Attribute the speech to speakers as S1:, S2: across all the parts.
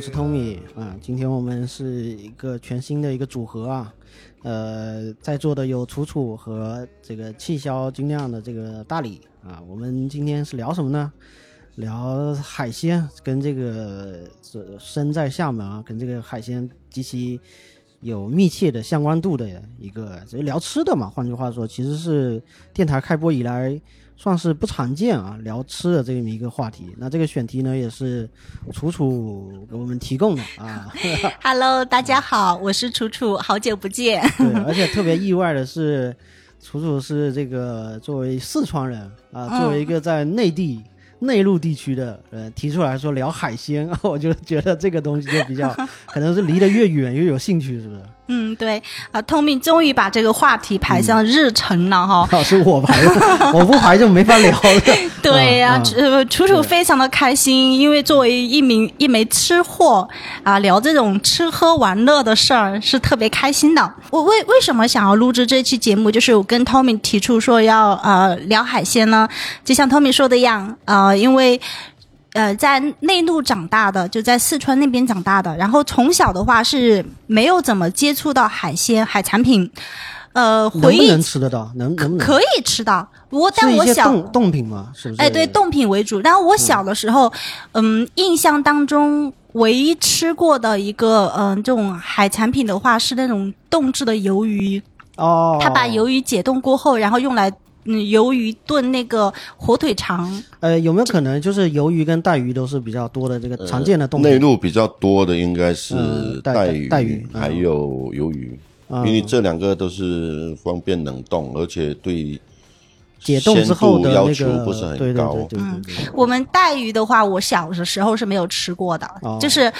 S1: 是 Tommy 啊，今天我们是一个全新的一个组合啊，呃，在座的有楚楚和这个气消精酿的这个大理啊，我们今天是聊什么呢？聊海鲜跟这个这身在厦门啊，跟这个海鲜极其有密切的相关度的一个，只是聊吃的嘛。换句话说，其实是电台开播以来算是不常见啊，聊吃的这么一个话题。那这个选题呢，也是楚楚给我们提供的 啊。
S2: Hello，大家好，我是楚楚，好久不见。
S1: 对，而且特别意外的是，楚楚是这个作为四川人啊，作为
S2: 嗯
S1: 一个在内地。内陆地区的人提出来说聊海鲜， 我就觉得这个东西就比 较，可能是离得越远越有兴趣，是不是？
S2: 嗯，对啊，Tommy 终于把这个话题排上日程了哈。
S1: 老是我排的，我不排就没法聊了。
S2: 对呀、
S1: 啊
S2: 呃，楚楚
S1: 对
S2: 非常的开心，因为作为一名一枚吃货啊，聊这种吃喝玩乐的事儿是特别开心的。我为为什么想要录制这期节目？就是我跟 Tommy 提出说要呃聊海鲜呢，就像 Tommy 说的一样，呃，因为。呃，在内陆长大的，就在四川那边长大的，然后从小的话是没有怎么接触到海鲜、海产品，呃，回
S1: 能不
S2: 忆
S1: 能吃得到？能能不能？
S2: 可以吃到，不过但
S1: 是一
S2: 我
S1: 些
S2: 小
S1: 冻冻品嘛，是不是？
S2: 哎，对，冻品为主。然后我小的时候，嗯印象当中唯一吃过的一个，嗯、这种海产品的话是那种冻制的鱿鱼，
S1: 哦，
S2: 他把鱿鱼解冻过后，然后用来嗯鱿鱼炖那个火腿肠。
S1: 呃，有没有可能就是鱿鱼跟带鱼都是比较多的这个常见的冻
S3: 呃内
S1: 品？
S3: 陆比较多的应该是
S1: 嗯带
S3: 带鱼、
S1: 带鱼
S3: 还有鱿鱼，
S1: 嗯
S3: 因为这两个都是方便冷冻，而且对
S1: 解冻之后的那
S3: 鲜度要求不是
S1: 个，
S3: 很
S1: 对对
S3: 高
S1: 对对
S2: 嗯
S1: 对对。
S2: 我们带鱼的话，我小的时候是没有吃过的，
S1: 哦
S2: 就是。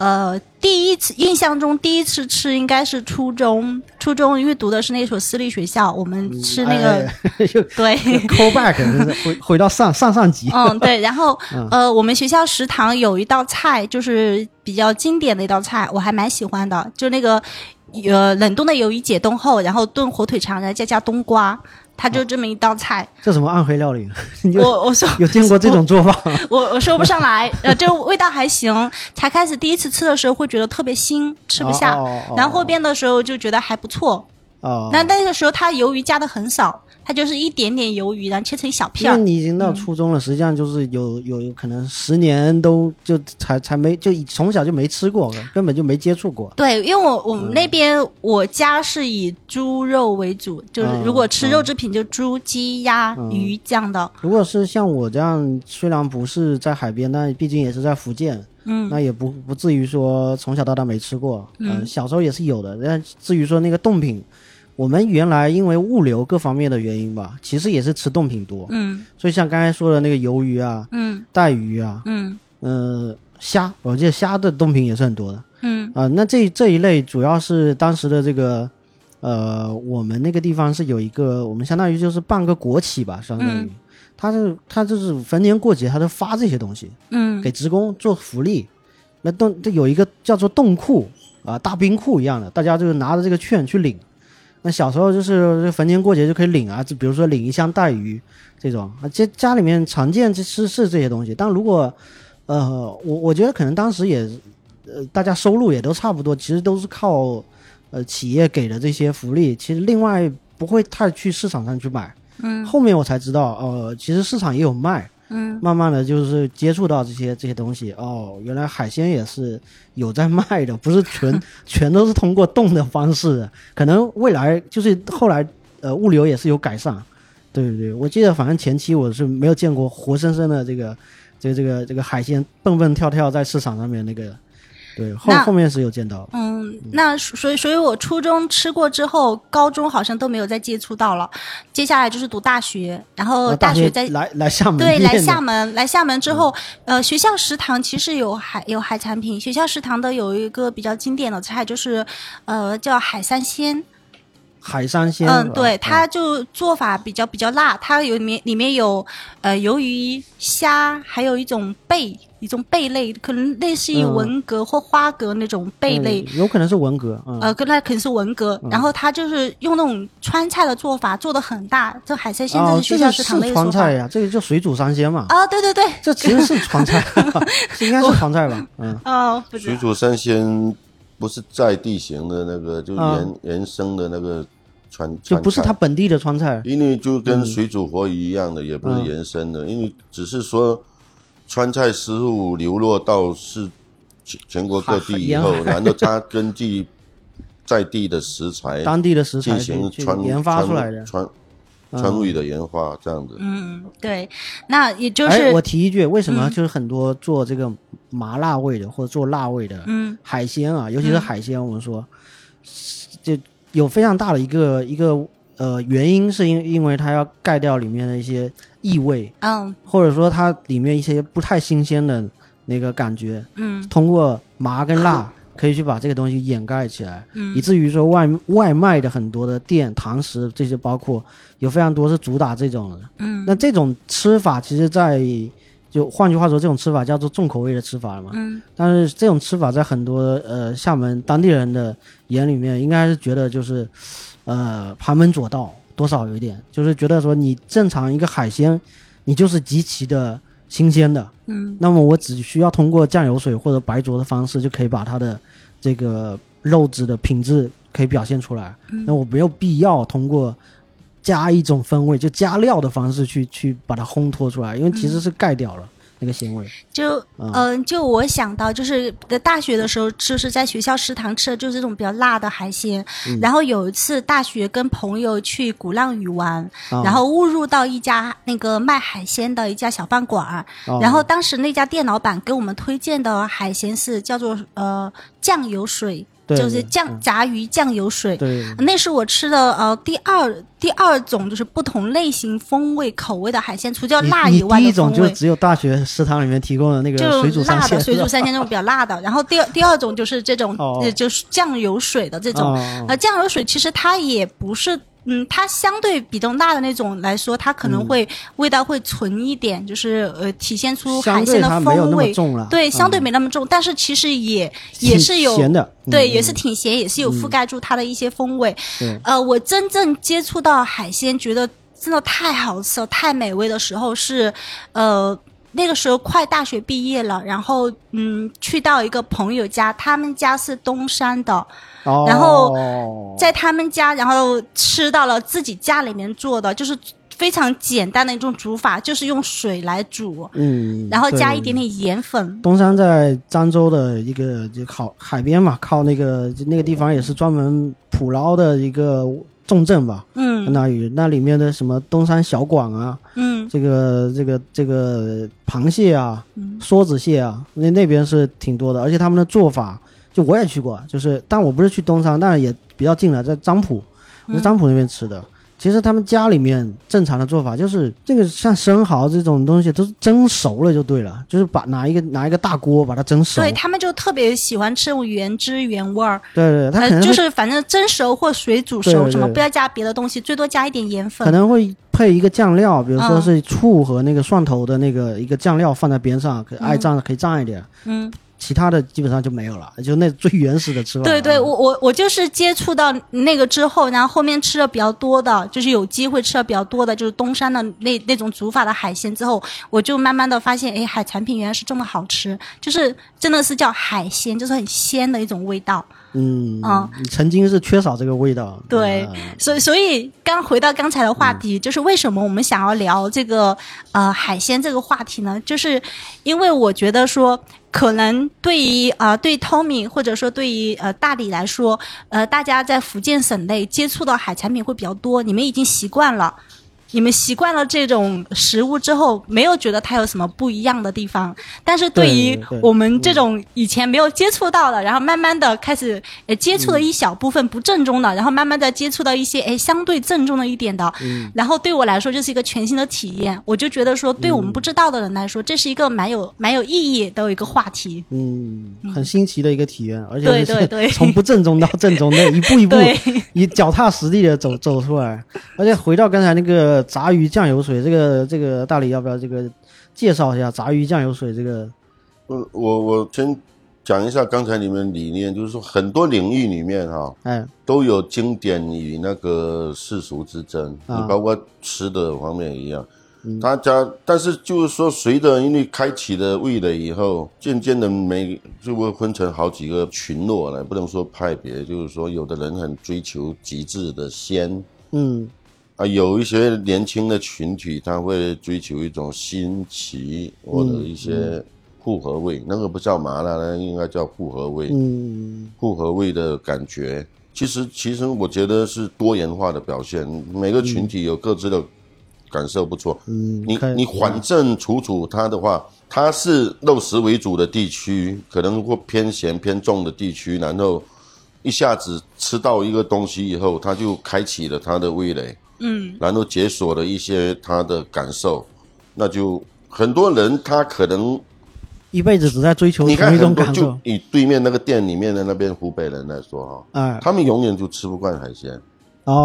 S2: 呃，第一次印象中第一次吃应该是初中，初中因为读的是那所私立学校，我们吃那个、
S1: 嗯哎又
S2: 对，
S1: call back，真是回 回到上上上集。
S2: 嗯，对，然后呃，我们学校食堂有一道菜，就是比较经典的一道菜，我还蛮喜欢的，就那个呃冷冻的鱿鱼解冻后，然后炖火腿肠，然后再加冬瓜，它就这么一道菜。
S1: 这什么暗黑料理？哦 你有
S2: 我我说
S1: 有见过这种做法吗？
S2: 我我说不上来，呃，这味道还行。才开始第一次吃的时候会觉得特别腥， 吃不下，
S1: 哦哦哦
S2: 然后后边的时候就觉得还不错。
S1: 哦，
S2: 那那个时候它鱿鱼加的很少，它就是一点点鱿鱼，然后切成小片
S1: 因
S2: 儿
S1: 为。你已经到初中了，实际上就是有有有可能十年都就才才没就从小就没吃过，根本就没接触过。
S2: 对，因为我我
S1: 嗯
S2: 们那边、我家是以猪肉为主，就是
S1: 嗯
S2: 如果吃肉制品就猪、鸡、鸭、
S1: 嗯
S2: 鱼这样的。
S1: 如果是像我这样，虽然不是在海边，但毕竟也是在福建，
S2: 嗯，
S1: 那也不不至于说从小到大没吃过。
S2: 嗯
S1: 呃小时候也是有的，但至于说那个冻品，我们原来因为物流各方面的原因吧，其实也是吃冻品多。
S2: 嗯
S1: 所以像刚才说的那个鱿鱼啊、
S2: 嗯
S1: 带鱼啊、
S2: 嗯
S1: 呃虾，我记得虾的冻品也是很多的。
S2: 嗯
S1: 啊、那这这一类主要是当时的这个，呃，我们那个地方是有一个，我们相当于就是办个国企吧，相当于，
S2: 嗯
S1: 他是他就是逢年过节他都发这些东西
S2: 嗯
S1: 给职工做福利，那冻这有一个叫做冻库啊、大冰库一样的，大家就是拿着这个券去领。那小时候就是就逢年过节就可以领啊，就比如说领一箱带鱼这种啊，家家里面常见这是是这些东西。但如果呃，我我觉得可能当时也呃，大家收入也都差不多，其实都是靠呃企业给的这些福利，其实另外不会太去市场上去买。
S2: 嗯
S1: 后面我才知道，呃，其实市场也有卖，
S2: 嗯
S1: 慢慢的就是接触到这些这些东西，哦，原来海鲜也是有在卖的，不是 纯全都是通过冻的方式的。可能未来就是后来呃物流也是有改善，对对对，我记得反正前期我是没有见过活生生的这个这个这个这个海鲜蹦蹦跳跳在市场上面那个，对后
S2: 那
S1: 后面是有见到，
S2: 嗯，那所以所以我初中吃过之后，高中好像都没有再接触到了。接下来就是读大学，然后
S1: 呃
S2: 大学
S1: 学
S2: 在
S1: 来来厦门
S2: 对，来
S1: 念的嗯
S2: 厦门，来厦门之后，呃，学校食堂其实有海有海产品，学校食堂的有一个比较经典的菜就是，呃，叫海三鲜。
S1: 海山鲜，啊是
S2: 嗯，
S1: 吧
S2: 对，它就做法比较比较辣，它有里面里面有呃鱿鱼、虾，还有一种贝，一种贝类，可能类似于
S1: 嗯
S2: 文蛤或花蛤那种贝类。
S1: 嗯有嗯可能是文革，嗯，
S2: 呃，跟那肯定是文革，然后它就是用那种川菜的做法做的很大，这海鲜现在
S1: 哦这
S2: 是，学校
S1: 个
S2: 食
S1: 是
S2: 堂的一个
S1: 川
S2: 做法
S1: 菜呀，嗯这个叫水煮三鲜嘛，
S2: 啊，对对对，
S1: 这其实是川 菜，这应该是川菜吧，嗯。
S2: 哦，不知
S3: 水
S2: 道，
S3: 煮三鲜不是在地形的那个，就
S1: 啊
S3: 原、原生的那个川，
S1: 就
S3: 川
S1: 不是
S3: 菜
S1: 它本地的川菜，
S3: 因为就
S1: 嗯
S3: 跟水煮活鱼一样的，也不是延伸的，因为只是说川菜师傅流落到是全全国各地以后
S1: 沿，
S3: 然后他根据在地的食材
S1: 当地的食材
S3: 进
S1: 去
S3: 行
S1: 去
S3: 川
S1: 研发出来的。嗯
S3: 川川味的研发这样的。
S2: 嗯，对，那也就
S1: 哎，
S2: 是嗯
S1: 我提一句，为什么就是很多做这个麻辣味的或者做辣味的
S2: 嗯
S1: 海鲜啊，尤其是海鲜，我们说就有非常大的一个一个呃原因，是因因为它要盖掉里面的一些异味，
S2: 嗯
S1: 或者说它里面一些不太新鲜的那个感觉，
S2: 嗯
S1: 通过麻跟辣可以去把这个东西掩盖起来，以
S2: 嗯
S1: 至于说外外卖的很多的店、堂食这些，包括有非常多是主打这种的。
S2: 嗯
S1: 那这种吃法，其实在就换句话说，这种吃法叫做重口味的吃法了嘛。
S2: 嗯
S1: 但是这种吃法在很多呃厦门当地人的眼里面，应该是觉得就是呃旁门左道，多少有一点，就是觉得说你正常一个海鲜，你就是极其的新鲜的，
S2: 嗯
S1: 那么我只需要通过酱油水或者白灼的方式，就可以把它的这个肉质的品质可以表现出来。
S2: 嗯
S1: 那我没有必要通过加一种风味，就加料的方式去去把它烘托出来，因为其
S2: 嗯
S1: 实是盖掉了那个鲜味。
S2: 就
S1: 嗯
S2: 嗯、就我想到就是在大学的时候，就是在学校食堂吃的就是这种比较辣的海鲜。
S1: 嗯
S2: 然后有一次大学跟朋友去鼓浪屿玩，
S1: 啊
S2: 然后误入到一家那个卖海鲜的一家小饭馆儿，
S1: 哦
S2: 然后当时那家店老板给我们推荐的海鲜是叫做呃酱油水，
S1: 对
S2: 就
S1: 对
S2: 是酱炸鱼酱油水。
S1: 对，
S2: 那是我吃的呃第二第二种就是不同类型风味口味的海鲜，除掉
S1: 你
S2: 辣
S1: 你
S2: 以外
S1: 第
S2: 的
S1: 一种
S2: 风
S1: 就
S2: 味。
S1: 只有大学食堂里面提供的那个
S2: 就
S1: 水煮三
S2: 辣
S1: 鲜
S2: 的，水煮三鲜那种比较辣的，然后第二第二种就是这种，
S1: 哦
S2: 呃就是酱油水的这种，
S1: 哦
S2: 呃，酱油水其实它也不是，嗯，它相对比较辣的那种来说，它可
S1: 嗯
S2: 能会、味道会纯一点，就是呃，体现出
S1: 相
S2: 海鲜
S1: 对
S2: 的
S1: 它没有
S2: 风
S1: 那么
S2: 味。
S1: 重了，
S2: 对，相对
S1: 嗯
S2: 没那么重，但是其实也
S1: 挺
S2: 也是有
S1: 咸的，
S2: 对，
S1: 嗯
S2: 也是挺咸，也是有覆盖住它的一些风味。
S1: 对
S2: 呃，我真正接触到海鲜，觉得真的太好吃了、太美味的时候是，呃，那个时候快大学毕业了，然后嗯，去到一个朋友家，他们家是东山的，
S1: 哦
S2: 然后在他们家，然后吃到了自己家里面做的，就是非常简单的一种煮法，就是用水来煮，
S1: 嗯，
S2: 然后加
S1: 对
S2: 一点点盐粉。
S1: 东山在漳州的一个就靠海边嘛，靠那个那个地方也是专门捕捞的一个重镇吧，相
S2: 嗯
S1: 当于那里面的什么东山小馆啊，
S2: 嗯
S1: 这个这个这个螃蟹啊、
S2: 嗯
S1: 梭子蟹啊，那那边是挺多的，而且他们的做法，就我也去过，就是但我不是去东山，但也比较近了，在漳浦，
S2: 嗯
S1: 我在漳浦那边吃的。其实他们家里面正常的做法就是这个像生蚝这种东西都是蒸熟了就对了，就是把拿一个拿一个大锅把它蒸熟。
S2: 对他们就特别喜欢吃这种原汁原味儿，
S1: 对对，它可
S2: 呃，
S1: 能会、
S2: 就是反正蒸熟或水煮
S1: 对对
S2: 熟什么，
S1: 对
S2: 不要加别的东西，最多加一点盐
S1: 可
S2: 粉。
S1: 能会配一个酱料，比如说
S2: 嗯
S1: 是醋和那个蒜头的那个一个酱料放在边上，可爱蘸的可以蘸一点，
S2: 嗯，
S1: 其他的基本上就没有了，就那最原始的吃法。
S2: 对对，我我我就是接触到那个之后，然后后面吃的比较多的，就是有机会吃的比较多的，就是东山的那那种煮法的海鲜之后，我就慢慢的发现，哎，海产品原来是这么好吃，就是真的是叫海鲜，就是很鲜的一种味道。
S1: 嗯，
S2: 嗯
S1: 你曾经是缺少这个味道。
S2: 对
S1: 嗯
S2: 所以所以刚回到刚才的话题，就是为什么我们想要聊这个呃海鲜这个话题呢？就是因为我觉得说，可能对于啊、呃对 Tommy 或者说对于呃大理来说，呃大家在福建省内接触到海产品会比较多，你们已经习惯了。你们习惯了这种食物之后，没有觉得它有什么不一样的地方。但是对于
S1: 对对
S2: 我们这种以前没有接触到的，然后慢慢的开始呃接触了一小部分不正宗的，然后慢慢的接触到一些哎相对正宗的一点的，
S1: 嗯
S2: 然后对我来说就是一个全新的体验。我就觉得说，对我
S1: 嗯
S2: 们不知道的人来说，这是一个蛮有蛮有意义的一个话题。
S1: 嗯，很新奇的一个体验，而且
S2: 对
S1: 是
S2: 对对
S1: 从不正宗到正宗的一步一步
S2: 对，
S1: 一脚踏实地的走走出来。而且回到刚才那个炸鱼酱油水，这个这个大理要不要这个介绍一下炸鱼酱油水这个？
S3: 我我我先讲一下刚才你们理念，就是说很多领域里面哈、
S1: 哎，
S3: 都有经典与那个世俗之争，你、
S1: 啊
S3: 包括吃的方面一样。大家，但是就是说，随着因为开启了味蕾以后，渐渐的每就会分成好几个群落来，不能说派别，就是说有的人很追求极致的鲜
S1: 嗯
S3: 啊，有一些年轻的群体他会追求一种新奇或者一些复合味，那个不叫麻辣，那个应该叫复合味。
S1: 嗯
S3: 复合味的感觉。其实，其实我觉得是多元化的表现，每个群体有各自的感受，不错。
S1: 嗯，
S3: 你
S1: 可以
S3: 你缓正处处它的话，它是肉食为主的地区，可能会偏咸偏重的地区，然后一下子吃到一个东西以后，它就开启了它的味蕾，
S2: 嗯，
S3: 然后解锁了一些它的感受，那就很多人他可能
S1: 一辈子只在追求
S3: 你
S1: 同
S3: 看
S1: 一种
S3: 很多
S1: 感
S3: 就
S1: 受。
S3: 以对面那个店里面的那边湖北人来说哈、
S1: 哎，
S3: 他们永远就吃不惯海鲜，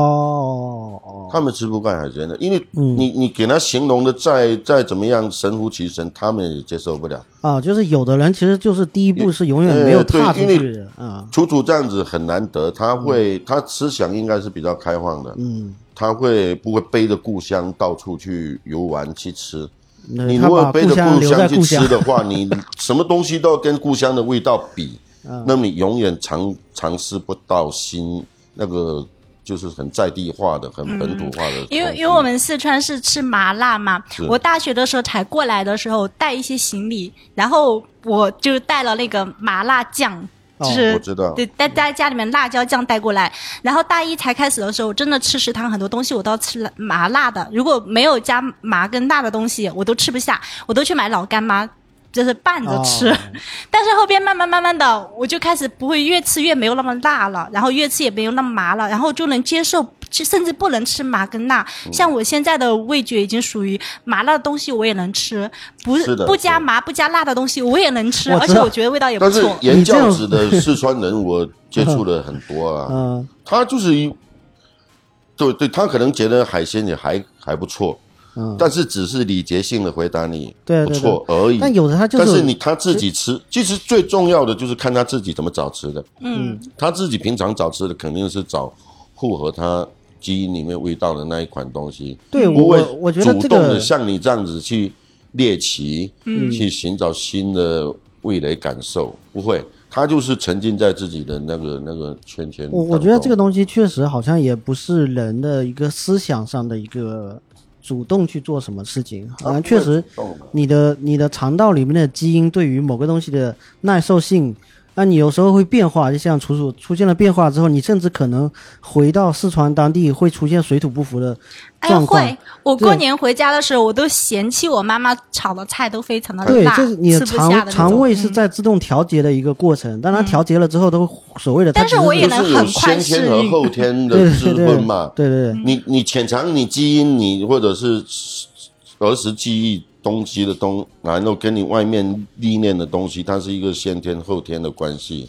S1: 哦哦，嗯
S3: 他们吃不惯海鲜的，因为你你给他形容的再再怎么样神乎其神，他们也接受不了。
S1: 啊，就是有的人其实就是第一步是永远没有
S3: 呃对
S1: 踏出
S3: 因为
S1: 去的啊，
S3: 楚楚这样子很难得，他会他思想应该是比较开放的，
S1: 嗯，
S3: 他会不会背着故乡到处去游玩去吃？
S1: 那
S3: 你
S1: 呃他
S3: 如
S1: 把
S3: 果背
S1: 故
S3: 着
S1: 乡
S3: 故
S1: 留在
S3: 乡去
S1: 故乡
S3: 吃，的 话，你什么东西都要跟故乡的味道比，
S1: 嗯
S3: 那你永远尝尝试不到新那个就是很在地化的、很本土化的东西。
S2: 嗯因为因为我们四川是吃麻辣嘛，我大学的时候才过来的时候带一些行李，然后我就带了那个麻辣酱。
S1: 哦
S2: 就是、
S3: 我知道
S2: 对，带带家里面辣椒酱带过来。然后大一才开始的时候，我真的吃食堂很多东西我都要吃辣麻辣的，如果没有加麻跟辣的东西，我都吃不下，我都去买老干妈，就是拌着吃。
S1: 哦
S2: 但是后边慢慢慢慢的，我就开始不会越吃越没有那么辣了，然后越吃也没有那么麻了，然后就能接受，甚至不能吃麻跟辣。
S3: 嗯
S2: 像我现在的味觉已经属于麻辣的东西我也能吃，不
S3: 是的
S2: 不
S3: 是
S2: 加
S3: 的
S2: 麻不加辣的东西我也能吃，
S1: 我知
S2: 而且
S1: 道
S2: 我觉得味道也不
S3: 但是
S2: 错。嗯
S3: 言教子的四川人，我接触了很多 啊，
S1: 嗯
S3: 他就是一，对对，他可能觉得海鲜也还还不错，
S1: 嗯，
S3: 但是只是礼节性的回答你
S1: 对
S3: 不
S1: 对
S3: 错而已。
S1: 但有的他就
S3: 但是你他自己吃，其实最重要的就是看他自己怎么找吃的。
S2: 嗯，
S3: 他自己平常找吃的肯定是找符合他基因里面味道的那一款东西，
S1: 对
S3: 不
S1: 我
S3: 会
S1: 我觉得
S3: 主
S1: 这
S3: 动
S1: 个
S3: 的像你这样子去猎奇，
S1: 嗯
S3: 去寻找新的味蕾感受，不会，他就是沉浸在自己的那个那个圈圈当
S1: 我
S3: 中。
S1: 我觉得这个东西确实好像也不是人的一个思想上的一个主动去做什么事情，好
S3: 啊
S1: 像确实
S3: 不会主动的
S1: 你的你的肠道里面的基因对于某个东西的耐受性，那你有时候会变化，就像楚楚出现了变化之后，你甚至可能回到四川当地会出现水土不服的
S2: 哎呀
S1: 状况。
S2: 会，我过年回家的时候，我都嫌弃我妈妈炒的菜都非常的
S1: 对，
S2: 辣，
S1: 这是你
S2: 吃
S1: 的
S2: 不下
S1: 肠
S2: 的那
S1: 肠
S2: 种。嗯
S1: 胃是在自动调节的一个过程，当它调节了之后都所谓的，它
S2: 但是
S1: 只
S2: 我也
S3: 就
S2: 能
S3: 是有
S2: 很快
S3: 先天
S2: 适
S3: 和
S2: 应。
S3: 后天的
S1: 对
S3: 之
S1: 对对
S3: 分嘛。
S1: 对对对，
S3: 你你潜藏你基因，你或者是儿时记忆东西的东，然后跟你外面历练的东西，它是一个先天后天的关系。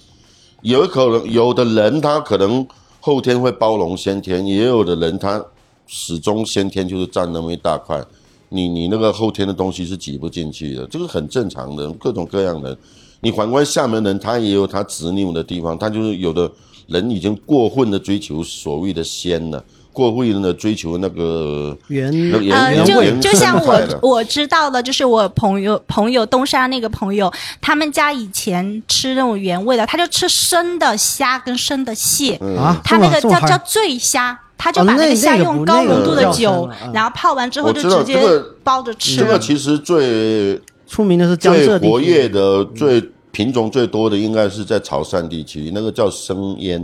S3: 有可能有的人他可能后天会包容先天，也有的人他始终先天就是占那么一大块。你你那个后天的东西是挤不进去的，这个很正常的，各种各样的。你反观厦门人，他也有他执拗的地方，他就是有的人已经过分的追求所谓的鲜了，过分的追求那个
S1: 原
S3: 那个原
S2: 呃，
S3: 原
S2: 就
S3: 原
S2: 就像
S3: 生态
S2: 我
S3: 了
S2: 我知道的，就是我朋友朋友东山那个朋友，他们家以前吃那种原味的，他就吃生的虾跟生的蟹，
S3: 嗯
S1: 啊，
S2: 他
S1: 这么
S2: 那个
S1: 这么
S2: 叫
S1: 嗨
S2: 叫醉虾，他就
S1: 哦
S2: 把
S1: 那
S2: 个
S1: 那
S2: 虾
S1: 个
S2: 用
S1: 不
S2: 高
S1: 那个
S2: 浓度的
S1: 叫生
S2: 酒
S1: 了啊，
S2: 然后泡完之后
S3: 我
S2: 就
S3: 知道
S2: 直
S3: 这
S2: 接
S3: 个
S2: 包着吃
S3: 这个。其实最
S1: 出名的是江浙
S3: 最
S1: 地
S3: 活
S1: 区，
S3: 跃的、最品种最多的，应该是在潮汕地区，那个叫生腌，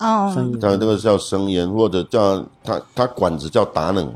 S2: 哦，
S1: 生意
S3: 它那个叫生腌，或者叫它它管子叫达冷，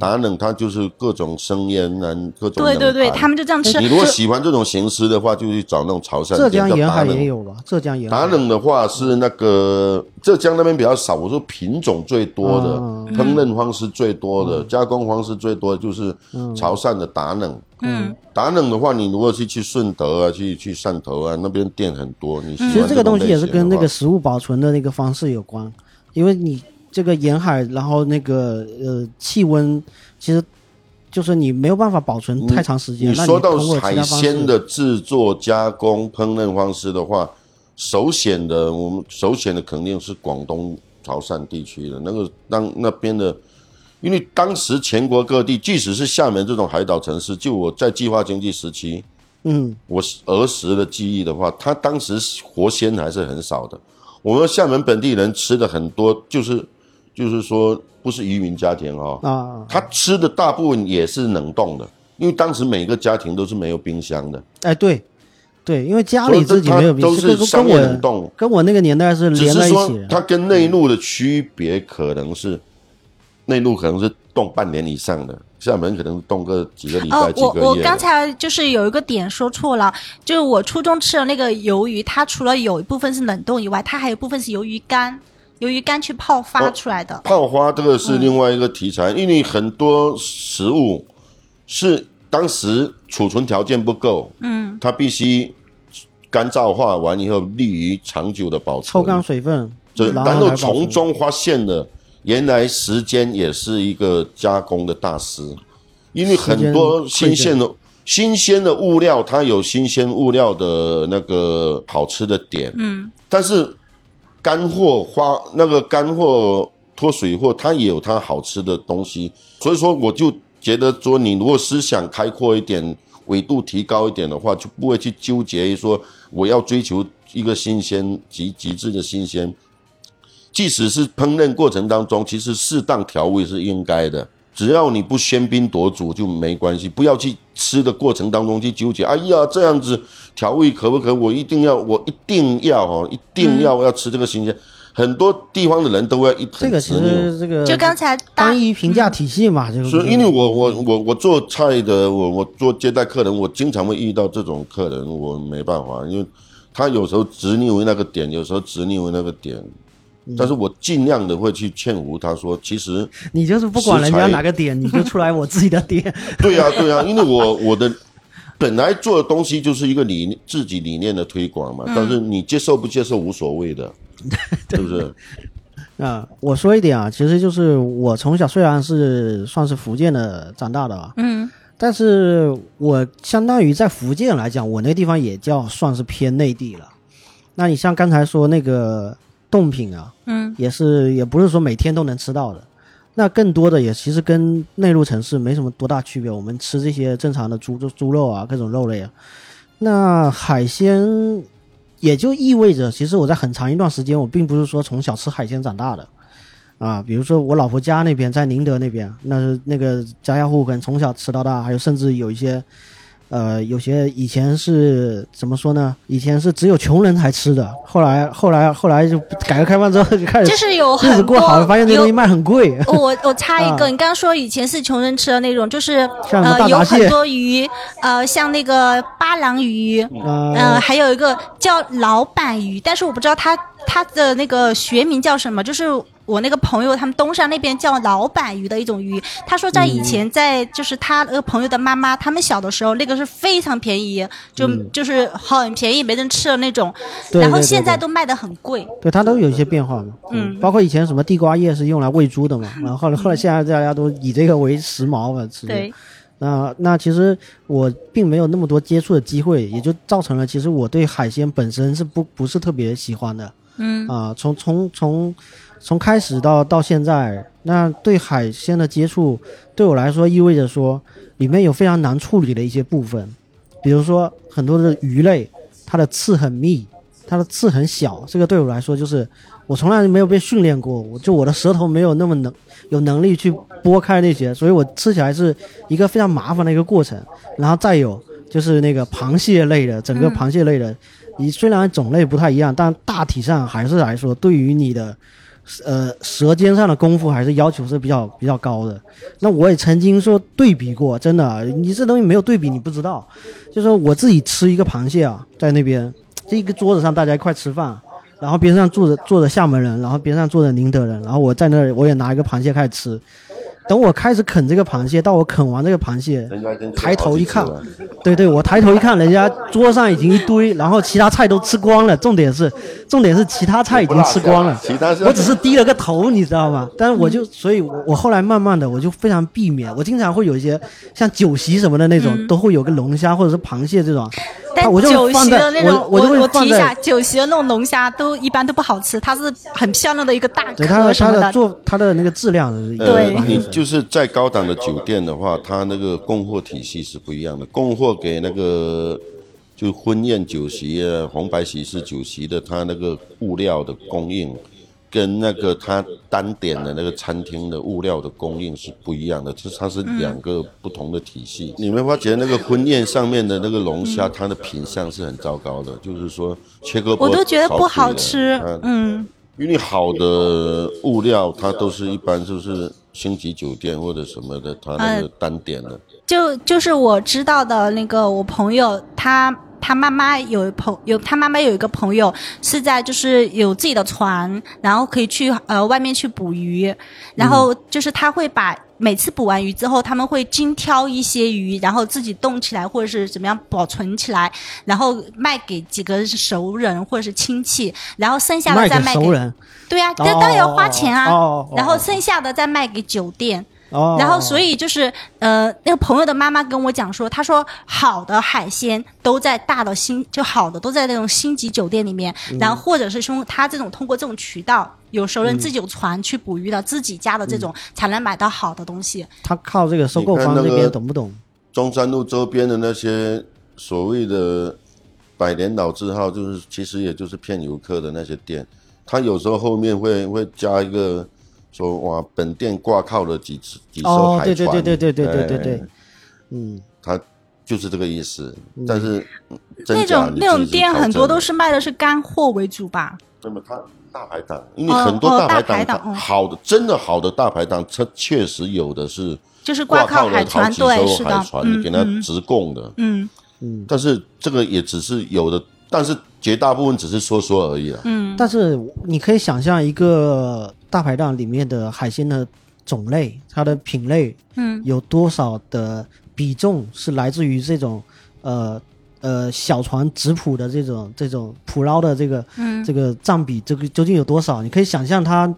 S3: 打冷它就是各种生腌啊，各种
S2: 嗯对对对，
S3: 冷盘
S2: 他们就这样吃。
S3: 你如果
S2: 就
S3: 喜欢这种形式的话，就去找那种潮汕
S1: 浙
S3: 店
S1: 江
S3: 叫
S1: 沿
S3: 打
S1: 海
S3: 冷
S1: 也有吧？浙江沿海
S3: 打冷的话是那个浙江那边比较少，我说品种最多的，
S1: 嗯
S3: 烹饪方式最多的，加工方式最多的就是
S1: 嗯
S3: 潮汕的打冷。
S2: 嗯，
S3: 打冷的话，你如果是去顺德啊，去去汕头啊，那边店很多。你喜欢
S1: 嗯其实这个东西也是跟那
S3: 这种类型的话
S1: 个食物保存的那个方式有关，因为你这个沿海，然后那个呃气温，其实就是你没有办法保存太长时间。
S3: 你
S1: 那
S3: 说到
S1: 通过其
S3: 海
S1: 他方式
S3: 鲜的制作、加工、烹饪方式的话，首选的我们首选的肯定是广东潮汕地区的那个当那边的，因为当时全国各地，即使是厦门这种海岛城市，就我在计划经济时期，
S1: 嗯，
S3: 我儿时的记忆的话，它当时活鲜还是很少的。我们厦门本地人吃的很多，就是就是说不是渔民家庭哦，
S1: 啊，
S3: 他吃的大部分也是冷冻的，因为当时每个家庭都是没有冰箱的，
S1: 哎，对，对，因为家里自己没有冰
S3: 都
S1: 箱，这
S3: 是
S1: 个
S3: 商
S1: 跟
S3: 业冷
S1: 我
S3: 冻。
S1: 跟我那个年代是
S3: 只
S1: 连
S3: 是
S1: 在一
S3: 说
S1: 起的。
S3: 它跟内陆的区别可能是，内陆可能是冻半年以上的，厦门可能冻个几个礼拜、
S2: 哦，
S3: 几
S2: 我
S3: 个
S2: 我
S3: 月的。
S2: 刚才就是有一个点说错了，就是我初中吃的那个鱿鱼，它除了有一部分是冷冻以外，它还有一部分是鱿鱼干，鱿鱼干去泡发
S3: 哦
S2: 出来的。
S3: 泡花这个是另外一个题材，因为很多食物是当时储存条件不够，嗯，它必须干燥化完以后，利于长久的保存。
S1: 抽干水分，
S3: 这
S1: 然
S3: 然
S1: 后
S3: 后
S1: 来保
S3: 从
S1: 存
S3: 中发现了，原来时间也是一个加工的大师，因为很多
S1: 时间
S3: 新鲜的新鲜的物料，它有新鲜物料的那个好吃的点，嗯，但是干货花那个干货脱水货，它也有它好吃的东西，所以说我就觉得说，你如果思想开阔一点，纬度提高一点的话，就不会去纠结于说我要追求一个新鲜极极致的新鲜。即使是烹饪过程当中，其实适当调味是应该的。只要你不喧宾夺主就没关系，不要去吃的过程当中去纠结。哎呀，这样子调味可不可？我一定要，我一定要哦，一定要、要吃这个新鲜。很多地方的人都会一
S1: 嗯这
S3: 很
S1: 个
S3: 执
S1: 其
S3: 拗
S1: 实这个
S2: 就刚才大
S1: 呃单一评价体系嘛，这个
S3: 嗯是因为我我我我做菜的，我我做接待客人，我经常会遇到这种客人，我没办法，因为他有时候执拗于那个点，有时候执拗于那个点，但是我尽量的会去劝服他说，其实
S1: 你就是不管人家
S3: 食材
S1: 哪个点，你就出来我自己的点。
S3: 对呀、对呀、因为我我的本来做的东西就是一个理念自己理念的推广嘛，但是你接受不接受无所谓的，对不对？
S1: 啊、我说一点啊，其实就是我从小虽然是算是福建的长大的啊，
S2: 嗯
S1: 但是我相当于在福建来讲，我那个地方也叫算是偏内地了。那你像刚才说那个冻品啊，
S2: 嗯
S1: 也是也不是说每天都能吃到的，那更多的也其实跟内陆城市没什么多大区别。我们吃这些正常的猪猪猪肉啊，各种肉类啊，那海鲜也就意味着，其实我在很长一段时间，我并不是说从小吃海鲜长大的。啊，比如说我老婆家那边在宁德那边，那是那个家家户户可能从小吃到大，还有甚至有一些，呃，有些以前是怎么说呢？以前是只有穷人才吃的，后来后来后来就改革开放之后就开始
S2: 就是有
S1: 日子
S2: 很
S1: 过
S2: 多
S1: 好了，发现这东西
S2: 有。
S1: 卖很贵。
S2: 我我插一个，
S1: 啊
S2: 你刚刚说以前是穷人吃的那种，就是
S1: 像什么
S2: 呃
S1: 大闸
S2: 有
S1: 蟹
S2: 很多鱼，呃像那个巴郎鱼，呃
S1: 呃，
S2: 还有一个叫老板鱼，但是我不知道它它的那个学名叫什么，就是。我那个朋友，他们东山那边叫老板鱼的一种鱼，他说在以前在就是他那个朋友的妈妈，他们小的时候那个是非常便宜，就、就是很便宜，没人吃的那种，
S1: 嗯对
S2: 然后
S1: 对对
S2: 现在
S1: 对
S2: 都卖的很贵。
S1: 对它都有一些变化嘛。嗯，包括以前什么地瓜叶是用来喂猪的嘛，然后后来后来现在大家都以这个为时髦嘛吃。
S2: 对，
S1: 那那其实我并没有那么多接触的机会，也就造成了其实我对海鲜本身是不不是特别喜欢的。嗯啊，从从从从开始到到现在，那对海鲜的接触对我来说意味着说里面有非常难处理的一些部分，比如说很多的鱼类，它的刺很密，它的刺很小，这个对我来说就是我从来没有被训练过，我就我的舌头没有那么能有能力去拨开那些，所以我吃起来是一个非常麻烦的一个过程。然后再有就是那个螃蟹类的，整个螃蟹类的，你虽然种类不太一样，但大体上还是来说，对于你的呃，舌尖上的功夫还是要求是比较比较高的。那我也曾经说对比过，真的，啊你这东西没有对比你不知道。就说我自己吃一个螃蟹啊，在那边这一个桌子上大家一块吃饭，然后边上坐着坐着厦门人，然后边上坐着宁德人，然后我在那儿我也拿一个螃蟹开始吃。等我开始啃这个螃蟹，到我啃完这个螃蟹，
S3: 人家已经
S1: 抬头一看
S3: 吃了好几次了
S1: 对对，我抬头一看，人家桌上已经一堆，然后其他菜都吃光了。重点是，重点是其他菜已经吃光了，
S3: 其他是嗯
S1: 我只是低了个头，你知道吗？但是我就，所以我我后来慢慢的我就非常避免，我经常会有一些像酒席什么的那种，
S3: 嗯
S1: 都会有个龙虾或者是螃蟹这种，它
S2: 但
S1: 我就
S2: 酒
S1: 会放
S2: 席
S1: 在
S2: 的那
S1: 我
S2: 种，
S1: 就
S2: 我
S1: 会
S2: 提
S1: 放
S2: 一
S1: 在
S2: 下，酒席的那种龙虾都一般都不好吃，它是很漂亮的一个大
S1: 对它的
S2: 壳什
S1: 它
S2: 么
S1: 的
S2: 的，
S1: 做它的那个质量是一
S3: 呃
S1: 个
S2: 对
S1: 关系
S3: 你就是在高档的酒店的话，它那个供货体系是不一样的，供货给那个就婚宴酒席啊、红白喜事酒席的，它那个物料的供应。跟那个它单点的那个餐厅的物料的供应是不一样的，这它是两个不同的体
S2: 嗯
S3: 系。你们发觉那个婚宴上面的那个龙虾，它的品相是很糟糕的，就是说切割
S2: 我都觉得不好吃
S3: 薄薄的。
S2: 嗯，
S3: 因为好的物料，它都是一般就是星级酒店或者什么的，它那个单点的。
S2: 就就是我知道的那个我朋友，他他妈妈有朋有他妈妈有一个朋友是在就是有自己的船，然后可以去呃外面去捕鱼，然后
S1: 嗯
S2: 就是他会把。每次捕完鱼之后，他们会精挑一些鱼，然后自己冻起来，或者是怎么样保存起来，然后卖给几个熟人或者是亲戚，然后剩下的
S1: 卖
S2: 再
S1: 给
S2: 卖给
S1: 熟人
S2: 对啊，这当然要花钱啊。
S1: 哦哦哦哦
S2: 然后剩下的再卖给酒店。
S1: 哦，
S2: 然后，所以就是，呃，那个朋友的妈妈跟我讲说，她说好的海鲜都在大的星，就好的都在那种星级酒店里面，然后或者是说他这种通过这种渠道，有熟人自己有船去捕鱼的，自己家的这种才能买到好的东西。
S1: 哦他靠这个收购
S3: 你看
S1: 方
S3: 那
S1: 那
S3: 个
S1: 边懂不懂？
S3: 中山路周边的那些所谓的百年老字号，就是其实也就是骗游客的那些店，它有时候后面会会加一个说哇，本店挂靠了几只几艘
S1: 哦，
S3: 海
S1: 对对
S3: 船，
S1: 对对对对对对
S3: 哎
S1: 对，嗯，
S3: 它就是这个意思。但是真
S2: 那
S3: 假
S2: 种
S3: 你
S2: 那种
S3: 自己
S2: 店
S3: 考
S2: 很
S3: 证
S2: 多都是卖的是干货为主吧？
S3: 那么它大排档，因为
S2: 哦
S3: 很多
S2: 哦
S3: 排
S2: 大排档
S3: 它
S2: 哦
S3: 好的真的好的大排档，它确实有的是
S2: 就是
S3: 挂
S2: 挂靠
S3: 了
S2: 海
S3: 好
S2: 船，
S3: 几
S2: 对，
S3: 艘
S2: 是
S3: 海
S2: 的，
S3: 船
S2: 嗯
S3: 给它
S2: 嗯
S3: 直供的，
S2: 嗯，
S3: 但是这个也只是有的，但是绝大部分只是说说而已啊啦。
S2: 嗯
S1: 但是你可以想象一个大排档里面的海鲜的种类，它的品类，
S2: 嗯，
S1: 有多少的比重是来自于这种，呃呃小船直捕的这种这种捕捞的这个，嗯，这个占比这个究竟有多少？你可以想象它。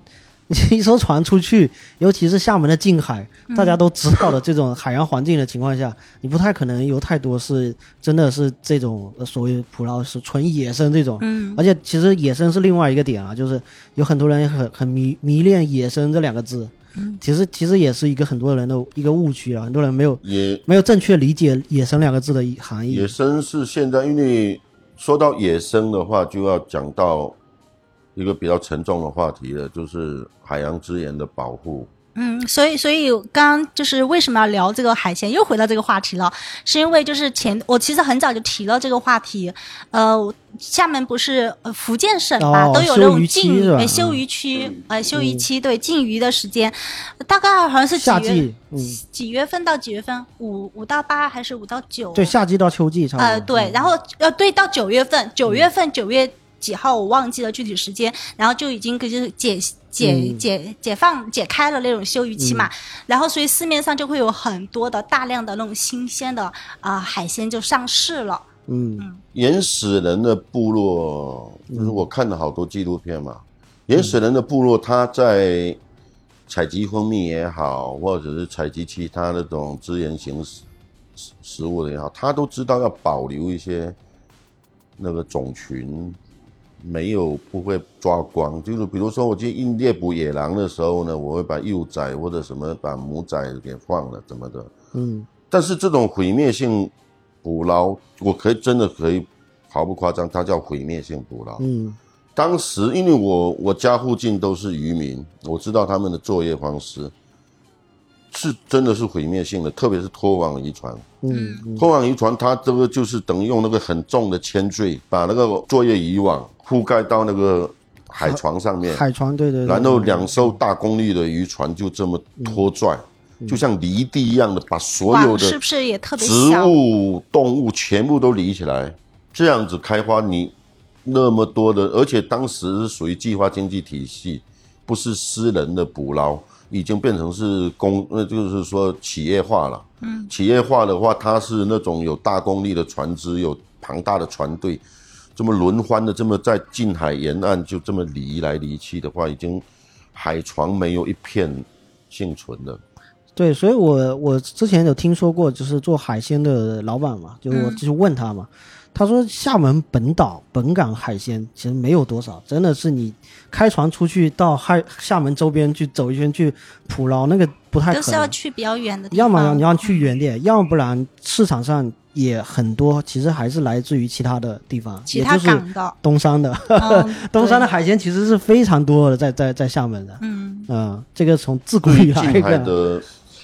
S1: 一艘船出去，尤其是厦门的近海，
S2: 嗯
S1: 大家都知道的这种海洋环境的情况下，你不太可能有太多是真的是这种呃所谓捕捞是纯野生这种，嗯，而且其实野生是另外一个点啊，就是有很多人很很迷迷恋野生这两个字，
S2: 嗯
S1: 其实其实也是一个很多人的一个误区啊，很多人没有
S3: 也
S1: 没有正确理解“野生”两个字的含义
S3: 野。生是现在，因为说到野生的话，就要讲到一个比较沉重的话题了，就是海洋资源的保护。
S2: 嗯，所以所以刚刚就是为什么要聊这个海鲜，又回到这个话题了，是因为就是前我其实很早就提了这个话题，呃，我厦门不是呃福建省吧，
S1: 哦
S2: 都有那
S1: 休
S2: 种
S1: 渔期
S2: 禁
S1: 是吧嗯
S2: 呃休渔区，呃休渔期对禁渔的时间，大概好像是
S1: 夏
S2: 几月
S1: 季，嗯，
S2: 几月份到几月份，五五到八还是五到九？
S1: 对，夏季到嗯秋季差不多。嗯
S2: 呃，对，然后呃，对，到九月份，九月份九月几号我忘记了具体时间，然后就已经可以就是解
S1: 嗯
S2: 解解解放解开了那种休渔期嘛，然后所以市面上就会有很多的大量的那种新鲜的啊、呃海鲜就上市了，
S1: 嗯，
S3: 原始人的部落，就是我看了好多纪录片嘛。原始人的部落，他在采集蜂蜜也好，或者是采集其他那种资源型食食食物的也好，他都知道要保留一些那个种群，没有不会抓光。就是比如说，我去印猎捕野狼的时候呢，我会把幼崽或者什么把母崽给放了，怎么的？
S1: 嗯
S3: 但是这种毁灭性捕捞，我可以真的可以毫不夸张，它叫毁灭性捕捞。
S1: 嗯
S3: 当时因为我我家附近都是渔民，我知道他们的作业方式是真的是毁灭性的，特别是拖网渔船。
S1: 嗯嗯，
S3: 拖网渔船它这个就是等于用那个很重的铅坠把那个作业渔网覆盖到那个海床上面，
S1: 海床，对对对，
S3: 然后两艘大功率的渔船就这么拖拽，
S1: 嗯
S3: 就像犁地一样的把所
S2: 哇
S3: 有，
S2: 是
S3: 的
S2: 不是也特别
S3: 植
S2: 小？
S3: 物、动物全部都犁起来，这样子开花，你那么多的，而且当时是属于计划经济体系，不是私人的捕捞，已经变成是公，那就是说企业化了。嗯，企业化的话，它是那种有大功率的船只，有庞大的船队，这么轮番的这么在近海沿岸就这么离来离去的话，已经海床没有一片幸存了。
S1: 对，所以我我之前有听说过，就是做海鲜的老板嘛，就
S2: 嗯
S1: 我就问他嘛，他说厦门本岛本港海鲜其实没有多少，真的是你开船出去到海厦门周边去走一圈去捕捞，那个不太
S2: 都
S1: 可
S2: 是要
S1: 能。
S2: 去比较远的地方。
S1: 要么要你要去原点，要不然市场上也很多，其实还是来自于其他的地方，
S2: 其他
S1: 也就是
S2: 港的，
S1: 东山的。
S2: 嗯
S1: 东山的
S2: 对
S1: 海鲜其实是非常多的，在在在厦门的。
S2: 嗯，
S1: 嗯， 这个从自古
S3: 对
S1: 以
S3: 近
S1: 来
S3: 海
S1: 看
S3: 的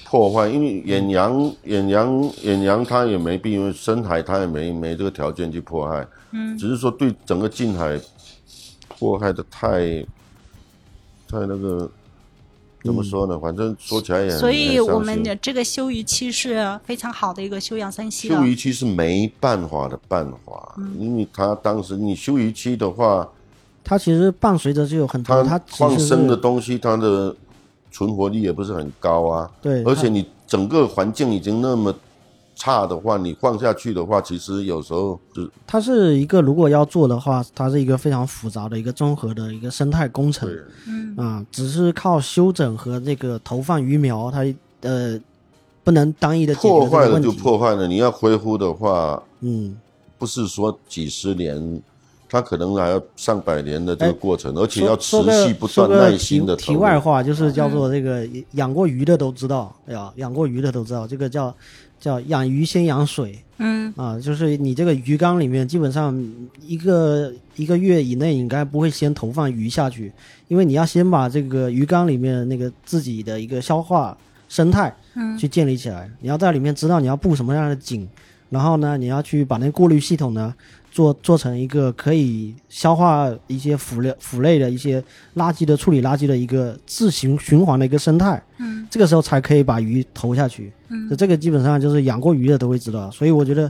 S3: 破坏，因为远洋、远洋、远洋它也没必要，深海它也没没这个条件去迫害，嗯，只是说对整个近海迫害的太太那个怎么说呢？反正说起来
S1: 嗯
S3: 也很
S2: 所以
S3: 很伤
S2: 我们
S3: 心
S2: 的这个休渔期是非常好的一个休养生息的
S3: 休。渔期是没办法的办法，因为它当时你休渔期的话，
S1: 它其实伴随着就有很多，哦它
S3: 它
S1: 其
S3: 放
S1: 实是
S3: 生的东西它的存活率也不是很高啊，
S1: 对，
S3: 而且
S1: 它
S3: 你整个环境已经那么差的话，你放下去的话，其实有时候是
S1: 它是一个如果要做的话，它是一个非常复杂的一个综合的一个生态工程
S3: 对
S1: 啊、只是靠修整和这个投放鱼苗，它呃不能单一的解决
S3: 破
S1: 这
S3: 坏
S1: 个
S3: 了
S1: 问
S3: 就
S1: 题。
S3: 破坏了。你要恢复的话，
S1: 嗯，
S3: 不是说几十年，它可能还要上百年的这个过程，而且要持
S1: 哎说说个
S3: 续不
S1: 说
S3: 断
S1: 个
S3: 耐心的
S1: 题题外
S3: 投入。
S1: 话就是叫做这个养过鱼的都知道，对吧？养过鱼的都知道，这个叫叫养鱼先养水，
S2: 嗯，
S1: 啊，就是你这个鱼缸里面，基本上一个一个月以内应该不会先投放鱼下去，因为你要先把这个鱼缸里面那个自己的一个消化生态，嗯，去建立起来。你要在里面知道你要布什么样的景，然后呢，你要去把那个过滤系统呢做做成一个可以消化一些腐类腐类的一些垃圾的处理垃圾的一个自行循环的一个生态，嗯，这个时候才可以把鱼投下去。嗯，这个基本上就是养过鱼的都会知道，所以我觉得。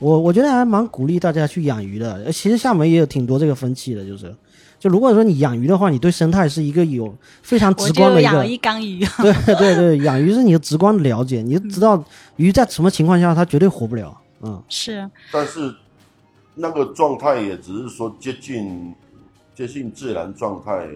S1: 我我觉得还蛮鼓励大家去养鱼的，呃其实厦门也有挺多这个风气的，就是，就如果说你养鱼的话，你对生态是一个有非常
S2: 我
S1: 直观
S2: 就
S1: 的一
S2: 养
S1: 个
S2: 了，一缸鱼。
S1: 对对对，养鱼是你的直观的了解，你就知道鱼在什么情况下它绝对活不了，嗯，
S2: 是，
S3: 但是那个状态也只是说接近接近自然状态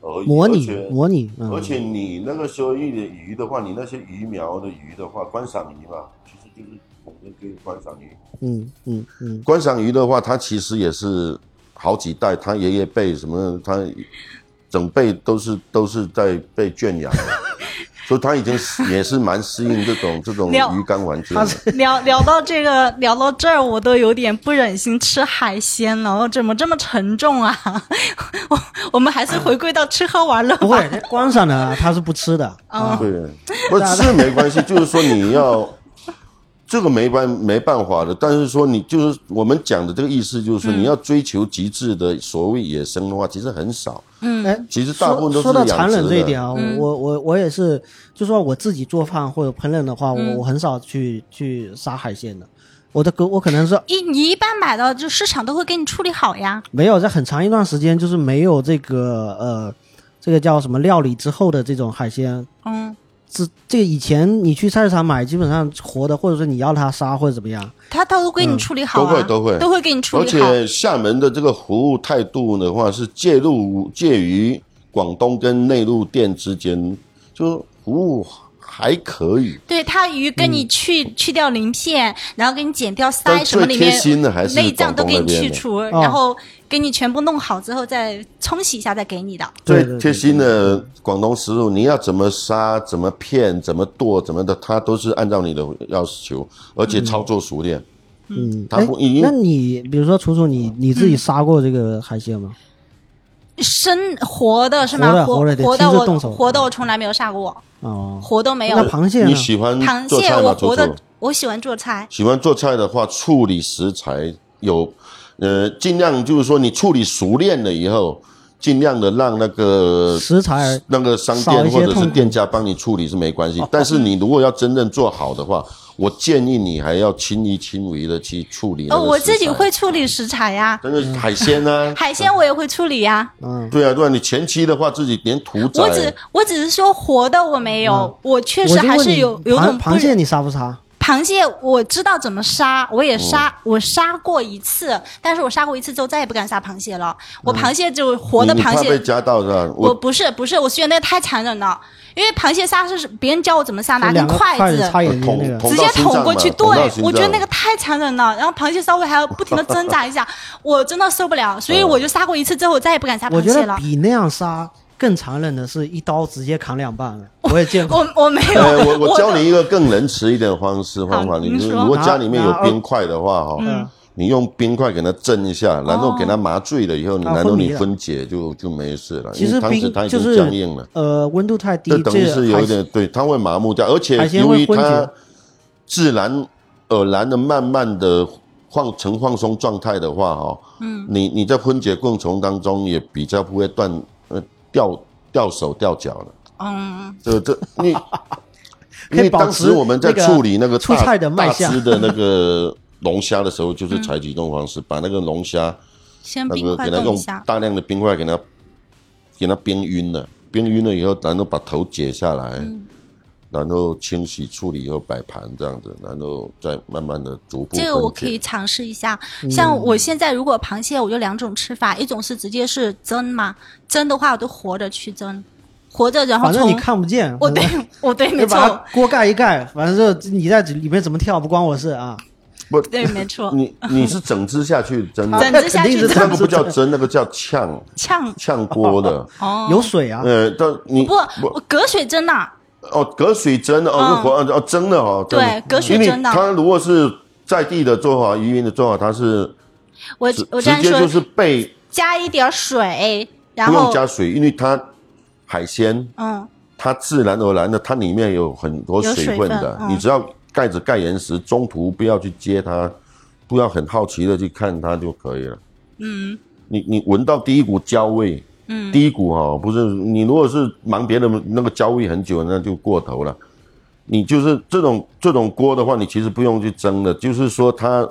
S3: 而已，
S1: 模拟
S3: 而且
S1: 模拟，嗯，
S3: 而且你那个时候一点鱼的话，你那些鱼苗的鱼的话，观赏鱼嘛，其实就是我们可以观赏鱼。
S1: 嗯嗯嗯，
S3: 观赏鱼的话，它其实也是好几代，它爷爷辈什么，它整辈都是都是在被圈养的，所以它已经也是蛮适应这种这种
S2: 料
S3: 鱼缸环境
S1: 它
S3: 的。
S1: 是
S2: 聊聊到这个，聊到这儿，我都有点不忍心吃海鲜了。我怎么这么沉重啊？ 我我们还是回归到吃喝玩乐
S1: 不
S2: 吧。
S1: 会观赏的啊它是不吃的啊，
S3: 嗯对， 不是没关系，就是说你要这个没办没办法的，但是说你就是我们讲的这个意思，就是
S1: 嗯
S3: 说你要追求极致的所谓野生的话，其实很少，
S1: 哎，
S3: 其实大部分都是
S1: 说说到
S3: 养
S1: 残忍
S3: 殖
S1: 这一
S3: 的
S1: 点啊，我我我也是，就说我自己做饭或者烹饪的话，我我很少去去杀海鲜的。我的狗，我可能是
S2: 一你一般买到就市场都会给你处理好呀。
S1: 没有在很长一段时间就是没有这个呃，这个叫什么料理之后的这种海鲜。
S2: 嗯，
S1: 这这个以前你去菜市场买，基本上活的，或者说你要它杀或者怎么样，
S2: 他他都给你处理好、啊
S3: 嗯都会都会
S2: 都会给你处
S3: 而
S2: 理好。
S3: 且厦门的这个服务态度的话，是介入介于广东跟内陆店之间，就服务还可以。
S2: 对他鱼跟你去、去掉鳞片，然后给你剪掉
S3: 嗯
S2: 鳃
S3: 但
S2: 什么里
S3: 最贴
S2: 面
S3: 心的还是
S2: 内脏都给你
S3: 广东那
S2: 去
S3: 边的
S2: 除，
S1: 嗯
S2: 然后给你全部弄好之后再冲洗一下再给你的。
S1: 对
S3: 最
S1: 对对
S3: 贴心的广东食物，你要怎么杀、怎么骗、怎么剁、怎么的，它都是按照你的要求，而且操作熟练。
S1: 嗯，
S3: 它
S1: 哎
S3: 不已经嗯
S1: 那你比如说楚楚，你你自己杀过这个海鲜吗？
S2: 生活的是吗？
S1: 活的
S2: 活
S1: 活的得
S2: 活的
S1: 亲自
S2: 我
S1: 动手嗯
S2: 活的我从来没有杀过，
S1: 哦，
S2: 活都没有
S1: 那。螃蟹
S3: 你
S1: 呢？
S3: 喜欢
S2: 螃
S3: 做
S2: 蟹
S3: 菜吗？
S2: 我
S3: 楚
S2: 活的
S3: 楚，
S2: 我喜欢做菜，
S3: 喜欢做菜的话，处理食材有，呃，尽量就是说你处理熟练了以后，尽量的让那个
S1: 食材
S3: 那个商
S1: 少一
S3: 店
S1: 些
S3: 或者
S1: 痛苦
S3: 是
S1: 哦
S3: 店家帮你处理是没关系，但是你如果要真正做好的话，我建议你还要亲力亲为的去处理那
S2: 呃，
S3: 个
S2: 我
S3: 食
S2: 自己
S3: 材，
S2: 会处理食材呀，
S3: 但是海鲜 啊，
S2: 海鲜我也会处理呀。
S1: 嗯，
S3: 对啊，对啊，你前期的话自己连屠宰
S2: 我，只我只是说活的我没有，我确
S1: 我
S2: 实
S1: 就
S2: 还
S1: 问
S2: 是
S1: 你
S2: 有有
S1: 螃
S2: 种不
S1: 螃
S2: 忍
S1: 蟹你杀不杀？
S2: 螃蟹我知道怎么杀，我也杀，我杀过一次，但是我杀过一次之后再也不敢杀螃蟹了。我螃蟹就活
S3: 你
S2: 的
S3: 你
S2: 螃
S3: 怕被
S2: 蟹，
S3: 夹到是吧？
S2: 我
S3: 我
S2: 不是不是，我是觉得那个太残忍了，因为螃蟹杀是别人教我怎么杀，拿
S1: 就
S2: 根
S1: 两个筷
S2: 子。
S1: 插眼睛
S3: 捅
S1: 那个，
S3: 捅
S2: 直接捅过去，对
S3: 捅到心脏嘛
S2: 我觉得那个太残 忍了。然后螃蟹稍微还要不停的挣扎一下，我真的受不了，所以我就杀过一次之后，我再也不敢杀
S1: 我
S2: 螃
S1: 觉
S2: 蟹
S1: 得
S2: 了。
S1: 比那样杀更残忍的是一刀直接砍两半，我也见过。
S2: 我我没有，
S3: 呃，我我教
S2: 的
S3: 你一个更仁慈一点的方式方法，你
S2: 您说
S3: 如果家里面有
S1: 拿拿
S3: 冰块的话哈，你用冰块给它震一下，然后给它麻醉了以后，你
S1: 啊
S3: 难道
S1: 昏迷
S3: 你
S1: 了
S3: 分解就就没事了？
S1: 其
S3: 因
S1: 实
S3: 为当时
S1: 冰
S3: 它已
S1: 就
S3: 经
S1: 是
S3: 僵硬了，
S1: 呃，温度太低，
S3: 这等于
S1: 个
S3: 是有
S1: 还
S3: 一点对，它会麻木掉，而且
S1: 海鲜
S3: 由
S1: 会
S3: 于
S1: 昏厥
S3: 它自然而然的慢慢的放呈放松状态的话哈，嗯，你你在分解过程当中也比较不会断呃掉掉手掉脚了。
S2: 嗯，
S3: 这这你，因
S1: 可以
S3: 为
S1: 保
S3: 当
S1: 持
S3: 时我们在
S1: 那个
S3: 处理那个
S1: 出
S3: 大
S1: 菜的卖
S3: 大
S1: 相
S3: 只的那个龙虾的时候，就是采取这种方式，把那个龙虾
S2: 先
S3: 那
S2: 冰
S3: 个
S2: 块
S3: 给它
S2: 冻一
S3: 用
S2: 下。
S3: 大量的冰块给它给它冰晕了，冰晕了以后，然后把头解下来，
S2: 嗯
S3: 然后清洗处理以后摆盘这样子，然后再慢慢的逐步
S2: 这个我
S3: 分
S2: 可
S3: 解。
S2: 以尝试一下。
S3: 嗯
S2: 像我现在如果螃蟹，我就两种吃法，一种是直接是蒸嘛，蒸的话我都活着去蒸，活着然后
S1: 反正你
S2: 从
S1: 看不见。
S2: 我对
S1: 反正
S2: 我对
S3: 哎
S2: 没
S1: 就把
S2: 错
S1: 它锅盖一盖，反正就你在里面怎么跳不关我事 啊。
S2: 对没错，
S3: 你你是整只下去蒸的，
S2: 整只下去
S1: 肯定是
S2: 蒸
S3: 那个不
S1: 整只
S3: 叫蒸，那个叫炝
S2: 呛
S3: 炝锅的。
S2: 哦
S1: 有水 啊，
S3: 呃，但你
S2: 不我隔水蒸呐、
S3: 哦，隔水蒸的哦，
S2: 嗯
S3: 是活哦蒸的哦，
S2: 对
S3: 真的
S2: 隔水蒸的
S3: 因为它如果是在地的做法，渔民的做法，它是
S2: 我
S3: 直
S2: 我这
S3: 直
S2: 样
S3: 接
S2: 说、
S3: 就是备，
S2: 加一点水，然
S3: 不用
S2: 后
S3: 加水，因为它海鲜
S2: 嗯
S3: 它自然而然的，它里面有很多
S2: 有水
S3: 水分
S2: 分
S3: 的，
S2: 嗯
S3: 你只要盖着盖严实，中途不要去接它，不要很好奇的去看它就可以了。
S2: 嗯
S3: 你你闻到第一股焦味，
S2: 嗯
S3: 第一股哈、哦，不是你如果是忙别的那个焦味很久，那就过头了。你就是这种这种锅的话，你其实不用去蒸的，就是说它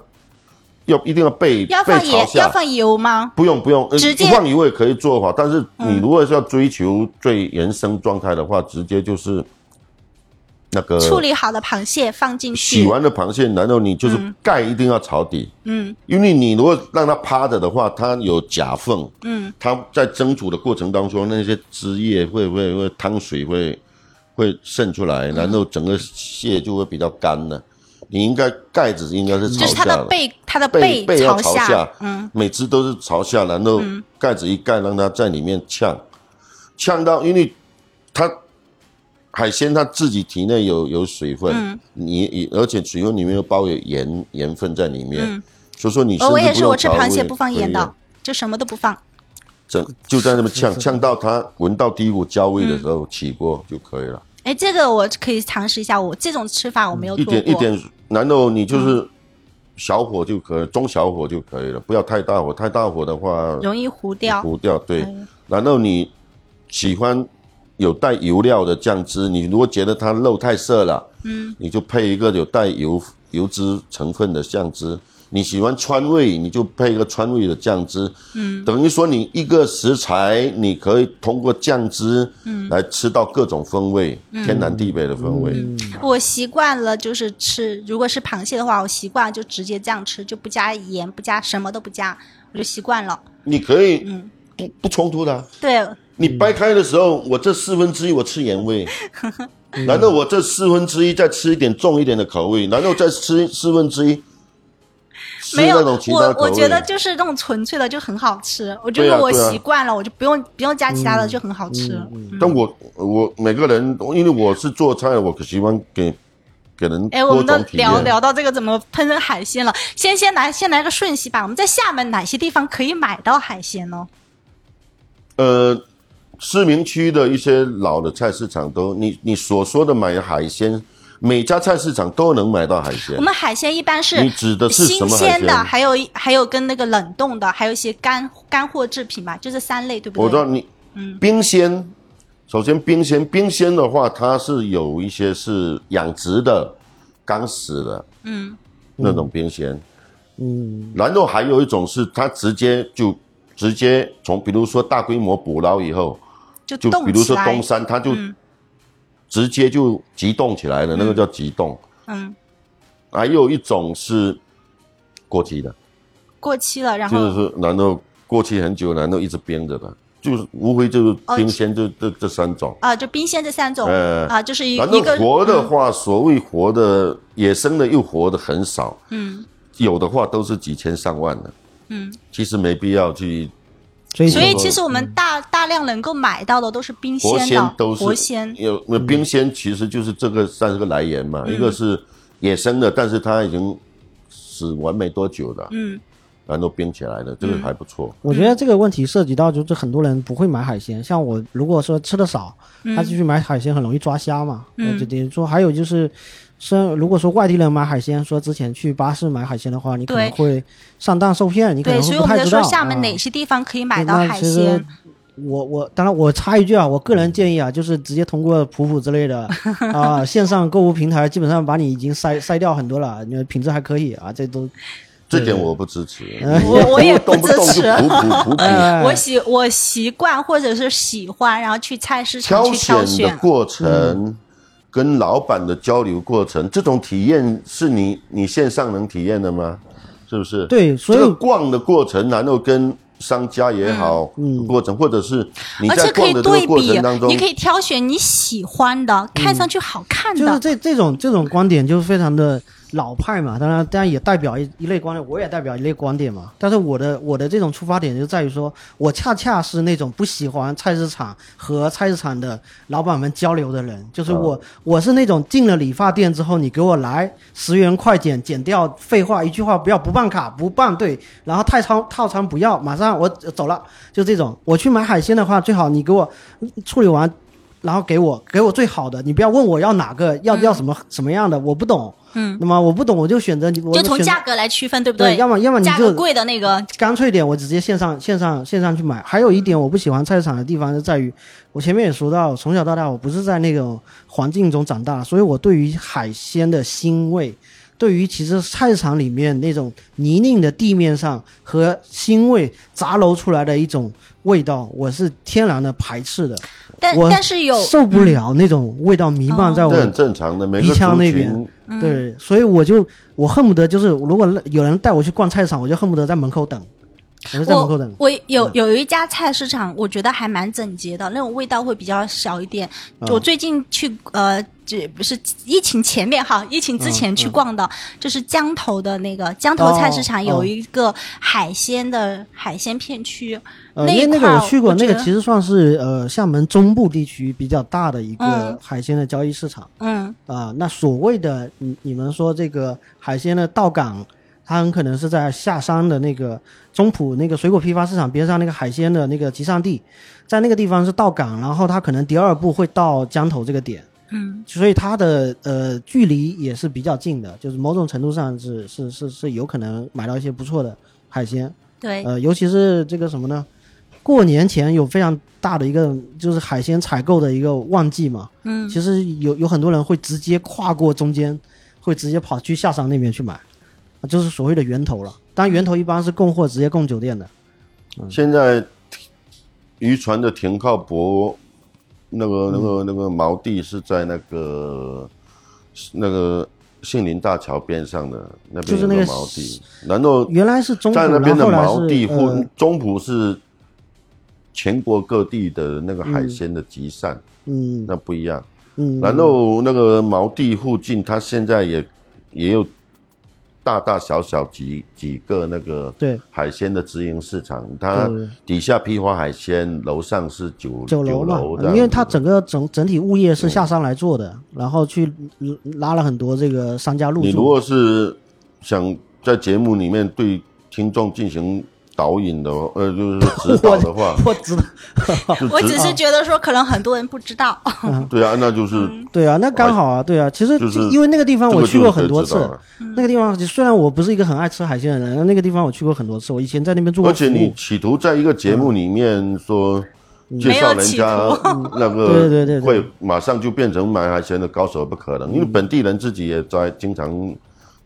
S3: 要一定要背
S2: 要
S3: 背
S2: 放
S3: 朝
S2: 盐要
S3: 下，
S2: 放油吗？
S3: 不用不用，呃
S2: 直接
S3: 放油也可以做法，但是你如果是要追求最原生状态的话，直接就是那个
S2: 处理好的螃蟹放进去
S3: 洗，完的螃蟹，然后你就是盖一定要朝底，
S2: 嗯
S3: 因为你如果让它趴着的话，它有夹缝，
S2: 嗯
S3: 它在蒸煮的过程当中，那些汁液会会会汤水会会渗出来，然后整个蟹就会比较干了。你应该盖子应该是
S2: 嗯就
S3: 朝
S2: 是它
S3: 下
S2: 的
S3: 的，
S2: 背它的
S3: 背背要
S2: 朝
S3: 朝
S2: 下
S3: 下，
S2: 嗯
S3: 每只都是朝下，然后盖子一盖，让它在里面呛，呛到，因为它海鲜它自己体内有有水分，
S2: 嗯
S3: 你你而且水分里面又包有盐盐分在里面，所以说你甚
S2: 哦
S3: 至
S2: 我也
S3: 不
S2: 是
S3: 用
S2: 我吃
S3: 调
S2: 螃蟹
S3: 味
S2: 不放盐
S3: 可以
S2: 的
S3: 啊，
S2: 就什么都不放。
S3: 整就在那边呛呛到它闻到第一股焦味的时候起锅就可以了，
S2: 哎，这个我可以尝试一下，我这种吃法我没有
S3: 嗯一
S2: 做过。嗯
S3: 点一点，然后你就是小火就可以，中小火就可以了，不要太大火，太大火的话
S2: 容易糊掉。
S3: 糊掉，对。然后你喜欢有带油料的酱汁，你如果觉得它肉太涩了，嗯，你就配一个有带油油脂成分的酱汁。你喜欢川味，你就配一个川味的酱汁。嗯，等于说你一个食材，你可以通过酱汁，嗯，来吃到各种风味，天南地北的风味。
S2: 我习惯了，就是吃，如果是螃蟹的话，我习惯就直接这样吃，就不加盐，不加什么都不加，我就习惯了。
S3: 你可以不不冲突的啊、
S2: 对，
S3: 你掰开的时候，我这四分之一我吃盐味，然后我这四分之一再吃一点重一点的口味，然后再吃四分之一吃
S2: 没有
S3: 那种其他
S2: 我
S3: 口味。
S2: 我觉得就是那种纯粹的就很好吃，我觉
S3: 对
S2: 得
S3: 啊
S2: 我
S3: 对啊嗯
S2: 习惯了，我就不用不用加其他的就很好吃。
S3: 但我我每个人，因为我是做菜，我喜欢给给人
S2: 哎，我
S3: 多
S2: 们都
S3: 种体验。
S2: 聊聊到这个怎么烹饪海鲜了，先先来先来个瞬息吧。我们在厦门哪些地方可以买到海鲜呢？
S3: 呃，市民区的一些老的菜市场都，你你所说的买海鲜，每家菜市场都能买到海鲜
S2: 我。们海鲜一般是
S3: 你指的是什
S2: 新
S3: 么海
S2: 鲜的，
S3: 鲜
S2: 还有还有跟那个冷冻的，还有一些干干货制品吧，就这三类，对不对？嗯
S3: 我知道你，冰鲜，首先冰鲜，冰鲜的话，它是有一些是养殖的、刚死的，嗯，那种冰鲜，嗯，然后还有一种是它直接就直接从比如说大规模捕捞以后，
S2: 就
S3: 就
S2: 冻
S3: 比如
S2: 起
S3: 说
S2: 来嗯
S3: 东山，它就直接就急冻起来了，那个叫急冻，
S2: 嗯，
S3: 还有一种是过期的。
S2: 过期了，然后、
S3: 就是然后过期很久，然后一直冰着的，就是无非就是
S2: 哦
S3: 冰鲜这这这三种。
S2: 啊，就冰鲜这三种、
S3: 呃
S2: 啊，就是一
S3: 然后
S2: 一个嗯
S3: 活的话，所谓活的野生的又活的很少，
S2: 嗯，
S3: 有的话都是几千上万的。
S2: 嗯，
S3: 其实没必要去
S1: 所以
S2: 所以
S1: 说
S2: 其实我们大大量能够买到的都是冰
S3: 活
S2: 鲜
S3: 鲜
S2: 的，
S3: 都是
S2: 活鲜
S3: 有那冰鲜其实就是这个三个来源
S2: 嗯
S3: 嘛，一个是野生的，但是它已经死完没多久了，
S2: 嗯，
S3: 然后冰起来的，这个还不错。
S1: 我觉得这个问题涉及到就是很多人不会买海鲜，像我如果说吃的少，
S2: 嗯
S1: 他就去买海鲜很容易抓瞎嘛。嗯，就等于说还有就是，是如果说外地人买海鲜，说之前去巴士买海鲜的话，你可能
S2: 对
S1: 会上当受骗，你可
S2: 对，
S1: 能
S2: 所
S1: 会
S2: 以
S1: 不
S2: 我们
S1: 太
S2: 在
S1: 知
S2: 说
S1: 道。
S2: 厦门
S1: 啊
S2: 哪些地方可以买
S1: 那
S2: 到海
S1: 其实
S2: 鲜？
S1: 我我当然我插一句啊，我个人建议啊，就是直接通过普普之类 的啊、线上购物平台，基本上把你已经筛筛掉很多了，你品质还可以啊，这都
S3: 这点我不支持，
S2: 我我也不
S3: 动不
S2: 支
S3: 动就
S2: 持。
S3: 补补补 补。
S1: 哎
S2: 我习我习惯或者是喜欢，然后去菜市场去挑
S3: 挑选的
S2: 选。嗯
S3: 过程，跟老板的交流过程，这种体验是你你线上能体验的吗？是不是？
S1: 对所以
S3: 这个逛的过程，然后跟商家也好，过程或者是你
S2: 嗯而
S3: 在
S2: 且可
S3: 逛
S2: 以
S3: 的这
S2: 对
S3: 个过程
S2: 比
S3: 当，中
S2: 你，可以挑选你喜欢的，看上去好看
S1: 嗯就是
S2: 的。
S1: 这这种这种观点就是非常的老派嘛，当然当然也代表一一类观点，我也代表一类观点嘛。但是我的我的这种出发点就在于说，我恰恰是那种不喜欢菜市场和菜市场的老板们交流的人，就是我、我是那种进了理发店之后，你给我来十元快剪，剪掉废话一句话不要，不办卡不办对，然后套餐套餐不要，马上我走了，就这种。我去买海鲜的话，最好你给我处理完然后给我给我最好的，你不要问我要哪个，
S2: 嗯
S1: 要、要什么什么样的，我不懂。嗯，那么我不懂，我就选择你，我
S2: 就从
S1: 选择
S2: 价格来区分，对不
S1: 对要么要么你
S2: 价
S1: 就
S2: 格贵的那个，
S1: 干脆点，我直接线上线上线上去买。还有一点我不喜欢菜市场的地方就在于，我前面也说到，从小到大我不是在那种环境中长大，所以我对于海鲜的腥味，对于其实菜市场里面那种泥泞的地面上和腥味杂糅出来的一种味道，我是天然的排斥的，
S2: 但
S1: 我
S2: 但是有嗯哦
S1: 受不了那种味道弥漫在我
S3: 这很正常的，每个
S1: 鼻腔
S3: 族
S1: 那
S3: 群
S1: 边。
S2: 嗯
S1: 对，所以我就我恨不得就是，如果有人带我去逛菜市场，我就恨不得在门口等，我就在门口等
S2: 我。我有
S1: 嗯
S2: 有一家菜市场，我觉得还蛮整洁的，那种味道会比较小一点。
S1: 嗯
S2: 我最近去呃，这不是疫情前面哈，疫情
S1: 嗯
S2: 之前去逛的，就是江头的那个江头菜市场
S1: 哦
S2: 有
S1: 哦
S2: 一个海鲜的海鲜片区，
S1: 呃，
S2: 一
S1: 因为那
S2: 块
S1: 个
S2: 儿
S1: 我去过，那个
S2: 觉得
S1: 其实算是呃厦门中部地区比较大的一
S2: 嗯
S1: 个海鲜的交易市场
S2: 嗯
S1: 啊、那所谓的你你们说这个海鲜的到港，它很可能是在下山的那个中埔那个水果批发市场边上那个海鲜的那个集散地，在那个地方是到港，然后它可能第二步会到江头这个点。
S2: 嗯
S1: 所以它的呃距离也是比较近的，就是某种程度上是是是是有可能买到一些不错的海鲜，
S2: 对。
S1: 呃，尤其是这个什么呢？过年前有非常大的一个就是海鲜采购的一个旺季嘛，
S2: 嗯，
S1: 其实有有很多人会直接跨过中间，会直接跑去下山那边去买，啊就是所谓的源头了。当然，源头一般是供货直接供酒店的，
S2: 嗯
S3: 现在渔船的停靠泊，那个、
S2: 嗯
S3: 那个、那个锚地是在那个那个杏林大桥边上的那边
S1: 就是
S3: 有
S1: 那个
S3: 锚地，然后
S1: 原来是中埔，
S3: 在那
S1: 然
S3: 边的
S1: 后后来
S3: 锚地
S1: 是
S3: 或、
S1: 呃
S3: 中埔是全国各地的那个海鲜的集散，
S1: 嗯
S3: 那不一样。
S1: 嗯
S3: 然后那个锚地附近，它现在也也有大大小小几几个那个
S1: 对
S3: 海鲜的直营市场，它
S1: 对
S3: 底下批发海鲜，楼上是酒
S1: 酒楼嘛，
S3: 楼这样
S1: 呃
S3: 子，
S1: 因为它整个整整体物业是下山来做的，然后去嗯拉了很多这个商家入
S3: 你如
S1: 驻。，
S3: 果是想在节目里面对听众进行导引的，呃，就是说指导的话
S1: 我知道，
S3: 就
S2: 我只
S3: 指
S1: 哦
S2: 是觉得说，可能很多人不知道，
S3: 对啊，那就是
S1: 对啊，那刚好啊，对啊，其实
S3: 就是
S1: 因为那个地方
S3: 这个
S1: 我
S3: 就
S1: 去
S3: 是
S1: 过
S3: 可以
S1: 很多
S3: 知道
S1: 次
S3: 了，
S1: 那个地方虽然我不是一个很爱吃海鲜的人，那个地方我去过很多次，我以前在那边做过
S3: 而
S1: 服
S3: 且
S1: 务，
S3: 你
S1: 嗯
S3: 企图在一个节目里面说介
S2: 嗯没有
S3: 绍人
S2: 企
S3: 家
S2: 图
S3: 那个，
S1: 对对对对
S3: 会马上就变成买海鲜的高手不可能，因为本地人自己也在经常、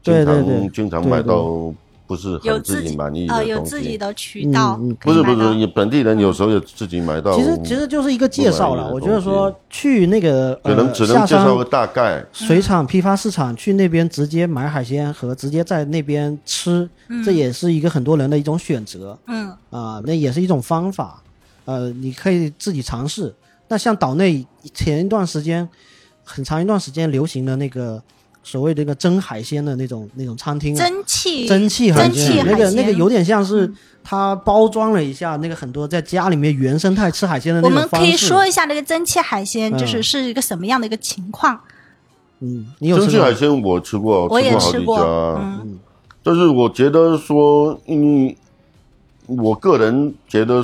S1: 对对
S3: 经常、
S1: 对
S3: 经常
S1: 对
S3: 买
S1: 对
S3: 到不是
S2: 有
S3: 很自己满意
S2: 呃
S3: 的
S2: 有
S3: 东
S2: 自己
S3: 西。
S2: 的
S1: 嗯
S2: 渠道，可
S3: 不
S2: 以
S3: 是
S2: 买
S3: 不
S2: 到嗯
S3: 是，你本地人有时候也自己买到，
S1: 其实其实就是一个介绍了。
S3: 不满意的
S1: 我觉得
S3: 东
S1: 说
S3: 西
S1: 去那个
S3: 可能
S1: 呃
S3: 只能
S1: 下
S3: 介绍
S1: 山
S3: 个大概。
S1: 水产批发市场，去那边直接买海鲜和直接在那边吃，这也是一个很多人的一种选择
S2: 嗯，
S1: 啊、那也是一种方法。呃，你可以自己尝试。那像岛内前一段时间，很长一段时间流行的那个所谓这个蒸海鲜的那种那种餐厅、啊，
S2: 蒸汽
S1: 蒸汽海
S2: 蒸
S1: 鲜
S2: 汽，
S1: 那个
S2: 海鲜嗯
S1: 那个有点像是它包装了一下那个很多在家里面原生态吃海鲜的那
S2: 我
S1: 种
S2: 们
S1: 方式。
S2: 可以说一下那个蒸汽海鲜，就
S1: 嗯
S2: 是是一个什么样的一个情况？
S1: 嗯，你有
S3: 蒸
S1: 吃
S3: 汽
S1: 过
S3: 海鲜我吃过，
S2: 我也
S3: 过好
S2: 吃
S3: 几
S2: 过，
S3: 家，
S2: 嗯
S3: 但是我觉得说，因为我个人觉得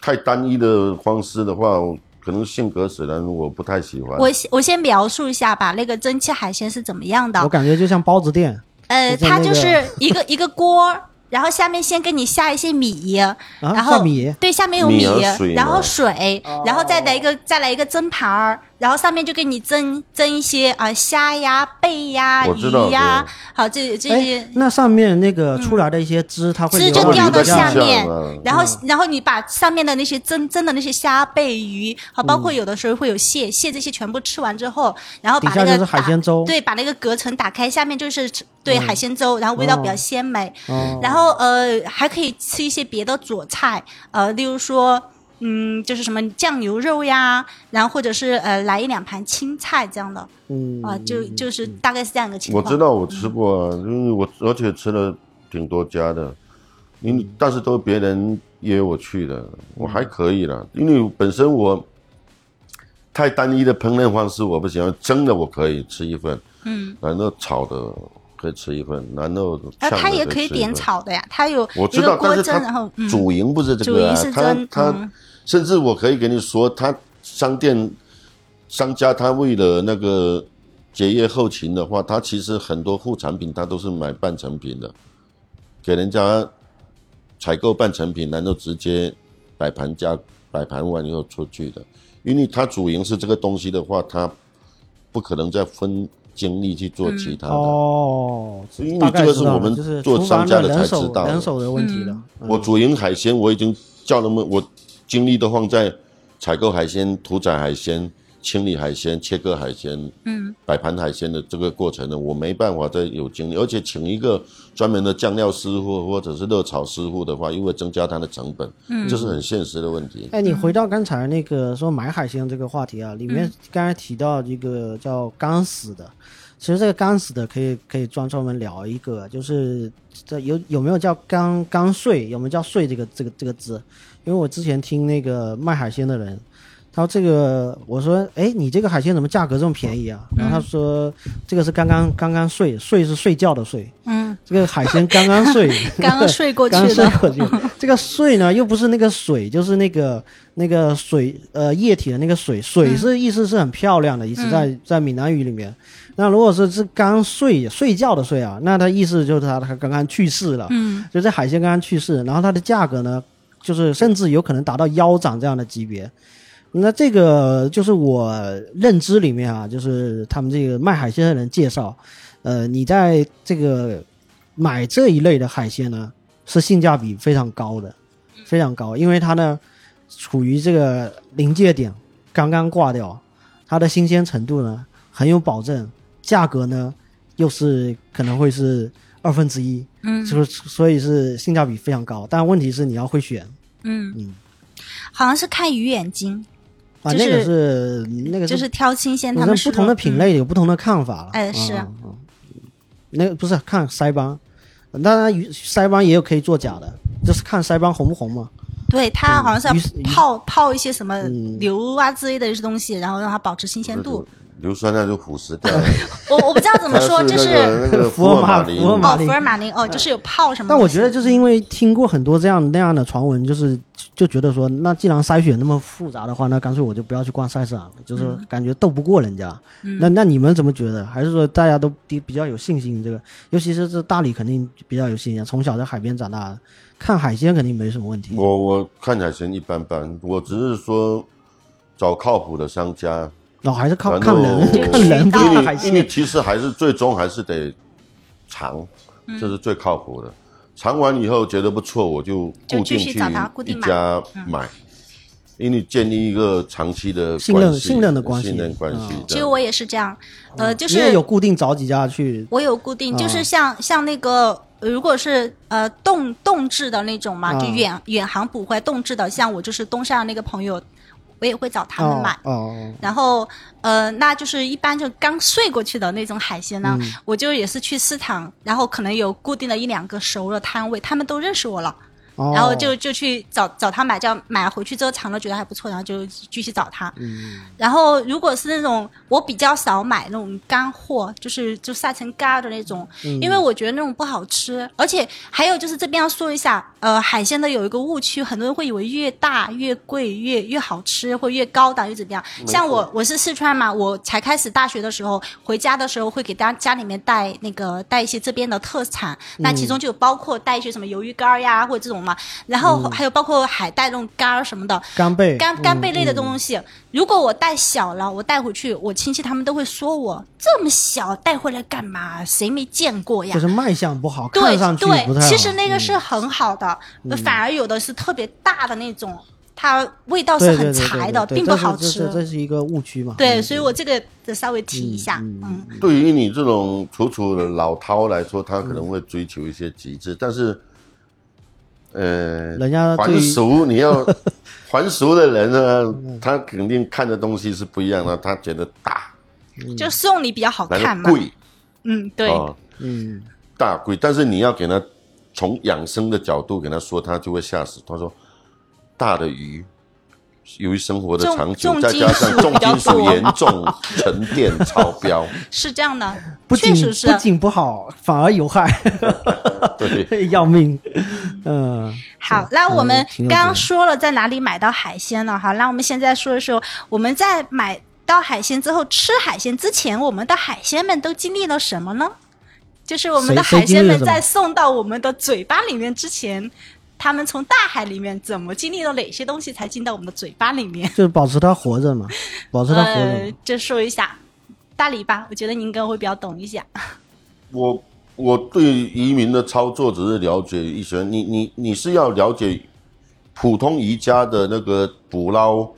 S3: 太单一的方式的话，我可能性格使然，我不太喜欢。
S2: 我先我先描述一下吧，那个蒸汽海鲜是怎么样的
S1: 我？感觉就像包子店，
S2: 呃，
S1: 就在
S2: 它
S1: 那
S2: 就
S1: 个
S2: 是一个一个锅儿，然后下面先给你下一些米，然后
S1: 啊下米
S2: 对，下面有
S3: 米和水啊
S2: 然后
S3: 嘛
S2: 水，然后再来一个再来一个蒸盘儿，然后上面就给你蒸蒸一些啊、虾呀、贝呀、
S3: 我
S2: 鱼
S3: 知道
S2: 呀，好这这
S1: 哎
S2: 些，。
S1: 那上面那个出来的一些汁，它会
S2: 汁
S1: 流
S2: 就
S3: 它会
S2: 掉
S3: 流
S2: 到
S3: 在
S2: 下
S3: 地下
S2: 面
S3: 嘛，
S1: 嗯
S2: 然
S1: 啊
S2: 后然后你把上面的那些蒸蒸的那些虾、贝、鱼，好，包括有的时候会有蟹，蟹这些全部吃完之后，然后把
S1: 嗯底
S2: 那
S1: 下就
S2: 个
S1: 是海
S2: 打
S1: 鲜粥嗯
S2: 对，把那个隔层打开，下面就是对海鲜粥，然后味道比较鲜美。
S1: 哦
S2: 然后呃，还可以吃一些别的佐菜，呃，例如说，嗯，就是什么酱牛肉呀，然后或者是呃，来一两盘青菜这样的，
S1: 嗯
S2: 啊、就就是大概是这样一个情
S3: 我
S2: 况。
S3: 知道我吃过、啊，因为我而且吃了挺多家的，因
S2: 嗯
S3: 为但是都别人约我去的，我还可以啦，因为本身我太单一的烹饪方式我不喜欢，蒸的我可以吃一份，嗯，然后炒的可以吃一份，然后呛
S2: 呃，
S3: 的
S2: 它也
S3: 可
S2: 可以
S3: 吃一
S2: 点
S3: 份。
S2: 炒的呀，它有
S3: 我
S2: 一
S3: 知
S2: 个
S3: 道，但
S2: 锅
S3: 是
S2: 蒸，然后
S3: 它
S2: 嗯，
S3: 主营不是这
S2: 主
S3: 个、
S2: 营
S3: 啊，
S2: 是
S3: 它
S2: 蒸
S3: 它、呃
S2: 嗯
S3: 甚至我可以给你说，它商店商家他为了那个结业后勤的话，它其实很多副产品它都是买半成品的，给人家采购半成品，然后直接摆盘加摆盘完以后出去的，因为它主营是这个东西的话，它不可能再分精力去
S2: 嗯
S3: 做其他的。
S1: 哦，
S3: 因为
S1: 大概
S3: 这个是
S1: 知道
S3: 我
S1: 了
S3: 们
S1: 就是
S3: 做
S1: 厨房
S3: 商家
S1: 的
S3: 的
S1: 人
S3: 才
S1: 手
S3: 知道
S1: 人
S3: 的
S1: 手的问题
S2: 嗯
S1: 了。
S3: 我主营海鲜，我已经叫他们，我精力都放在采购海鲜、屠宰海鲜、清理海鲜、切割海鲜、嗯，摆盘海鲜的这个过程呢，我没办法再有精力，而且请一个专门的酱料师傅或者是热炒师傅的话，又会增加它的成本，嗯，这是很现实的问 题。
S1: 哎，
S2: 嗯
S1: 你回到刚才那个说买海鲜这个话题啊，里面刚才提到一个叫干死的，其实这个干死的可以可以专专门聊一个，就是这有有没有叫干干碎，有没有叫碎这个这个这个字？因为我之前听那个卖海鲜的人，他说这个我说哎你这个海鲜怎么价格这么便宜
S2: 嗯
S1: 啊？然后他说这个是刚刚刚刚睡，睡是睡觉的睡，
S2: 嗯，
S1: 这个海鲜刚刚睡，
S2: 刚刚睡过去
S1: 刚睡
S2: 的，
S1: 过去。 这个睡呢，又不是那个水，就是那个那个水，呃，液体的那个水。水是意思是很漂亮的意思，在在闽南语里面。那如果说是刚睡睡觉的睡啊，那它意思就是它它刚刚去世了，
S2: 嗯，
S1: 就这海鲜刚刚去世，然后它的价格呢，就是甚至有可能达到腰斩这样的级别。那这个就是我认知里面啊，就是他们这个卖海鲜的人介绍，呃，你在这个买这一类的海鲜呢，是性价比非常高的，
S2: 嗯
S1: 非常高，因为它呢处于这个临界点，刚刚挂掉，它的新鲜程度呢很有保证，价格呢又是可能会是二分之一，
S2: 嗯
S1: 就是所以是性价比非常高，但问题是你要会选
S2: 嗯，好像是看鱼眼睛，
S1: 啊，
S2: 就
S1: 那个
S2: 是
S1: 是那个
S2: 就是挑新鲜，他
S1: 反
S2: 们
S1: 正
S2: 说
S1: 不同的品类有不同的看法了。
S2: 哎是
S1: 嗯嗯嗯那个不是看腮帮，当然鱼腮帮也有可以做假的，就是看腮帮红不红嘛。
S2: 嗯对，它好像
S1: 鱼嗯
S2: 是要
S1: 是鱼
S2: 泡泡一些什么硫啊之类的一些东西，然后让它保持新鲜度。
S3: 硫酸钠就腐蚀掉了。
S2: 我我不知道怎么说，
S3: 它
S2: 就是
S3: 那个那个
S1: 福尔
S3: 尔
S1: 马
S3: 马林
S1: 福尔马
S2: 哦，
S1: 林哎
S2: 福尔马林哦，就是有泡什么的。
S1: 但我觉得就是因为听过很多这样那样的传闻，就是就觉得说，那既然筛选那么复杂的话，那干脆我就不要去逛菜市场了，就是
S2: 嗯
S1: 感觉斗不过人家。那那你们怎么觉得？还是说大家都比比较有信心？这个，尤其是这大理肯定比较有信心，啊从小在海边长大的，看海鲜肯定没什么问题。
S3: 我我看起来先一般般，我只是说找靠谱的商家，
S1: 然后还是靠
S3: 然
S1: 看
S3: 后
S1: 人，看人不
S3: 因
S1: 看
S3: 为
S1: 海
S3: 你因为
S1: 鲜。
S3: 其实还是最终还是得尝，这是最靠谱的。尝完以后觉得不错，我就
S2: 就
S3: 固
S2: 继
S3: 定
S2: 续
S3: 去
S2: 找他固定嗯
S3: 一家买，因为建立一个长期的
S1: 信任
S3: 关系
S1: 信任的关系
S3: 信任关系
S1: 嗯。
S2: 其实
S3: 这样
S2: 我也是这样，呃，就
S1: 哦你也
S2: 是
S1: 有固定找几家去，
S2: 我有固定，
S1: 啊
S2: 就是像像那个。如果是呃动动制的那种嘛，
S1: 啊
S2: 就远远航捕回动制的，像我就是东山的那个朋友，我也会找他们
S1: 哦
S2: 买。
S1: 哦哦，
S2: 然后呃，那就是一般就刚睡过去的那种海鲜呢，我就也是去市场，然后可能有固定的一两个熟的摊位，他们都认识我了，
S1: 哦
S2: 然后就就去找找他买，这样买回去之后尝了觉得还不错，然后就继续找他。然后如果是那种我比较少买那种干货，就是就晒成干儿的那种，因为我觉得那种不好吃。而且还有就是这边要说一下，呃，海鲜的有一个误区，很多人会以为越大越贵越越好吃，或越高档越怎么样。像我我是四川嘛，我才开始大学的时候，回家的时候会给家家里面带那个带一些这边的特产，那其中就有包括带一些什么鱿鱼干儿呀或者这种嘛，然后还有包括海带那种干儿什么的，
S1: 干贝
S2: 干干贝
S1: 嗯
S2: 类的东西，如果我带小了，我带回去，我亲戚他们都会说我这么小带回来干嘛？谁没见过呀
S1: 就？是卖相不好，
S2: 啊对
S1: 看上去不
S2: 对，
S1: 太好。嗯
S2: 其实那个是很好的，反而有的是特别大的那种，它味道是
S1: 对对
S2: 很
S1: 对对
S2: 柴
S1: 对
S2: 的，
S1: 对
S2: 并不
S1: 这是
S2: 好
S1: 这
S2: 吃
S1: 这。这是一个误区嘛？
S2: 对，
S1: 嗯
S2: 所以我这个得稍微提一下，嗯，
S3: 对于你这种楚楚的老饕来说，他
S1: 嗯
S3: 可能会追求一些极致，但是，呃，
S1: 人家对
S3: 还
S1: 于嗯
S3: 俗，你要还俗的人呢，他肯定看的东西是不一样的，他觉得大，
S2: 就送礼比较好看
S3: 然
S2: 嘛
S3: 后。贵
S2: 嗯，对，
S3: 啊，
S1: 嗯，
S3: 大贵，但是你要给他从养生的角度给他说，他就会吓死。他说，大的鱼。由于生活的
S2: 重
S3: 长久，
S2: 重
S3: 再
S2: 金
S3: 加上
S2: 属
S3: 重
S2: 比较
S3: 金属
S2: 多
S3: 严重沉淀 超标，
S2: 是这样的，
S1: 不仅
S2: 确实是
S1: 不。仅不好，反而有害，
S3: 对，
S1: 要命。嗯，
S2: 好，那我们
S1: 挺有
S2: 刚
S1: 意
S2: 刚
S1: 思
S2: 说了在哪里买到海鲜了哈，那我们现在说一说我们在买到海鲜之后吃海鲜之前，我们的海鲜们都经历了什么呢？就是我们的
S1: 谁谁
S2: 海鲜
S1: 经历了
S2: 们
S1: 什么
S2: 在送到我们的嘴巴里面之前，他们从大海里面怎么经历了哪些东西才进到我们的嘴巴里面？
S1: 就是保持它活着嘛，保持它活着
S2: 呃
S1: 嘛。，
S2: 就说一下大理吧，我觉得您应该会比较懂一些。
S3: 我我对移民的操作只是了解一些，你你你是要了解普通渔家的那个捕捞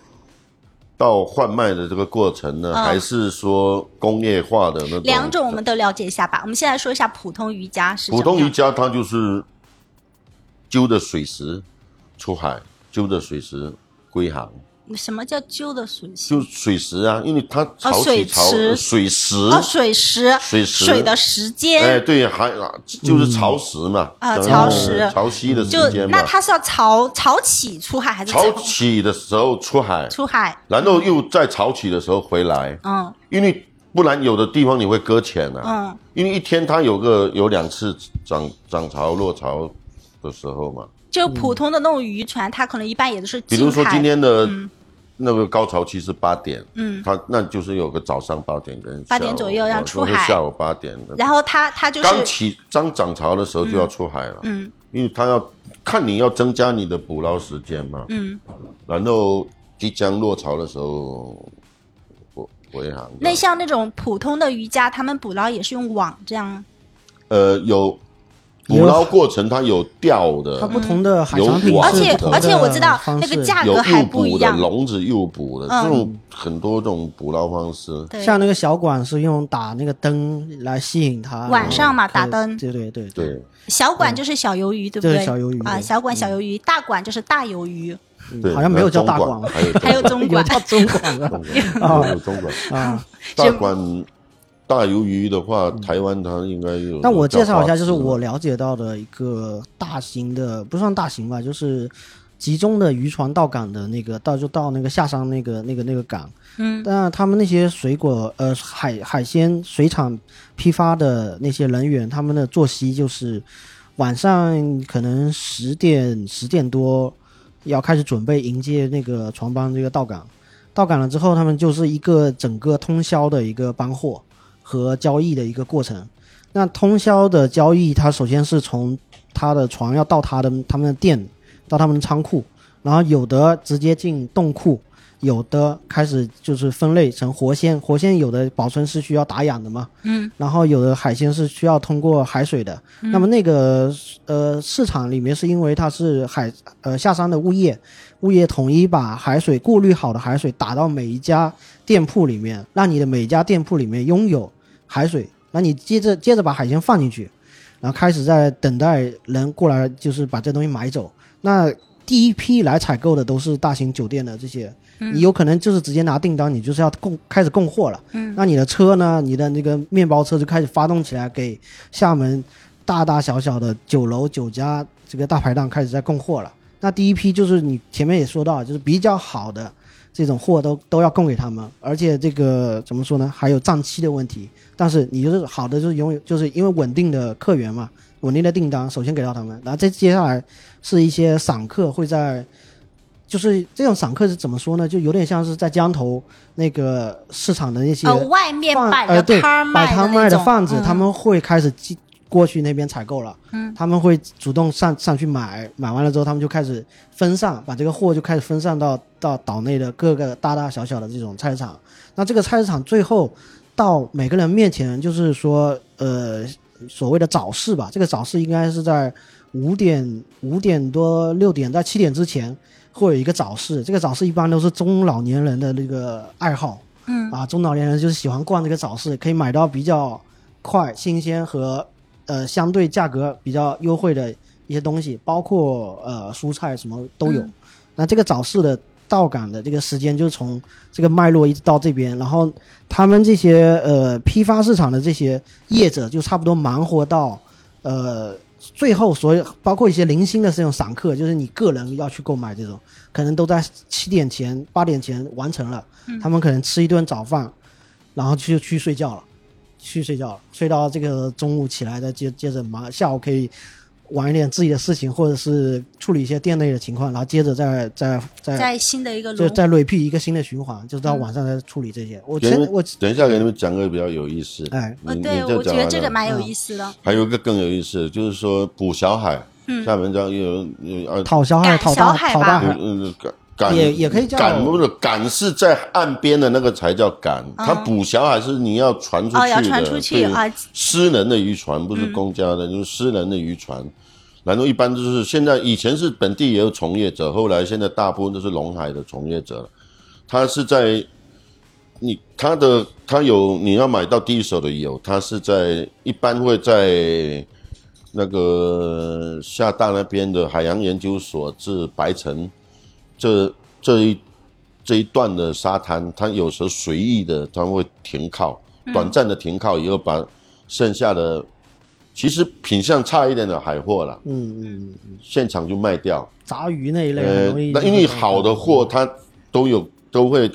S3: 到贩卖的这个过程呢，
S2: 啊
S3: 还是说工业化的那种？
S2: 两种我们都了解一下吧。我们现在说一下普通渔家是什么
S3: 普
S2: 样
S3: 通渔家它就是揪着水石出海，揪着水石归航，
S2: 什么叫揪的水性？
S3: 就水石啊，因为它潮
S2: 水
S3: 起潮、
S2: 池
S3: 啊水石，
S2: 哦，水时，
S3: 水时
S2: 的时
S3: 哎，
S2: 间，
S3: 对，还就是潮汐嘛，
S2: 啊
S3: 等于
S2: 潮汐
S3: 潮汐的
S2: 就
S3: 时间嘛。
S2: 那它是要潮潮起出海还是
S3: 潮起的时候出海，
S2: 出海？
S3: 然后又在潮起的时候回来，
S2: 嗯
S3: 因为不然有的地方你会搁浅啊。
S2: 嗯，
S3: 因为一天它有个有两次涨涨潮落潮的时候嘛，
S2: 就普通的那种渔船，它可能一般也都是
S3: 嗯比
S2: 近海。
S3: 如说今天的那个高潮期是八点，
S2: 嗯，
S3: 它那就是有个早上八点跟
S2: 8点
S3: 下午
S2: 左右要出
S3: 或者
S2: 海
S3: 下午八点的。
S2: 然后它它就
S3: 刚
S2: 是
S3: 起刚涨潮的时候就要出海了，
S2: 嗯
S3: 因为它要看你要增加你的捕捞时间嘛，
S2: 嗯，
S3: 然后即将落潮的时候回回航。
S2: 那像那种普通的渔家，他们捕捞也是用网这样，
S3: 呃有捕捞过程它有钓
S1: 它
S3: 的，
S1: 不同的海
S3: 有
S1: 产品
S3: 网
S1: 是
S2: 呃而且
S1: 不同的
S2: 而且我知道
S1: 方
S2: 那个
S1: 式
S2: 价
S3: 有
S2: 格还
S3: 诱
S2: 不一
S3: 捕的
S2: 样，
S3: 笼子诱捕的，
S2: 嗯
S3: 这种很多种捕捞方式。
S2: 对，
S1: 像那个小管是用打那个灯来吸引它，
S2: 晚上嘛
S1: 然后它
S2: 打灯
S1: 对对对
S3: 对，
S2: 小管就是小鱿鱼，对不
S1: 这是
S2: 对？
S1: 小鱿鱼
S2: 啊，
S1: 嗯对嗯
S2: 小管小鱿鱼，大管就是大鱿 鱼，
S3: 对，
S1: 好像没有叫大
S3: 还有
S1: 广
S3: 中
S1: 了
S3: 管，还有
S2: 还有中
S1: 有
S2: 管，
S1: 到中 广了
S3: 中管，还有中管。
S1: 啊。
S3: 大管大鱿鱼的话，台湾它应该有。
S1: 但我介绍一下，就是我了解到的一个大型的，不算大型吧，就是集中的渔船到港的那个到就到那个下商那个那个那个港，嗯，但他们那些水果呃海海鲜水产批发的那些人员，他们的作息就是晚上可能十点十点多要开始准备迎接那个船帮这个到港，到港了之后，他们就是一个整个通宵的一个搬货和交易的一个过程。那通宵的交易，它首先是从他的船要到他的他们的店，到他们的仓库，然后有的直接进冻库，有的开始就是分类成活鲜，活鲜有的保存是需要打氧的嘛，嗯，然后有的海鲜是需要通过海水的。那么那个呃市场里面是因为它是海呃下山的物业，物业统一把海水过滤好的海水打到每一家店铺里面，让你的每一家店铺里面拥有海水，那你接着接着把海鲜放进去，然后开始在等待人过来，就是把这东西买走。那第一批来采购的都是大型酒店的这些，你有可能就是直接拿订单，你就是要供开始供货了。嗯，那你的车呢？你的那个面包车就开始发动起来，给厦门大大小小的酒楼、酒家这个大排档开始在供货了。那第一批就是你前面也说到，就是比较好的这种货都都要供给他们，而且这个怎么说呢？还有账期的问题。但是你就是好的，就是拥有，就是因为稳定的客源嘛，稳定的订单首先给到他们，然后再接下来是一些散客会在，就是这种散客是怎么说呢？就有点像是在江头那个市场的那些
S4: 呃，外面
S1: 贩
S4: 摆
S1: 呃
S4: 着
S1: 对
S4: 摊儿
S1: 摆摊卖
S4: 的嗯
S1: 的贩
S2: 嗯
S1: 子，他们会开始进过去那边采购了，嗯，他们会主动上上去买，买完了之后，他们就开始分散，把这个货就开始分散到到岛内的各个大大小小的这种菜市场。那这个菜市场最后到每个人面前，就是说，呃，所谓的早市吧，这个早市应该是在五点五点多六点在七点之前会有一个早市，这个早市一般都是中老年人的那个爱好，嗯啊，中老年人就是喜欢逛这个早市，可以买到比较快、新鲜和呃相对价格比较优惠的一些东西，包括呃蔬菜什么都有。那这个早市的到港的这个时间，就是从这个脉络一直到这边，然后他们这些呃批发市场的这些业者就差不多忙活到呃最后，所有包括一些零星的这种散客，就是你个人要去购买这种，可能都在七点前、八点前完成了，
S2: 嗯
S1: 他们可能吃一顿早饭，然后就去睡觉了。去睡觉了，睡到这个中午起来再接接着忙，下午可以玩一点自己的事情，或者是处理一些店内的情况，然后接着再再再
S2: 在新的一个
S1: 就
S2: 炉，
S1: 再 repeat 一个新的循环，就
S2: 嗯
S1: 到晚上再处理这些。我
S3: 给
S1: 前
S3: 你们
S1: 我
S3: 等一下给你们讲个比较有意思。
S1: 哎
S3: 你
S2: 呃，
S3: 嗯你
S2: 对，
S3: 就
S2: 我觉
S3: 讲嗯
S2: 得
S3: 完
S2: 这个
S3: 了
S2: 蛮有意思的。
S3: 还有一个更有意思，就是说捕小海，厦门叫有有啊，
S1: 讨小海
S2: 赶
S1: 讨
S2: 小
S1: 大
S2: 海
S1: 讨
S2: 吧
S1: 大海，
S3: 嗯嗯赶赶
S1: 也也可以叫
S3: 赶，不是赶是在岸边的那个才叫
S2: 哦
S3: 赶，它捕小海是你要传出去的，
S2: 哦，要传出去
S3: 对
S2: 啊，
S3: 私人的渔船不是公家的，就是私人的渔船。然后一般就是现在以前是本地也有从业者，后来现在大部分都是龙海的从业者了。他是在你他的他有你要买到第一手的有，他是在一般会在那个厦大那边的海洋研究所至白城这这一这一段的沙滩，他有时候随意的他会停靠，短暂的停靠以后把剩下的其实品相差一点的海货啦，
S1: 嗯嗯，
S3: 现场就卖掉。
S1: 杂鱼那一类很
S3: 呃
S1: 容易，就
S3: 那
S1: 是。
S3: 因为好的货它都有都会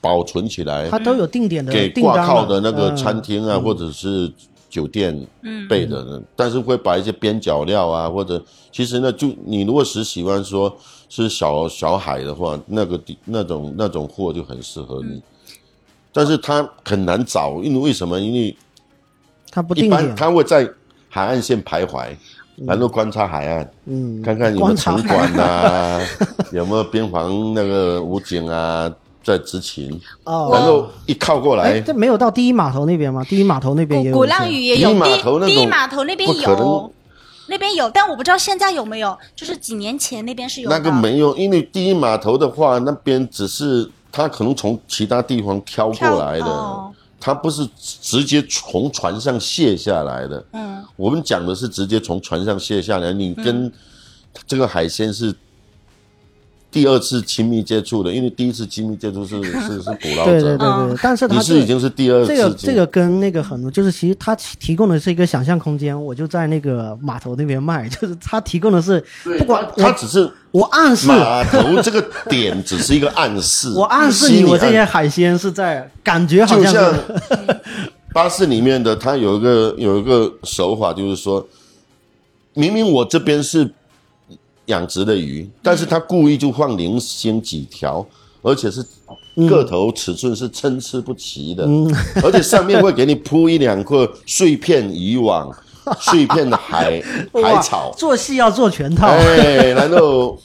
S3: 保存起来，
S1: 它都有定点的
S3: 给
S1: 订单
S3: 挂靠
S1: 嘛
S3: 的那个
S1: 嗯
S3: 餐厅啊，或者是酒店备的，但是会把一些边角料啊，或者其实呢，就你如果是喜欢说是小小海的话，那个地那种那种货就很适合你，但是它很难找，因为为什么？因为
S1: 它不
S3: 一
S1: 定
S3: 般
S1: 点，
S3: 它会在海岸线徘徊，然后观察海岸。
S1: 嗯，
S3: 看看有没有
S1: 观
S3: 城
S1: 察
S3: 管啊， 有没有边防那个武警啊在执勤，然
S1: 哦。
S3: 后一靠过
S1: 哎，
S3: 来，
S1: 这没有到第一码头那边吗？第一码头那边也
S2: 鼓
S1: 有
S2: 鼓
S1: 一些
S2: 浪屿也
S3: 第一
S2: 有，
S3: 码头那
S2: 第第一
S3: 种
S2: 码头那边
S3: 不可
S2: 有
S3: 能，
S2: 那边有，但我不知道现在有没有，就是几年前那边是有的。
S3: 那个没有，因为第一码头的话，那边只是他可能从其他地方挑过来
S2: 挑
S3: 的
S2: 哦，
S3: 他不是直接从船上卸下来的。
S2: 嗯，
S3: 我们讲的是直接从船上卸下来，你跟这个海鲜是第二次亲密接触的，因为第一次亲密接触 是是是捕捞
S1: 对对对
S3: 者，
S2: 嗯
S1: 对，但是
S3: 你
S1: 它
S3: 是已经是第二次
S1: 这个
S3: 亲
S1: 这个跟那个很多，就是其实它提提供的是一个想象空间，我就在那个码头那边卖， 就是它提供的是
S3: 对
S1: 不管
S3: 他他
S1: 我
S3: 只是
S1: 我暗示
S3: 码头这个点只是一个暗示，
S1: 我暗示
S3: 心
S1: 你，
S3: 理
S1: 我这
S3: 暗
S1: 些海鲜是在感觉好
S3: 就
S1: 像
S3: 像
S1: 是
S3: 巴士里面的，它有一个有一个手法，就是说，明明我这边是养殖的
S1: 嗯
S3: 鱼，但是他故意就放零星几条，而且是个头尺寸是参差不齐的，
S1: 嗯
S3: 而且上面会给你铺一两块碎片渔 网、碎片的海海
S1: 哇
S3: 草，
S1: 做戏要做全套，
S3: 哎，然后。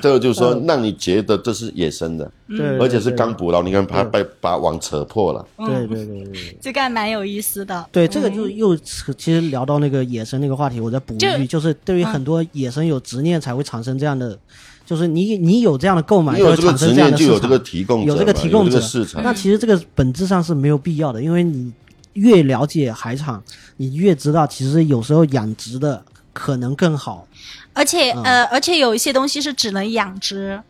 S3: 这个就是说，让你觉得这是野生的，
S1: 嗯对，
S3: 而且是
S1: 对嗯
S3: 刚捕捞。你看，它被把网扯破了。
S1: 对对对对对。
S2: 这个还蛮有意思的。
S1: 对，这个
S2: 嗯
S1: 就又扯其实聊到那个野生那个话题，我再补一
S2: 就
S1: 句，就是对于
S2: 啊
S1: 很多野生有执念才会产生这样的，就是你你有这样的购买，
S3: 你有
S1: 才会
S3: 这个
S1: 产
S3: 执
S1: 生这样
S3: 念，
S1: 的
S3: 就
S1: 市
S3: 有这
S1: 场
S3: 个提供者嘛，
S1: 有这个提供
S3: 有这
S1: 者
S3: 个市场。
S1: 那其实这个本质上是没有必要的，因为你越了解海产，你越知道其实有时候养殖的可能更好。
S2: 而且、
S1: 嗯
S2: 呃，而且有一些东西是只能养殖，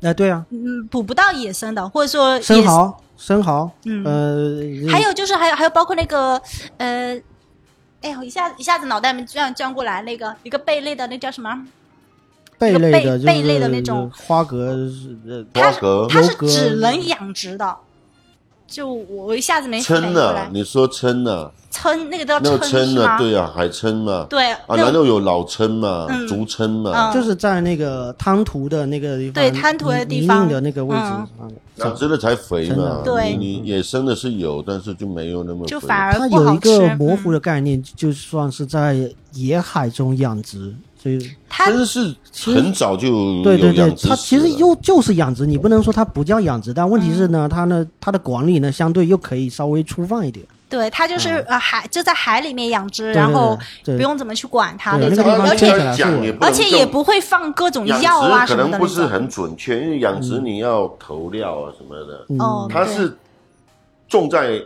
S1: 哎、对啊，
S2: 嗯，捕不到野生的，或者说
S1: 生
S2: 野
S1: 蚝，生蚝，呃，
S2: 还有就是还有还有包括那个呃，哎呦，一下一下子脑袋没转转过来，那个一个贝类的那叫什么？
S1: 贝类的，就是
S2: 贝贝类的那种
S1: 花蛤，呃，
S3: 花蛤
S2: 它是
S1: 优格
S2: 只能养殖的。就我我一下子没反应
S3: 撑
S2: 过
S3: 呢
S2: 来？，
S3: 你说撑呢？
S2: 撑那个叫
S3: 那
S2: 撑
S3: 个撑
S2: 是
S3: 呢
S2: 吗？？
S3: 对啊，海撑嘛。
S2: 对
S3: 啊，
S2: 那
S3: 然后有老撑嘛，
S2: 嗯
S3: 竹撑嘛。
S2: 嗯
S1: 就是在那个滩涂的那个地方，
S2: 对滩涂的
S1: 泥
S2: 地
S1: 泥泞
S2: 方
S1: 的那个位置
S2: 嗯
S1: 啊，
S3: 养殖的才肥
S1: 真
S3: 嘛
S1: 的，
S2: 对
S3: 你你野生的是有，但是就没有那么肥。
S2: 就反而
S1: 它
S2: 不
S1: 有
S2: 好
S1: 一
S2: 吃。
S1: 个模糊
S2: 嗯，
S1: 的概念，就算是在野海中养殖，所以
S2: 它
S3: 真是很早就
S1: 对对
S3: 嗯有
S1: 对
S3: 养，殖
S1: 它其实
S3: 史了
S1: 又就是养殖，你不能说它不叫养殖，但问题
S2: 嗯
S1: 是呢，它呢它的管理呢相对又可以稍微粗放一点，
S2: 对它就是呃海就在海里面养殖，
S1: 嗯对
S2: 然后
S1: 对
S2: 不用怎么去管它
S1: 对那
S2: 那
S1: 个
S2: 种
S1: 地，方
S2: 而
S1: 听起
S2: 且
S1: 来是
S3: 讲
S1: 我
S3: 也不能
S2: 而且
S3: 够
S2: 也不会放各种
S3: 养
S2: 药啊
S3: 殖可
S2: 什么
S3: 能
S2: 的
S3: 不
S2: 那
S3: 是
S2: 种。
S3: 很准确，因为养殖
S1: 嗯
S3: 你要投料啊什么的，
S2: 哦，
S3: 它
S2: 对
S3: 是种在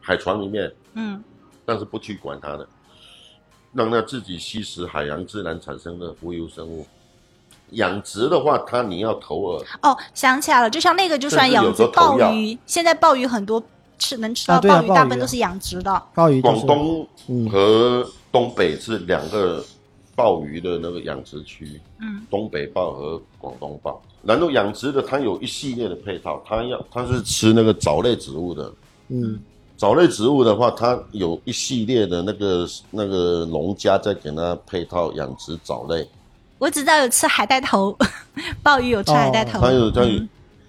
S3: 海床里面，
S2: 嗯，
S3: 但是不去管它的，让它自己吸食海洋自然产生的浮游生物。养殖的话，它你要投饵，
S2: 哦，想起来了，就像那个，就算
S3: 甚至有
S2: 养殖
S3: 时候
S2: 鲍
S3: 投药
S2: 鱼，现在鲍鱼很多吃能吃到
S1: 啊对啊
S2: 鲍鱼，
S1: 鲍
S2: 大
S1: 鱼
S2: 部分都是养殖的。
S1: 鲍鱼就
S3: 广
S1: 是嗯
S3: 东和东北是两个鲍鱼的那个养殖区，
S2: 嗯，
S3: 东北鲍和广东鲍。然后养殖的，它有一系列的配套，它要它是吃那个藻类植物的，
S1: 嗯，
S3: 藻类植物的话，它有一系列的那个那个农家在给它配套养殖藻类，
S2: 我只知道有吃海带头，鲍鱼有吃海带头。
S3: 哦它有它有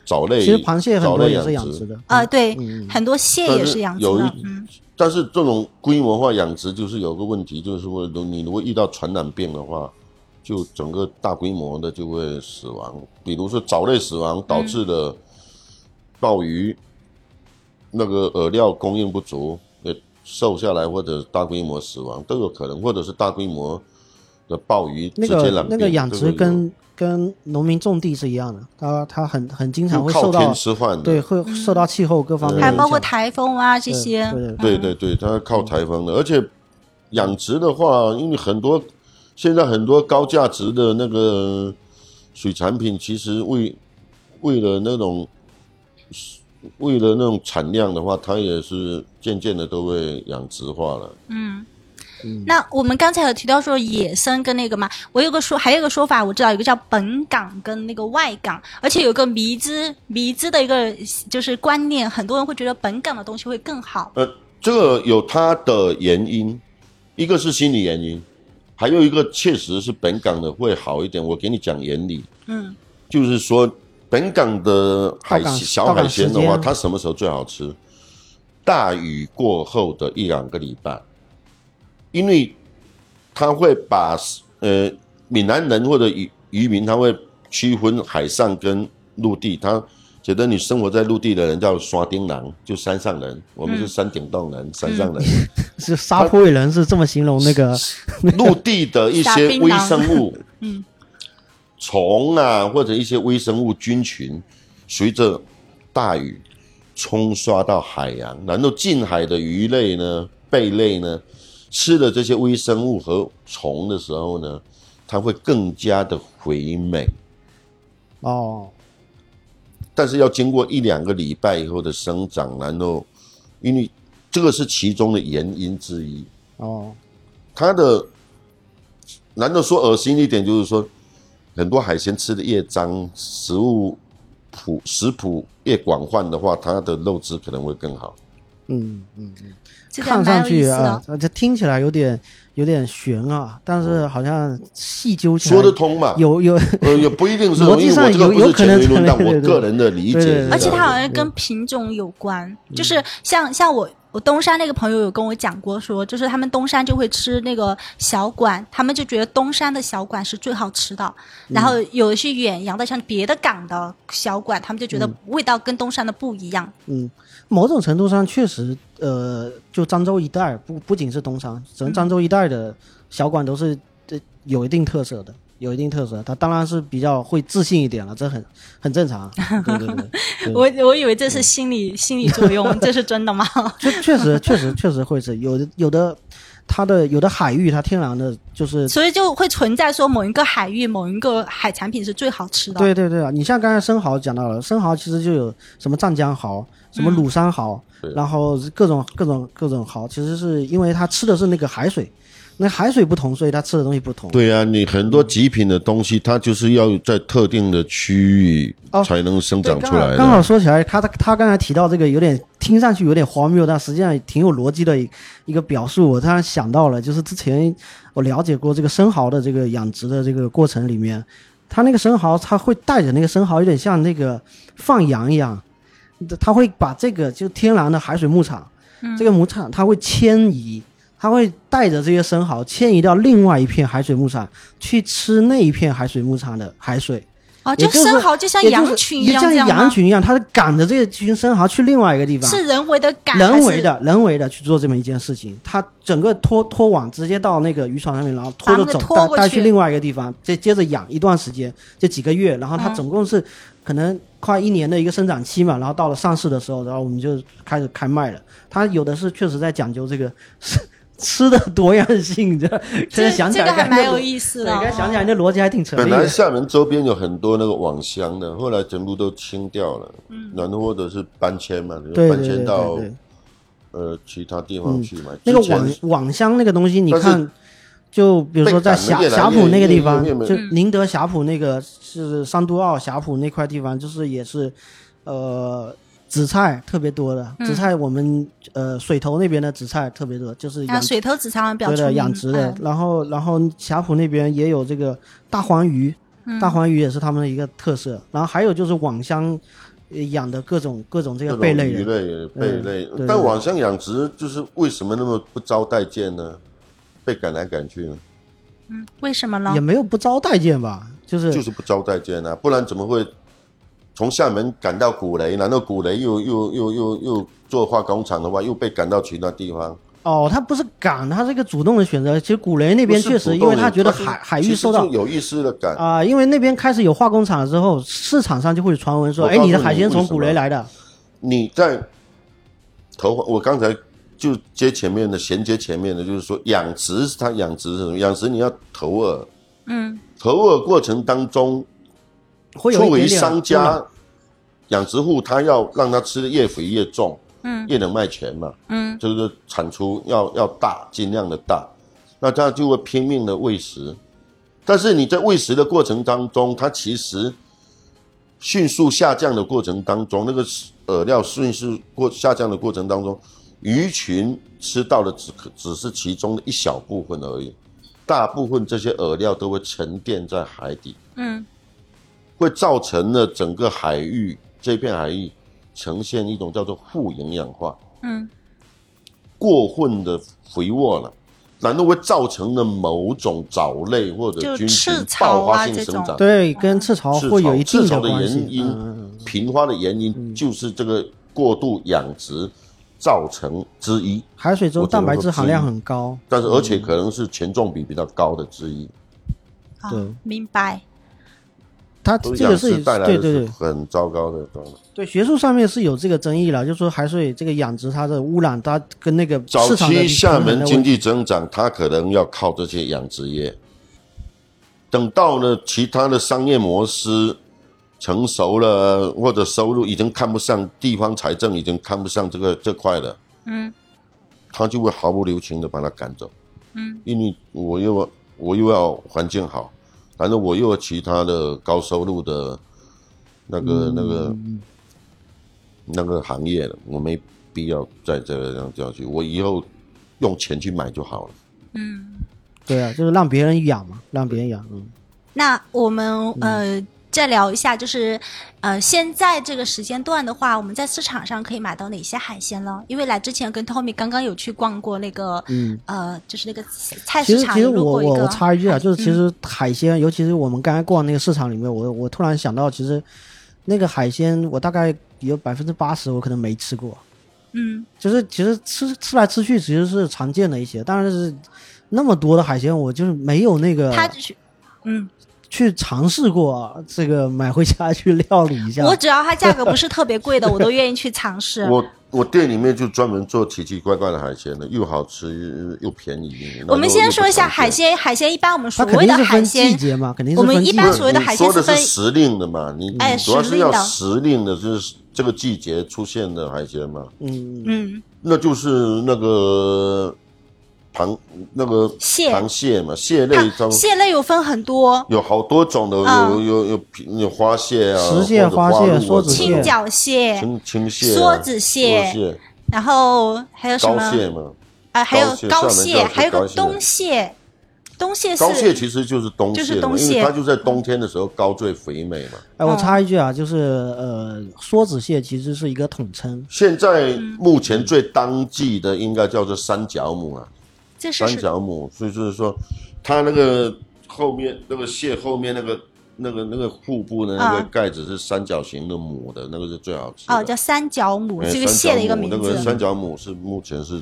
S3: 藻
S1: 嗯
S3: 类，
S1: 其实螃蟹很
S3: 藻
S1: 多
S3: 类
S1: 也是
S3: 养
S1: 养殖的，
S2: 呃，对，
S1: 嗯
S2: 很多蟹
S3: 但
S2: 也
S3: 是
S2: 是养殖
S3: 有
S2: 的
S3: 一。
S2: 嗯，
S3: 但是这种规模化养殖就是有个问题，就是说你如果遇到传染病的话，就整个大规模的就会死亡，比如说藻类死亡导致
S2: 嗯
S3: 的鲍鱼、那个饵料供应不足，也瘦下来或者大规模死亡都有可能，或者是大规模的鲍鱼直
S1: 那
S3: 接
S1: 个
S3: 染病
S1: 那个养
S3: 都会
S1: 殖
S3: 有
S1: 跟跟农民种地是一样的，它它很很经常会
S3: 靠
S1: 受
S3: 天
S1: 到
S3: 吃饭的，
S1: 对会受到气候各方面的
S2: 还
S1: 影
S2: 有
S1: 响，
S2: 包括台风啊这些。
S1: 对对
S3: 对对嗯对，它靠台风的，而且养殖的话，因为很多现在很多高价值的那个水产品，其实为为了那种为了那种产量的话，它也是渐渐的都会养殖化了。
S2: 那我们刚才有提到说野生跟那个嘛，我有个说，还有一个说法，我知道有个叫本港跟那个外港，而且有个迷之迷之的一个就是观念，很多人会觉得本港的东西会更好。
S3: 呃，这个有它的原因，一个是心理原因，还有一个确实是本港的会好一点。我给你讲原理，
S2: 嗯，
S3: 就是说本港的海
S1: 到港
S3: 鲜小
S1: 到港
S3: 海鲜的
S1: 时
S3: 话，
S1: 间
S3: 它什么时候最好吃？大雨过后的一两个礼拜，因为它会把呃闽南人或者渔渔民，他会区分海上跟陆地，他觉得你生活在陆地的人叫山顶人，就山上人，我们是山顶洞人、山上人。
S1: 是沙坡尾人是这么形容那个，
S3: 陆地的一
S2: 撒
S3: 些
S2: 槟榔
S3: 微生物，嗯，虫啊或者一些微生物菌群，随着大雨冲刷到海洋，然后近海的鱼类呢、贝类呢，吃了这些微生物和虫的时候呢，它会更加的肥美。
S1: 哦，
S3: 但是要经过一两个礼拜以后的生长，然后因为这个是其中的原因之一。
S1: 哦，
S3: 它的，难道说恶心一点，就是说很多海鲜吃的越脏，食物谱食谱越广泛的话，它的肉质可能会更好。
S1: 嗯嗯，嗯
S2: 这个
S1: 看
S2: 蛮
S1: 上
S2: 有意
S1: 去
S2: 思的。哦
S1: 啊，呃这听起来有点有点悬啊，但是好像细究起来
S3: 说得通嘛？
S1: 有 有
S3: 呃，也不一定是，因
S1: 逻辑
S3: 为
S1: 上
S3: 我这个
S1: 有
S3: 不是
S1: 有可能
S3: 权威
S1: 对
S3: 论断，
S1: 对
S3: 我
S1: 对
S3: 个人的理
S1: 对对
S3: 解
S1: 对啊嗯
S3: 是这样子。
S1: 的
S2: 而且它好像跟品种有关，就是像像我我东山那个朋友有跟我讲过说，就是他们东山就会吃那个小馆，他们就觉得东山的小馆是最好吃的，
S1: 嗯
S2: 然后有一些远洋的像别的港的小馆，他们就觉得味道跟东山的不一样。
S1: 嗯，某种程度上确实，呃，就漳州一带不不仅是东山，整个漳州一带的小馆都是这有一定特色的，有一定特色。它当然是比较会自信一点了，这很很正常。啊对对对，对嗯
S2: 我我以为这是心理心理 作用，这是真的吗？
S1: 确确实确实确实会是有的有的，它的有的海域它天然的就是
S2: 所以就会存在说某一个海域某一个海产品是最好吃的。
S1: 对对对啊！你像刚才生蚝讲到了，生蚝其实就有什么湛江蚝、什么鲁山蚝，然后各种各种各种蚝，其实是因为它吃的是那个海水，那海水不同，所以它吃的东西不同。
S3: 对啊，你很多极品的东西，它就是要在特定的区域
S1: 哦
S3: 才能生
S1: 对，
S3: 长出来的。
S1: 刚好刚好说起来，他他刚才提到这个有点听上去有点荒谬，但实际上也挺有逻辑的一一个表述。我突然想到了，就是之前我了解过这个生蚝的这个养殖的这个过程里面，它那个生蚝，它会带着那个生蚝，有点像那个放羊一样，它会把这个就天然的海水牧场，这个牧场它会迁移。它会带着这些生蚝迁移到另外一片海水牧场去吃那一片海水牧场的海水，
S2: 啊，
S1: 也
S2: 就
S1: 就是
S2: 生蚝就像
S1: 也
S2: 羊
S1: 就是
S2: 群一
S1: 也
S2: 样这
S1: 像
S2: 样
S1: 羊
S2: 吗？
S1: 群一样，它是赶着这群生蚝去另外一个地方，
S2: 是人为的赶，
S1: 人
S2: 还
S1: 为
S2: 是
S1: 的人为的去做这么一件事情。它整个拖拖网直接到那个渔船上面，然后拖着
S2: 把
S1: 走，
S2: 它拖
S1: 带
S2: 过
S1: 带
S2: 去
S1: 去另外一个地方，再接着养一段时间，这几个月，然后
S2: 嗯
S1: 它总共是可能快一年的一个生长期嘛，然后到了上市的时候，然后我们就开始开卖了。它有的是确实在讲究这个吃吃的多样性，这现在
S2: 这
S1: 想起
S2: 这
S1: 来
S2: 个还
S1: 感觉
S2: 蛮有意
S1: 对，
S2: 思的、哦。
S1: 刚才想起来那逻辑还挺成
S3: 本
S1: 立
S3: 来
S1: 的。
S3: 厦门周边有很多那个网箱的，后来全部都清掉了，然后或者是搬迁嘛，就
S1: 嗯对对
S3: 搬
S1: 对
S3: 迁
S1: 对
S3: 到
S1: 对。
S3: 呃其他地方去嘛。
S1: 嗯那个
S3: 之前
S1: 网网箱那个东西，你
S3: 但是
S1: 看，就比如说在
S3: 被赶
S1: 峡
S3: 得越来
S1: 峡
S3: 越
S1: 浦那个地方
S2: 嗯
S3: 越越，越
S1: 就宁德峡浦那个是商都澳峡浦那块地方，就是也是，呃，紫菜特别多的，
S2: 嗯
S1: 紫菜我们呃水头那边的紫菜特别多，就是
S2: 啊，
S1: 养
S2: 水头紫菜好像比较
S1: 对
S2: 出
S1: 的
S2: 名
S1: 养殖的
S2: 嗯，
S1: 然后然后峡浦那边也有这个大黄鱼，
S2: 嗯
S1: 大黄鱼也是他们的一个特色，然后还有就是网箱呃养的各种各种这个
S3: 各种
S1: 贝类
S3: 鱼
S1: 的，
S3: 类、贝类
S1: 嗯对对，
S3: 但
S1: 对
S3: 网上养殖就是为什么那么不招待见呢？被赶来赶去呢，
S2: 为什么呢
S1: 也？没有不招待见吧，就是
S3: 就是不招待见啊，不然怎么会从厦门赶到古雷？然后古雷又又又又又做化工厂的话，又被赶到其他地方？
S1: 哦，他不是赶，他是一个主动的选择。其实古雷那边
S3: 不是
S1: 确实，
S3: 主
S1: 因为
S3: 动的
S1: 他觉得
S3: 是
S1: 海海
S3: 其
S1: 域
S3: 实
S1: 受
S3: 就
S1: 到
S3: 有意识的赶，
S1: 啊、因为那边开始有化工厂了之后，市场上就会有传闻说，
S3: 我
S1: 哎，
S3: 告
S1: 的
S3: 诉
S1: 海
S3: 你
S1: 鲜
S3: 为
S1: 从
S3: 什
S1: 古雷
S3: 么
S1: 来的。
S3: 你在头发，我刚才就接前面的衔接前面的，就是说养殖，它养殖是什么？养殖你要投饵，
S2: 嗯，
S3: 投饵过程当中，
S1: 会有
S3: 作
S1: 一
S3: 为
S1: 点点
S3: 商
S1: 困
S3: 家
S1: 扰，
S3: 养殖户他要让它吃的越肥越重，
S2: 嗯，
S3: 越能卖钱嘛，
S2: 嗯，
S3: 就是产出要要大，尽量的大，那他就会拼命的喂食，但是你在喂食的过程当中，它其实迅速下降的过程当中，那个饵料迅速过下降的过程当中，鱼群吃到的只可只是其中的一小部分而已，大部分这些饵料都会沉淀在海底，
S2: 嗯，
S3: 会造成了整个海域这片海域呈现一种叫做负营养化，
S2: 嗯，
S3: 过分的肥沃了。然后会造成了某种藻类或者
S2: 就
S3: 菌群
S2: 赤草
S3: 爆
S2: 啊
S3: 发性生
S2: 这
S3: 长
S2: 种，
S1: 对跟赤潮
S3: 赤
S1: 会有
S3: 潮
S1: 一
S3: 赤
S1: 定
S3: 潮的
S1: 关
S3: 原
S1: 系。
S3: 因
S1: 嗯嗯，嗯
S3: 平花的原因就是这个过度养殖造成之一，
S1: 海水中
S3: 我觉得
S1: 蛋白
S3: 会
S1: 质含
S3: 之一
S1: 量很高，
S3: 但是而且可能是权重比比较高的之一，
S2: 好
S1: 对，
S2: 明白。
S1: 它嗯
S3: 都
S1: 这
S3: 养
S1: 个是
S3: 殖带来
S1: 对对
S3: 的
S1: 对
S3: 嗯是很糟糕的状态。
S1: 对学术上面是有这个争议了，就说海水这个养殖它的污染，它跟那个
S3: 早
S1: 市场的
S3: 期
S1: 平
S3: 厦
S1: 衡
S3: 门
S1: 的
S3: 经
S1: 问题
S3: 济增长，它可能要靠这些养殖业。等到了其他的商业模式成熟了，或者收入已经看不上地方财政，已经看不上这个这块了，
S2: 嗯，
S3: 他就会毫不留情的把他赶走。
S2: 嗯，
S3: 因为我又要我又要环境好，反正我又有其他的高收入的那
S1: 嗯
S3: 个、那个那个行业了，我没必要再这样下去。我以后用钱去买就好了。
S1: 对啊，就是让别人养嘛，让别人养，嗯，
S2: 那我们呃再聊一下，就是呃现在这个时间段的话，我们在市场上可以买到哪些海鲜了？因为来之前跟 Tommy 刚刚有去逛过那个，嗯、呃，就是那个菜
S1: 其
S2: 市
S1: 实
S2: 场。
S1: 其实
S2: 如
S1: 我
S2: 果一
S1: 我我
S2: 个嗯
S1: 插一句啊，就是其实海鲜，尤其是我们刚才逛那个市场里面，我我突然想到，其实那个海鲜，我大概有百分之八十我可能没吃过，
S2: 嗯
S1: 就是其实吃吃来吃去其实是常见的一些，但是那么多的海鲜，我就是没有那个
S2: 他去，嗯，
S1: 去尝试过这个买回家去料理一下。
S2: 我只要它价格不是特别贵的，我都愿意去 尝试。
S3: 我我店里面就专门做奇奇怪怪的海鲜的，又好吃又又便宜。
S2: 我们先说一下海
S3: 鲜。
S2: 鲜，海鲜一般我们所
S1: 它肯
S2: 谓的
S1: 定是
S2: 海
S1: 分季
S2: 鲜，
S1: 节嘛，肯定是
S2: 我
S1: 分
S2: 们
S1: 季
S2: 一
S1: 节
S2: 般所谓的海鲜
S3: 你说
S2: 是
S3: 的
S2: 分
S3: 是时令的嘛，你
S2: 哎
S3: 你主要
S2: 时
S3: 是
S2: 令
S3: 要
S2: 的
S3: 时令的，就是这个季节出现的海鲜嘛，
S1: 嗯，
S2: 嗯，
S3: 那就是那个螃那个
S2: 蟹
S3: 螃蟹嘛，蟹类
S2: 它
S3: 中
S2: 蟹类有分很多，
S3: 有好多种的，有
S2: 嗯
S3: 有有有有花蟹啊，
S1: 石蟹
S3: 或者
S1: 花蟹
S3: 鹿啊
S1: 梭子蟹
S2: 青角蟹，
S3: 青青蟹啊、
S2: 哎梭子蟹
S3: 梭蟹
S2: 然后还有什
S3: 膏
S2: 么？
S3: 蟹嘛，
S2: 啊，还有
S3: 高
S2: 膏
S3: 蟹
S2: 蟹，
S3: 厦门叫
S2: 还有个
S3: 高蟹
S2: 东蟹，东蟹是
S3: 膏蟹其实就是冬
S2: 就是
S3: 蟹嘛，
S2: 冬
S3: 因为
S2: 蟹
S3: 它就在冬天的时候膏最肥美嘛。
S1: 哎，
S2: 嗯
S1: 我插一句啊，就是呃，梭子蟹其实是一个统称，
S3: 现
S2: 嗯
S3: 在目前最当季的应该叫做三角母啊，
S2: 这是
S3: 三
S2: 是
S3: 角母，所以就是说，它那个后面那个蟹后面那个那个那个腹部的那个
S2: 嗯
S3: 盖子是三角形的母的，那个是最好吃的。
S2: 哦，叫三角母，
S3: 哎
S2: 这个蟹的一个
S3: 三角
S2: 名
S3: 母那个
S2: 字
S3: 三角母是目前是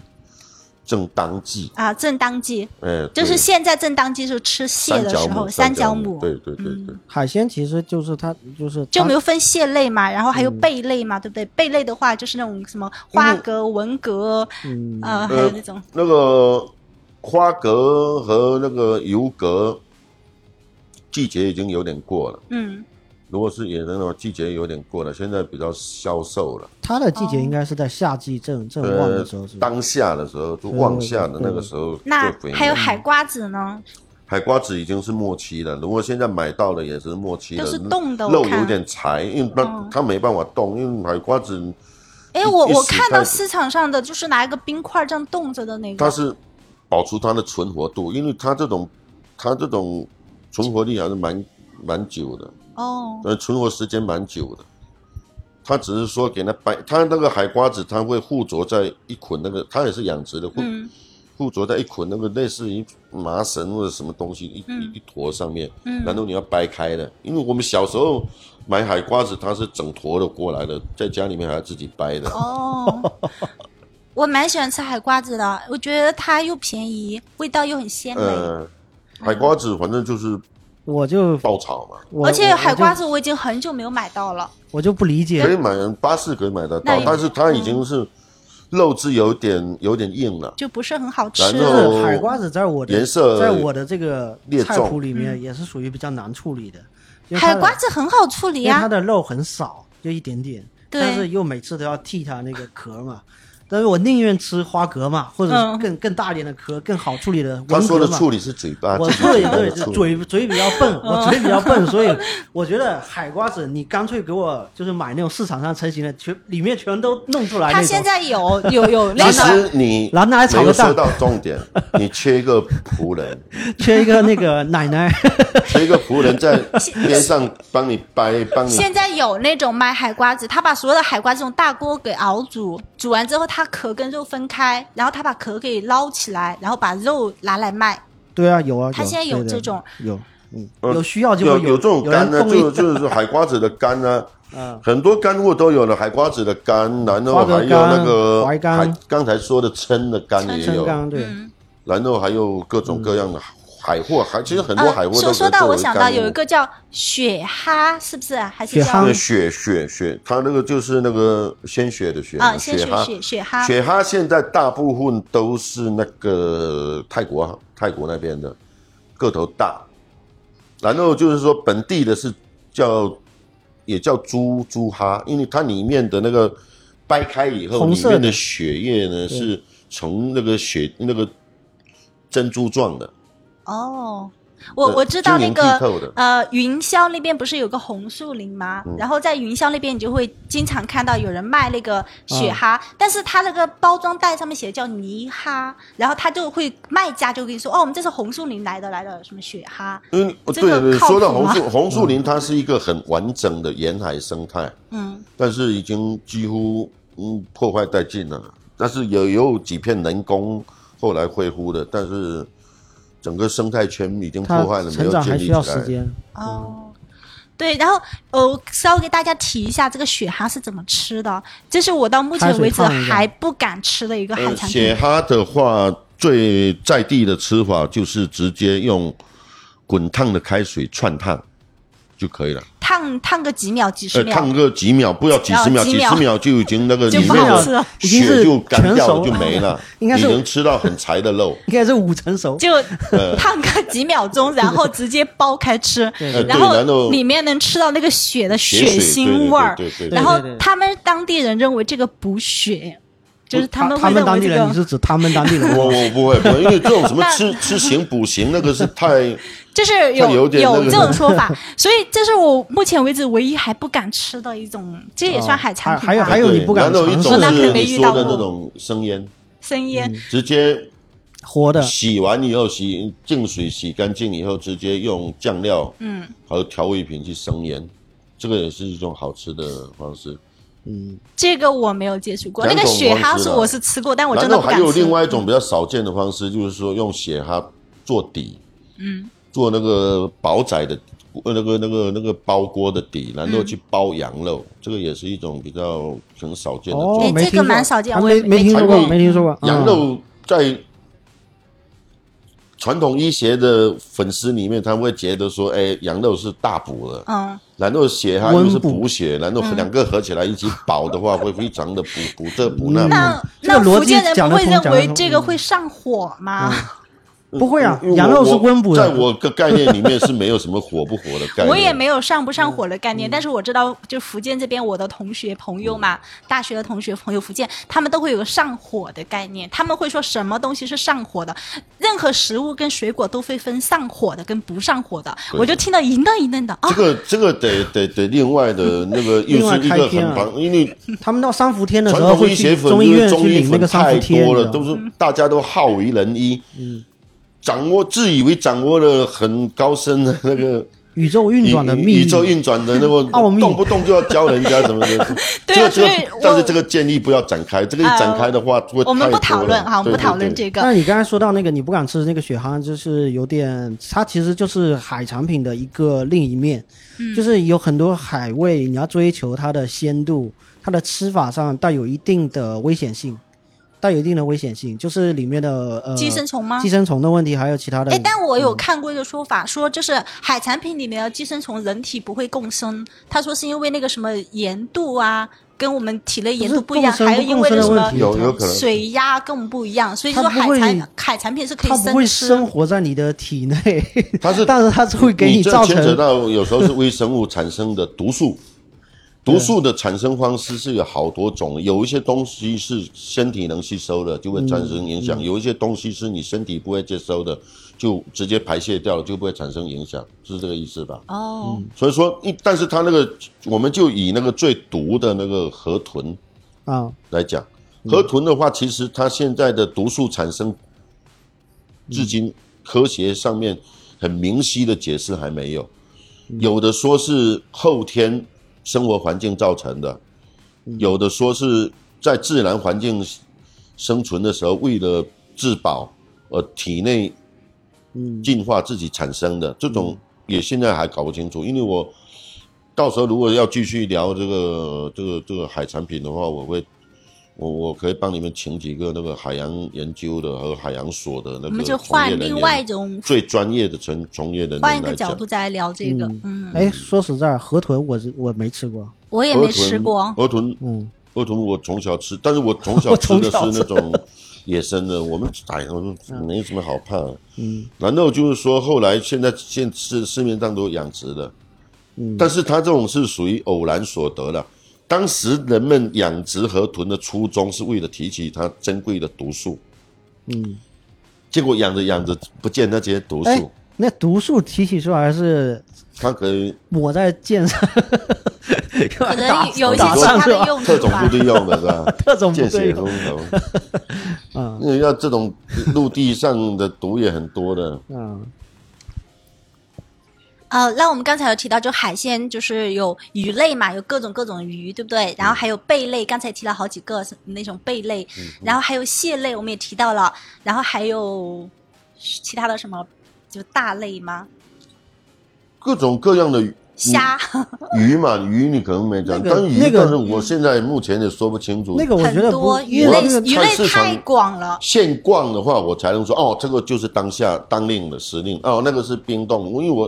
S3: 正当季，
S2: 啊。正当季
S3: 哎，对
S2: 就是现在正当季是吃蟹
S3: 三
S2: 的
S3: 角
S2: 时
S3: 母，
S2: 候，三角嗯
S3: 母，对对对对，
S1: 海鲜其实就是它就是
S2: 就
S1: 它
S2: 没有分蟹类嘛，然后还有
S3: 嗯
S2: 贝类嘛，对不对？贝类的话就是那种什么花蛤、文蛤，呃，还有那种
S3: 那个花蛤和那个油蛤季节已经有点过了。
S2: 嗯
S3: 如果是野生的话，季节有点过了，现在比较消瘦了。
S1: 它的
S2: 哦
S1: 季节应该是在夏季正正旺的时候是吧？
S3: 呃当下的时候就旺下
S1: 对
S3: 的
S1: 对对
S3: 那个时候
S2: 那
S3: 最肥美。
S2: 还有海瓜子呢，
S3: 海瓜子已经是末期了，如果现在买到的也是末期的，
S2: 都是冻的
S3: 肉
S2: 我看嗯
S3: 有点柴，因为它、它没办法冻，因为海瓜子
S2: 哎，我
S3: 一
S2: 我
S3: 时
S2: 看到
S3: 开始
S2: 市场上的就是拿一个冰块这样冻着的那
S3: 它
S2: 个，
S3: 是保持它的存活度，因为它这种它这种存活力还是蛮蛮久的，
S2: 哦，
S3: 呃，存活时间蛮久的。它只是说给它摆，它那个海瓜子，它会附着在一捆那个，它也是养殖的，会
S2: 嗯
S3: 附着在一捆那个类似于麻绳或者什么东西一、
S2: 嗯
S3: 一一坨上面，然后你要掰开的。因为我们小时候买海瓜子，它是整坨的过来的，在家里面还要自己掰的。
S2: 哦， 我蛮喜欢吃海瓜子的，我觉得它又便宜，味道又很鲜美，
S3: 呃，海瓜子反正就是
S1: 我就
S3: 爆炒嘛，
S1: 我
S2: 而且海瓜
S1: 我
S2: 子我已经很久没有买到了。
S1: 就我就不理
S3: 可
S1: 解
S3: 以买巴士可以买得
S2: 嗯那嗯
S3: 到，
S2: 也
S3: 但是它已经是肉质有点有点硬了。
S2: 就不是很好吃。
S3: 然
S1: 就
S3: 后
S1: 是海瓜子在我的
S3: 颜色
S1: 在我的这个
S3: 劣
S1: 菜
S3: 重
S1: 谱里面也是属于比较难处理的，因为它
S2: 嗯海
S1: 的
S2: 瓜子很好处理
S1: 因为它
S2: 啊，
S1: 的肉很少，就一点点，
S2: 对
S1: 但是又每次都要剔它那个壳嘛。但是我宁愿吃花蛤嘛，或者
S2: 嗯
S1: 是更更大一点的壳，更好处理的文
S3: 他说的
S1: 蛤嘛。
S3: 处理是嘴巴，
S1: 我
S3: 自己
S1: 对
S3: 简单
S1: 对
S3: 地处理
S1: 嘴嘴比较笨，我嘴比较 笨，所以我觉得海瓜子你干脆给我就是买那种市场上成型的，全里面全都弄出来那
S2: 它
S1: 种。
S2: 现在有有有那
S3: 其
S2: 个
S3: 实你
S1: 然后拿来炒
S3: 没
S1: 个
S3: 有
S1: 蛋
S3: 说到重点，你缺一个仆人，
S1: 缺一个那个奶奶，
S3: 缺一个仆人在边上帮你掰，帮你
S2: 现在有那种卖海瓜子，他把所有的海瓜这种大锅给熬煮，煮完之后它壳跟肉分开，然后他把壳给捞起来，然后把肉拿来卖。
S1: 对啊，有啊，
S2: 它
S1: 有
S2: 现在有
S1: 对的
S2: 这种
S1: 有，嗯，
S3: 呃
S1: 有需要就
S3: 有
S1: 会
S3: 有这种
S1: 有
S3: 干
S1: 人
S3: 呢，
S1: 供
S3: 就
S1: 应，
S3: 就是海瓜子的干呢，
S1: 嗯，
S3: 很多干货都有了，海瓜子的干，然后
S1: 花蛤
S3: 还有那个
S1: 干淮干
S3: 海刚才说的蛏的干也
S1: 真
S3: 有，
S1: 刚对，
S2: 嗯
S3: 然后还有各种各样的海货，还其实很多海
S2: 呃，
S3: 货都可
S2: 说
S3: 以
S2: 说到
S3: 作
S2: 我
S3: 为
S2: 想
S3: 干
S2: 到有
S3: 货
S2: 一个叫雪蛤，是不是？啊还是
S1: 雪
S2: 叫
S1: 蛤
S3: 那个雪雪雪，它那个就是那个鲜血的血
S2: 啊？
S3: 嘛
S2: 先
S3: 雪
S2: 雪
S3: 蛤。
S2: 雪雪蛤，
S3: 雪蛤现在大部分都是那个泰国啊泰国那边的，个头大，然后就是说本地的是叫也叫猪猪哈，因为它里面的那个掰开以后，
S1: 红
S3: 里
S1: 色的
S3: 面的血液呢是从那个血那个珍珠状的，
S2: 哦，我
S3: 对
S2: 我知道那
S3: 晶莹剔透
S2: 个
S3: 的嗯
S2: 呃，云霄那边不是有个红树林吗？然后在云霄那边，你就会经常看到有人卖那个雪
S3: 嗯
S2: 蛤，但是它那个包装袋上面写的叫泥蛤，然后他就会卖家就跟你说，哦，我们这是红树林来的来的什么雪蛤，
S3: 因为
S2: 这
S3: 对
S2: 个
S3: 对，
S2: 靠谱
S3: 说到红
S2: 吗
S3: 树红树林，它是一个很完整的沿海生态，
S2: 嗯，
S3: 但是已经几乎嗯破坏殆尽了。但是也有几片人工后来恢复的，但是整个生态圈已经
S1: 它
S3: 破坏了，没
S1: 成
S3: 有
S1: 长
S3: 建
S1: 还
S3: 立
S1: 需
S3: 起
S1: 要时
S3: 来。
S1: 间。
S2: 哦，对，然后呃，我稍微给大家提一下这个雪蛤是怎么吃的，这是我到目前为止
S1: 开水烫一下
S2: 还不敢吃的一个海
S3: 呃
S2: 产
S3: 雪
S2: 品。
S3: 蛤的话，最在地的吃法就是直接用滚烫的开水串烫就可以了，
S2: 烫烫个几秒、几
S3: 呃，
S2: 十秒，
S3: 烫个几秒，不要几十秒，
S2: 几
S3: 几
S2: 秒
S3: 十秒就已经那个
S2: 就
S3: 里
S2: 不
S3: 面
S2: 好吃
S3: 的
S2: 了
S1: 已经是
S3: 血就干掉了，
S1: 全熟
S3: 就没了，
S1: 应该
S3: 你
S1: 是
S3: 能吃到很柴 的肉。
S1: 应该是五成熟，
S2: 就
S1: 呃
S2: 烫个几秒 钟，然后直接剥开吃，
S3: 呃，对，
S2: 然
S3: 然后
S2: 后里面能吃到那个血的
S3: 血水
S2: 腥味儿
S3: 对对对对。对
S2: 然后
S1: 对对对
S2: 他们当地人认为这个补血，就是
S1: 他
S2: 们
S1: 他们
S2: 会认
S1: 当
S2: 为
S1: 地
S2: 这
S1: 人，你
S2: 个
S1: 是指他们当地人
S3: 我
S1: 吗？
S3: 我不会不会，因为这种什么吃吃行补行那个是太
S2: 就是
S3: 它
S2: 有
S3: 有点那个
S2: 这种说 法，所以这是我目前为止唯一还不敢吃的一种，这也算海产
S1: 哦
S2: 品吧。
S1: 还还有你不敢
S3: 对然后一
S1: 尝
S3: 种
S1: 试
S2: 那
S3: 是
S2: 可没
S3: 你
S2: 遇
S3: 说
S2: 到
S3: 的
S2: 过
S3: 那种生腌，
S2: 生腌，
S1: 嗯
S3: 直接
S1: 活的，
S3: 洗完以后洗净水洗干净以后，直接用酱料
S2: 嗯，
S3: 还有调味品去生腌，这个也是一种好吃的方式。
S1: 嗯，
S2: 这个我没有接触过。
S3: 两
S2: 那个
S3: 种
S2: 雪
S3: 我
S1: 啊
S2: 蛤
S3: 知
S2: 是
S3: 道
S2: 我是吃过，但我真
S3: 然
S2: 的
S3: 后
S2: 不
S3: 还
S2: 敢
S3: 有
S2: 吃。
S3: 另外一种比较少见的方式，就是说用血蛤做底，
S2: 嗯，
S3: 做那个煲仔的，呃那个那个那个包锅的底，然后去包羊肉，这个也是一种比较很少见的做
S1: 哦
S2: 哎，
S3: 法。
S1: 没
S2: 这个
S1: 听过
S2: 蛮少见
S1: 啊
S2: 我
S1: 没
S2: 也没
S1: 没听说
S3: 听
S1: 过，
S3: 过
S1: 没听说过。嗯
S3: 羊肉在传统医学的粉丝里面，他们会觉得说，哎，羊肉是大补的，
S2: 嗯，
S3: 然后血它
S1: 温
S3: 又是
S1: 补
S3: 补血，然后两个合起来一起保的话，会非常的补补这补那补。
S2: 那
S1: 这个
S2: 那
S1: 逻
S2: 福
S1: 辑
S2: 建人
S1: 讲
S2: 不
S1: 得
S2: 会
S1: 通
S2: 认
S1: 讲得
S2: 为
S1: 通
S2: 这个
S1: 嗯
S2: 会上火吗？
S1: 不会啊
S3: 嗯因为，我
S1: 羊肉是
S3: 我
S1: 温补的，
S3: 在我的概念里面是没有什么火不火的概念。
S2: 我也没 有上不上火的概念，但是我知道，就福建这边我的同学朋友嘛，大学的同学朋友，福建他们都会有个上火的概念，他们会说什么东西是上火的，任何食物跟水果都会分上火的跟不上火的，
S3: 对
S2: 我就听得一愣一愣的啊
S3: 这，个这个得得得另外的那个又
S1: 另外
S3: 是一
S1: 开
S3: 个
S1: 篇
S3: 很
S1: 啊
S3: 庞，因为
S1: 他们到三伏天的时
S3: 传
S1: 候
S3: 统
S1: 会
S3: 医
S1: 去
S3: 学粉
S1: 中医
S3: 因为
S1: 院
S3: 中
S1: 去
S3: 医
S1: 领那
S3: 粉
S1: 个三
S3: 太
S1: 伏贴，嗯
S3: 多了，
S1: 你知道
S3: 都
S1: 吗
S3: 是
S2: 嗯
S3: 大家都好为人医，掌握自以为掌握了很高深的那个。
S1: 宇宙运转的秘
S3: 宇宇宙
S1: 密。
S3: 运转的那么
S1: 奥秘
S3: 动不动就要教人家什么的。
S2: 对
S3: 这
S2: 啊
S3: 个
S2: 所以
S3: 这
S2: 我
S3: 个
S2: 呃
S3: 但是这个建议不要展开，这个一展开的话会
S2: 我们不
S3: 太多
S2: 讨
S3: 了
S2: 论哈，我们不讨论。
S3: 对对对
S2: 这个，
S1: 但你刚才说到那个你不敢吃的那个雪蛤，就是有点，它其实就是海产品的一个另一面，
S2: 嗯
S1: 就是有很多海味，你要追求它的鲜度，它的吃法上带有一定的危险性，带有一定的危险性，就是里面的呃
S2: 寄生虫吗
S1: 寄生虫的问题，还有其他的。
S2: 哎，但我有看过一个说法，说就是海产品里面的寄生虫人体不会共生，他说是因为那个什么盐度啊，跟我们体内盐度不一样，
S1: 不是
S2: 还有因为
S1: 共
S2: 那
S1: 生共生的
S2: 什么
S1: 问题
S3: 有有可能
S2: 水压跟我们不一样，所以说
S1: 它
S2: 海
S1: 不会
S2: 产海产品是可以
S1: 它不会
S2: 生吃。啊
S1: 生活在你的体内，
S3: 它是
S1: 但是它是会给
S3: 你这
S1: 造
S3: 牵扯
S1: 成
S3: 到有时候是微生物产生的 毒素，毒素的产生方式是有好多种，有一些东西是身体能吸收的，就会产生影
S1: 嗯
S3: 响；有一些东西是你身体不会接收的，就直接排泄掉了，就不会产生影响，是这个意思吧？
S2: 哦，
S1: 嗯
S3: 所以说，一但是它那个，我们就以那个最毒的那个河豚
S1: 啊，
S3: 来讲，河豚的话，其实它现在的毒素产生，至今科学上面很明晰的解释还没有，有的说是后天生活环境造成的，有的说是在自然环境生存的时候，为了自保而体内进化自己产生的，这种也现在还搞不清楚，因为我。到时候如果要继续聊这个这个这个海产品的话，我会我我可以帮你们请几个那个海洋研究的和海洋所的那
S2: 我们
S3: 个
S2: 就
S3: 从业
S2: 换
S3: 人
S2: 另
S3: 员
S2: 外一种，
S3: 最专业的从从业人员
S2: 换一个
S3: 来
S2: 角
S3: 讲
S2: 度。再来聊这个。嗯，
S1: 哎，说实在，河豚我是我没吃过，
S2: 我也
S3: 河
S2: 没
S3: 豚
S2: 吃过。啊
S3: 河豚，
S1: 嗯，
S3: 河豚我从小吃，但是我从小
S1: 我
S3: 吃
S1: 从
S3: 的
S1: 小
S3: 是
S1: 吃
S3: 那种野生的，我们哎，我们没什么好
S1: 嗯
S3: 怕。嗯，然后就是说后来现在现市市面上都有养殖的，但是它这种是属于偶然所得了。当时人们养殖河豚的初衷是为了提取它珍贵的毒素，
S1: 嗯，
S3: 结果养着养着不见那些毒
S1: 哎
S3: 素，，
S1: 那毒素提取出来是
S3: 它可以
S1: 抹在剑 上，
S2: 可
S1: 可
S2: 能有一些
S1: 打
S2: 其
S1: 上
S2: 他
S1: 是
S2: 的
S1: 吧？
S2: 用
S3: 特
S2: 途
S3: 种
S2: 吧
S3: 部。队用的是吧？
S1: 特种部
S3: 见
S1: 队
S3: 血
S1: 用
S3: 封喉。嗯，要这种陆地上的毒也很多的。
S1: 嗯，
S2: 呃，那我们刚才有提到，就海鲜就是有鱼类嘛，有各种各种鱼，对不对？
S3: 嗯
S2: 然后还有贝类，刚才提了好几个那种贝类，
S3: 嗯
S2: 然后还有蟹类，我们也提到了，然后还有其他的什么，就大类吗？
S1: 嗯
S3: 各种各样的鱼
S2: 虾，
S3: 鱼嘛，鱼你可能没讲，
S1: 那个
S3: 但鱼
S1: 那，个
S3: 但是我现在目前也说不清楚。
S1: 那个我觉
S2: 很
S1: 得
S2: 多
S1: 不，
S2: 鱼
S1: 我
S2: 类
S1: 那个，
S2: 鱼
S3: 菜
S2: 类
S3: 市场
S2: 太广了。
S3: 现逛的话，我才能说哦，这个就是当下当令的时令哦，那个是冰冻，因为我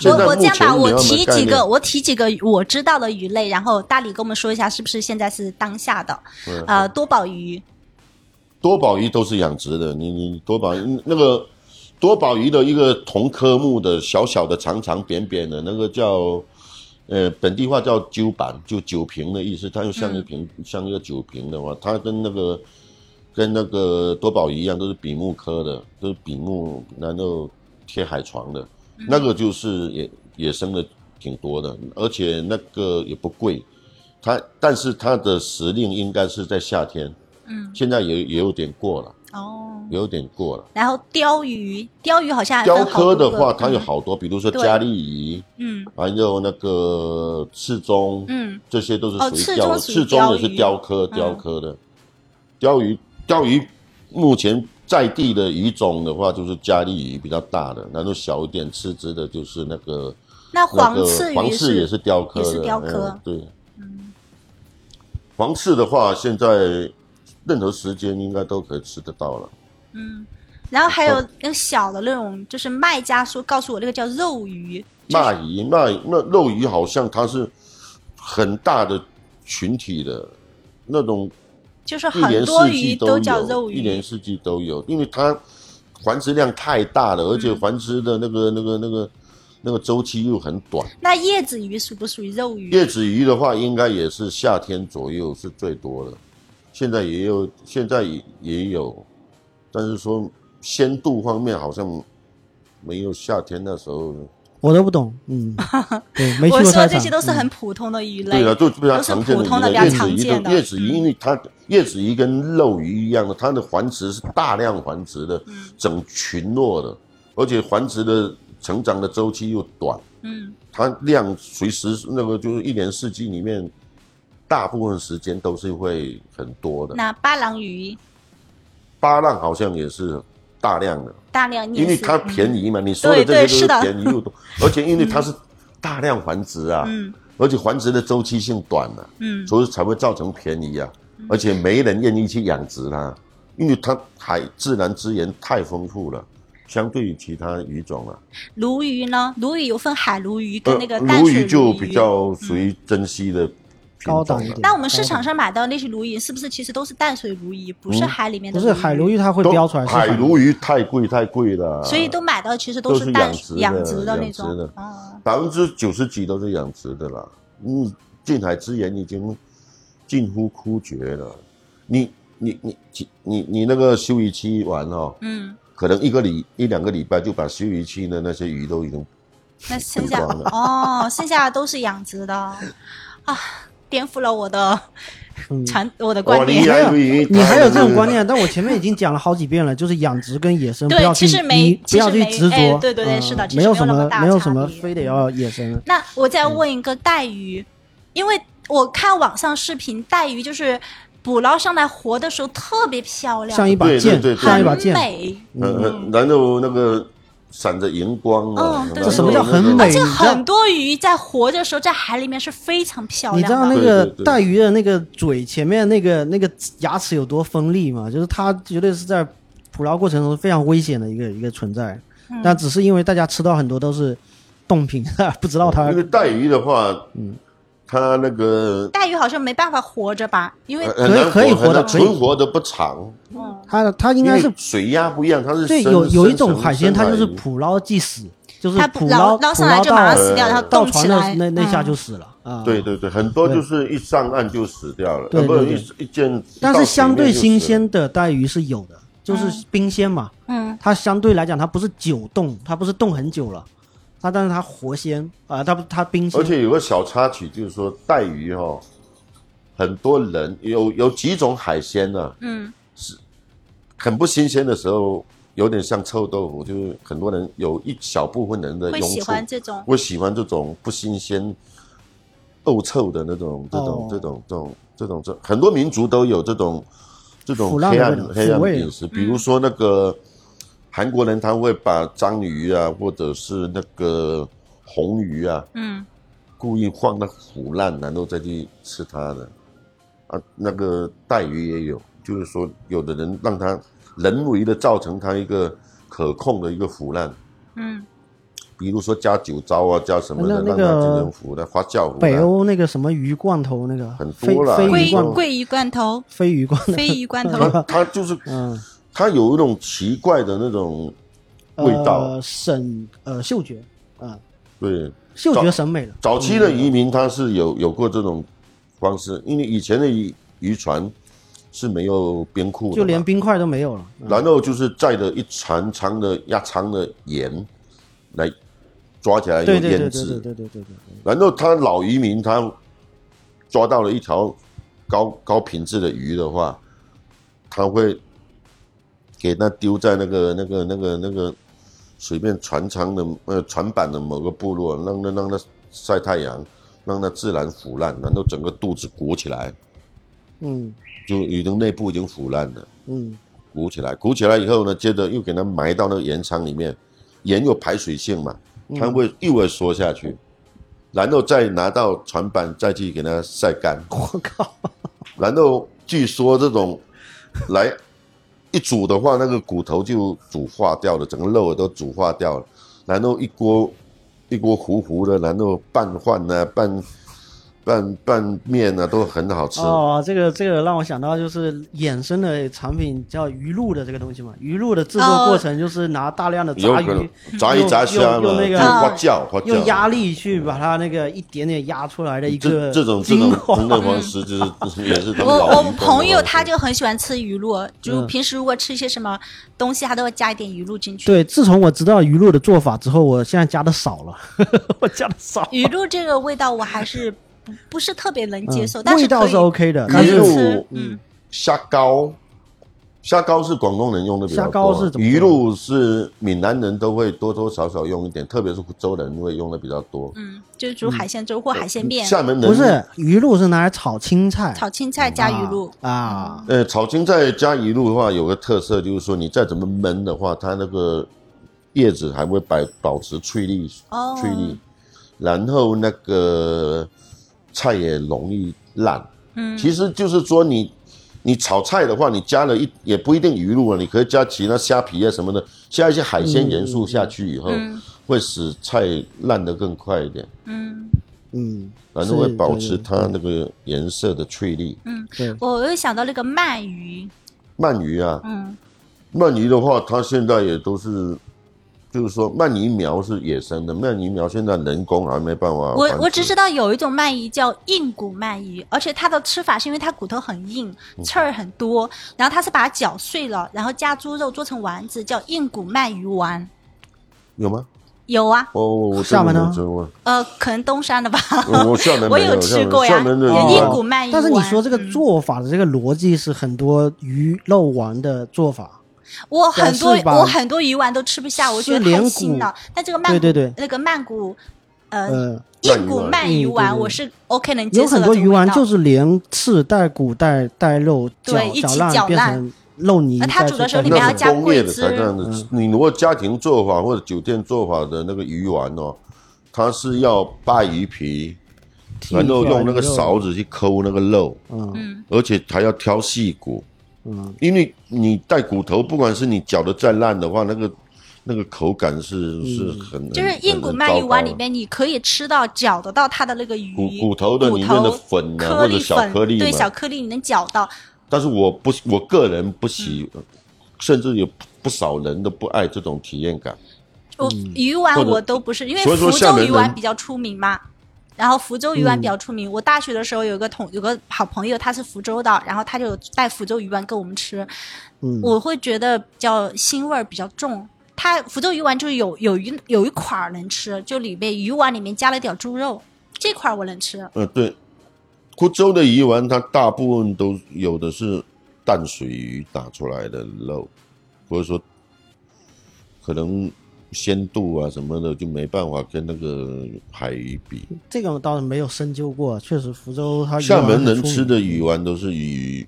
S3: 现在
S2: 我我
S3: 目
S2: 这样
S3: 前
S2: 吧，
S3: 没
S2: 我
S3: 有什
S2: 提
S3: 么概
S2: 几个，
S3: 念。
S2: 我提几个我知道的鱼类，然后大理跟我们说一下，是不是现在是当下的？
S3: 嗯
S2: 呃，多宝鱼，
S3: 多宝鱼都是养殖的，你你多宝鱼那个多宝鱼的一个同科目的小小的长长扁扁的那个叫。呃，本地话叫鸠板，就酒瓶的意思，它就像一瓶、像一个酒瓶的话，它跟那个跟那个多宝鱼一样，都是比目科的，都是比目，然后贴海床的，那个就是野野生的挺多的，而且那个也不贵，它但是它的时令应该是在夏天，
S2: 嗯，
S3: 现在也也有点过了，
S2: 哦，
S3: 也有点过了。
S2: 然后鲷鱼，鲷鱼好像还分
S3: 雕
S2: 好多
S3: 刻的话，
S2: 个嗯
S3: 它有，好多，比如说
S2: 对
S3: 加利鱼，
S2: 嗯
S3: 还有那个刺中，
S2: 嗯，
S3: 这些都是
S2: 哦
S3: 属
S2: 赤
S3: 于雕，
S2: 中属于
S3: 赤中也是
S2: 鲷
S3: 雕
S2: 鱼
S3: 刻
S2: 嗯
S3: 雕刻的。鲷鱼，鲷鱼目前在地的鱼种的话，就是加利鱼比较大的，然后小一点吃之的就是那个
S2: 那
S3: 那
S2: 黄
S3: 个
S2: 刺
S3: 黄
S2: 鱼
S3: 刺也是雕刻的，
S2: 也是雕刻
S3: 嗯对，黄刺的话，现在任何时间应该都可以吃得到了。
S2: 然后还
S3: 哦
S2: 有那个小的那种，就是卖家说告诉我那个叫肉鱼，
S3: 鳗鱼，那那肉鱼好像它是很大的群体的，那种
S2: 就是
S3: 一
S2: 很
S3: 年
S2: 多
S3: 四
S2: 鱼
S3: 季都
S2: 叫肉
S3: 有，一年
S2: 鱼，
S3: 四季都有，因为它繁殖量太大了，而
S2: 嗯
S3: 且繁殖的那个、那个那个那个周期又很短。
S2: 那叶子鱼属不属于肉鱼？
S3: 叶子鱼的话，应该也是夏天左右是最多的，现在也有，现在也也有，但是说鲜度方面好像没有夏天那时候。
S1: 我都不懂， 嗯，对，没去
S2: 我
S1: 过
S2: 说
S1: 菜
S2: 这
S1: 场，
S2: 些
S1: 嗯
S2: 都是很普通的鱼类，
S3: 对了，啊就比较
S2: 都是
S3: 常见
S2: 普通的
S3: 的
S2: 比
S3: 鱼类，叶子
S2: 较常
S3: 鱼
S2: 见
S3: 的
S2: 的嗯
S3: 叶子鱼，因为它叶子鱼跟肉鱼一样的，它的繁殖是大量繁殖的，
S2: 嗯
S3: 整群落的，而且繁殖的成长的周期又短，
S2: 嗯，
S3: 它量随时那个就是一年四季里面，大部分时间都是会很多的。
S2: 那巴郎鱼
S3: 巴浪好像也是大量的，
S2: 大量啮
S3: 因为
S2: 死
S3: 它
S2: 嗯
S3: 便宜嘛，你说的
S2: 对
S3: 这
S2: 对是
S3: 些
S2: 的
S3: 都是便宜又多，而且因为它是大量繁殖啊，
S2: 嗯
S3: 而且繁殖的周期性短啊。
S2: 嗯，
S3: 所以才会造成便宜啊，而且没人愿意去养殖它，因为它海自然资源太丰富了，相对于其他鱼种啊，
S2: 鲈鱼呢？鲈鱼有分海鲈鱼跟
S3: 呃，
S2: 那个淡
S3: 鲈
S2: 水嗯
S3: 鱼就比。较属于珍稀的品
S1: 高
S3: 种啊
S1: 档一
S3: 了、
S1: 点
S2: 那我们市场上买到那些鲈鱼，是不是其实都是淡水鲈鱼，不
S3: 嗯
S2: 是海里面
S1: 不
S2: 的？
S1: 是海鲈
S2: 鱼，
S1: 鱼，它会
S3: 都
S1: 标出来是
S3: 海
S1: 什么
S3: 鲈鱼太贵太贵了，
S2: 所以都买到其实
S3: 都
S2: 是
S3: 是
S2: 淡
S3: 养殖的
S2: 养殖的
S3: 养
S2: 那种
S3: 殖的。
S2: 哦，
S3: 百分之九十几都是养殖的啦，嗯，近海资源已经近乎枯竭了，你你你你你你那个休渔期完哦。
S2: 嗯，
S3: 可能一个礼一两个礼拜就把休渔期的那些鱼都已经
S2: 那剩下
S3: 不光了
S2: 哦，剩下的都是养殖的啊，颠覆了我的
S1: 嗯
S2: 传我的
S3: 哇
S2: 观
S3: 你
S2: 念。
S3: 还有鱼，
S1: 你还有这种观
S3: 念？
S1: 念，但我前面已经讲了好几遍了，就是养殖跟野生不
S2: 对
S1: 要去，
S2: 其实没
S1: 你不
S2: 其实
S1: 要去
S2: 没
S1: 执着
S2: 哎，对对对
S1: 嗯
S2: 是的其实
S1: 没
S2: 没有
S1: 什
S2: 那么
S1: 么
S2: 大
S1: 没有
S2: 差
S1: 什么
S2: 别嗯
S1: 非得要野生，
S2: 那我再问一个带鱼，因为我看网上视频，带鱼就是捕捞上来活的时候特别漂亮，
S1: 像一把
S3: 对对
S1: 剑
S3: 对，对
S1: 像一
S2: 很
S1: 把剑，
S2: 美。
S3: 呃，然后那个闪着荧光啊
S2: 嗯，对
S3: 然后
S2: 这什么
S1: 叫很
S3: 那个
S1: 美你知
S2: 这个
S1: 道
S2: 很多鱼在活着的时候，在海里面是非常漂
S1: 你
S2: 亮
S1: 知道
S2: 的。
S1: 那
S3: 对
S1: 个
S3: 对对
S1: 带鱼的那个嘴前面那个那个牙齿有多锋利吗？就是它绝对是在捕捞过程中非常危险的一个一个存在。
S2: 嗯
S1: 但只是因为大家吃到很多都是冻品， 不知道它
S3: 因为带鱼的话，嗯，它那个
S2: 带鱼好像没办法活着吧？因为
S3: 很难
S1: 哎可以可以活的
S3: 很难
S1: 可以
S3: 存活的不长，
S1: 它它应
S3: 因
S1: 该
S3: 为
S1: 是
S3: 水压不一样，它是
S1: 对
S3: 生
S1: 有有一种
S3: 生
S1: 海鲜，
S3: 生
S1: 它就是
S3: 海鱼
S1: 捕捞即死，就是
S2: 它
S1: 捕
S2: 不捞
S1: 捞
S2: 捞上
S1: 捕
S2: 来就
S1: 到
S2: 马上死掉
S3: 了它
S1: 到
S2: 冻
S1: 船
S2: 起
S1: 的
S2: 来
S1: 那那下
S2: 嗯
S1: 就死了啊。
S3: 对对对，很多就是一上岸就死掉了，
S1: 对
S3: 呃不是
S1: 对
S3: 一一见，
S1: 但是相对新
S3: 到水面就死了，
S1: 鲜的带鱼是有的，就是冰鲜嘛，
S2: 嗯，
S1: 它相对来讲它不是久冻，它不是冻很久了，它但是它活鲜啊、它不它冰鲜
S3: 而，且有个小插曲，就是说带鱼哦，很多人有有几种海鲜呢、嗯，是很不新鲜的时候，有点像臭豆腐，就是很多人有一小部分人的
S2: 会
S3: 用
S2: 喜
S3: 处
S2: 欢这种
S3: 会喜欢这种不新鲜、恶臭的那种、这种
S1: 哦、
S3: 这种、这种、这种、这很多民族都有这种、这种
S1: 腐烂
S3: 黑
S1: 的
S3: 暗
S1: 味道
S3: 黑
S1: 腐味
S3: 暗饮食。比如说那个韩国人，他会把章鱼啊，或者是那个红鱼啊，
S2: 嗯，
S3: 故意放到腐烂，然后再去吃它的。啊，那个带鱼也有，就是说有的人让它人为的造成它一个可控的一个腐烂。
S2: 嗯，
S3: 比如说加酒糟啊，加什么的，
S1: 那那
S3: 让
S1: 个
S3: 它精神腐的发酵腐
S1: 北
S3: 的。
S1: 欧那个什么鱼罐头那个
S3: 很
S1: 飞
S3: 多啦
S1: 飞
S3: 你
S2: 鲑
S1: 鱼嗯罐头
S3: 说
S2: 鲑鱼罐头、
S1: 飞鱼罐头，
S2: 鲱鱼罐头，
S3: 它它就是
S1: 嗯，
S3: 它有一种奇怪的那种味道，
S1: 呃、审呃嗅觉啊、
S3: 对。
S1: 嗅觉
S3: 早
S1: 审美了，
S3: 早期的移民他是有有过这种方式，因为以前的渔渔船是没有边库的，
S1: 就连，冰块都没有了。嗯
S3: 然后就是载着一长长的压长的盐来抓起来
S1: 对
S3: 用
S1: 对对对对对
S3: 腌制，
S1: 对对对对，
S3: 然后他老渔民他抓到了一条高高品质的鱼的话，他会给它丢在那个那个那个那个随便船舱的呃船板的某个部落，让它让它晒太阳，让它自然腐烂，然后整个肚子鼓起来，
S1: 嗯
S3: 就已经内部已经腐烂了，
S1: 嗯
S3: 鼓起来，鼓起来以后呢，接着又给它埋到那个盐仓里面，盐有排水性嘛，
S1: 嗯
S3: 它会又会缩下去。然后再拿到船板，再去给它晒干。
S1: 我靠，
S3: 然后据说这种来一煮的话，那个骨头就煮化掉了，整个肉都煮化掉了。然后一锅一锅糊糊的，然后拌饭呢、拌拌拌面呢、都很好吃。
S1: 哦，这个这个让我想到就是衍生的产品叫鱼露的这个东西嘛，鱼露的制作
S2: 哦
S1: 过程就是拿大量的
S3: 有
S1: 杂
S3: 可
S1: 鱼
S3: 能，炸一炸虾
S1: 用
S3: 嘛，
S1: 用那
S3: 就
S1: 个
S2: 啊
S3: 花椒花椒
S1: 用。压力去把它那个一点点压出来的一
S3: 这
S1: 个
S3: 这种这
S1: 精
S3: 种
S1: 华
S3: 烹饪方式就是 也是他们
S2: 我
S3: 老
S2: 我
S3: 渔工的
S2: 朋友
S3: 方式
S2: 他就很喜欢吃鱼露，就
S1: 嗯
S2: 平时如果吃一些什么东西，他都会加一点鱼露进去。
S1: 对，自从我知道鱼露的做法之后，我现在加的少了， 我加的少了，
S2: 鱼露这个味道我还是不不是特别能接受，
S1: 嗯
S2: 但是
S1: 味道
S2: 可以
S1: 是 OK 的，
S3: 鱼
S1: 但
S2: 可以
S1: 是
S3: 露
S2: 吃，嗯，
S3: 虾膏，虾膏是广东人用的比较
S1: 虾膏
S3: 多啊
S1: 是，怎么
S3: 鱼露是闽南人都会多多少少用一点，特别是福州人会用的比较多。
S2: 嗯，就是煮海鲜粥或海
S3: 呃
S2: 鲜面，
S3: 厦门人
S1: 不是鱼露是拿来炒青菜，
S2: 炒青菜加鱼露，哦
S1: 啊啊，
S3: 呃，炒青菜加鱼露的话，有个特色就是说，你再怎么焖的话，它那个叶子还会保保持翠绿，
S2: 哦
S3: 翠绿，然后那个菜也容易烂。嗯，其实就是说你。你炒菜的话，你加了一也不一定鱼露啊，你可以加其他虾皮啊什么的，加一些海鲜元素下去以后，会使菜烂得更快一点，
S2: 嗯。
S1: 嗯，
S3: 然后会
S1: 是
S3: 保
S1: 对
S3: 持它那个颜色的翠绿。
S1: 对，
S2: 我又想到那个鳗鱼，
S3: 鳗鱼啊，
S2: 嗯，
S3: 鳗鱼的话，它现在也都是，就是说鳗鱼苗是野生的，鳗鱼苗现在人工还没办法繁殖。
S2: 我我只知道有一种鳗鱼叫硬骨鳗鱼，而且它的吃法是因为它骨头很硬，
S3: 嗯
S2: 刺儿很多，然后它是把它搅碎了，然后加猪肉做成丸子，叫硬骨鳗鱼丸。
S3: 有吗？
S2: 有啊，
S3: 哦，我我
S1: 厦门呢
S3: 真的没有
S2: 呃，可能东山的吧。
S3: 嗯我我厦门
S2: 我
S3: 没有
S2: 有吃过
S3: 厦
S2: 呀，
S3: 门的
S1: 有
S2: 硬骨
S3: 哦
S2: 鳗鱼丸。
S1: 但是你说这个
S2: 嗯
S1: 做法的这个逻辑是很多鱼肉丸的做法，
S2: 我很多
S1: 但是吧
S2: 我很多鱼丸都吃不下，我觉
S1: 是
S2: 得
S1: 连
S2: 太
S1: 骨
S2: 腥了。但这个曼谷
S1: 对对对
S2: 那个曼谷，呃，
S1: 呃，
S2: 硬骨鳗鱼
S1: 鳗鱼丸
S2: 丸我是 OK 能接
S1: 有
S2: 受的。。
S1: 很多鱼丸就是是连刺带骨带带肉搅
S2: 对一起
S1: 搅烂
S2: 搅
S1: 变
S2: 烂
S1: 成肉泥
S2: 呃
S1: 再去
S2: 它
S1: 蒸，
S2: 煮的时候里面
S3: 那
S2: 要加
S3: 是工业的
S2: 桂枝
S3: 才这样
S2: 嗯
S3: 子。你如果家庭做法或者酒店做法的那个鱼丸哦，它是要扒鱼皮，
S1: 剔
S3: 然后
S1: 出来
S3: 用那个
S1: 之后
S3: 勺子去抠那个肉，
S1: 嗯
S3: 而且还要挑细骨。
S1: 嗯，
S3: 因为你带骨头，不管是你搅的再烂的话，那个那个口感
S2: 嗯
S3: 是是嗯很
S2: 就是硬骨鳗鱼丸里。面，你可以吃到嚼得到它的那个鱼
S3: 骨骨头的里面的粉啊
S2: 骨头
S3: 或者小颗粒嘛
S2: 对小颗粒你能嚼到。
S3: 但是我不，我
S2: 嗯
S3: 个人不喜，甚至有不少人都不爱这种体验感。
S2: 我鱼丸
S3: 嗯或者
S2: 我都不是，因为
S3: 所以说
S2: 福
S3: 厦
S2: 州
S3: 门
S2: 鱼丸
S3: 人嗯
S2: 比较出名嘛。然后福州鱼丸比较出名。我大学的时候有个同有个好朋友，他是福州的，然后他就有带福州鱼丸给我们吃。
S3: 嗯
S2: 我会觉得比较腥味儿比较重。它福州鱼丸就是有有一有一款儿能吃，就里面鱼丸里面加了点猪肉，这块儿我能吃。
S3: 呃，对，福州的鱼丸它大部分都有的是淡水鱼打出来的肉，或者说可能鲜度啊什么的就没办法跟那个海鱼比。
S1: 这个我倒是没有深究过，确实福州它鱼
S3: 厦
S1: 丸
S3: 门
S1: 很
S3: 人
S1: 出
S3: 吃
S1: 名
S3: 的鱼丸都是以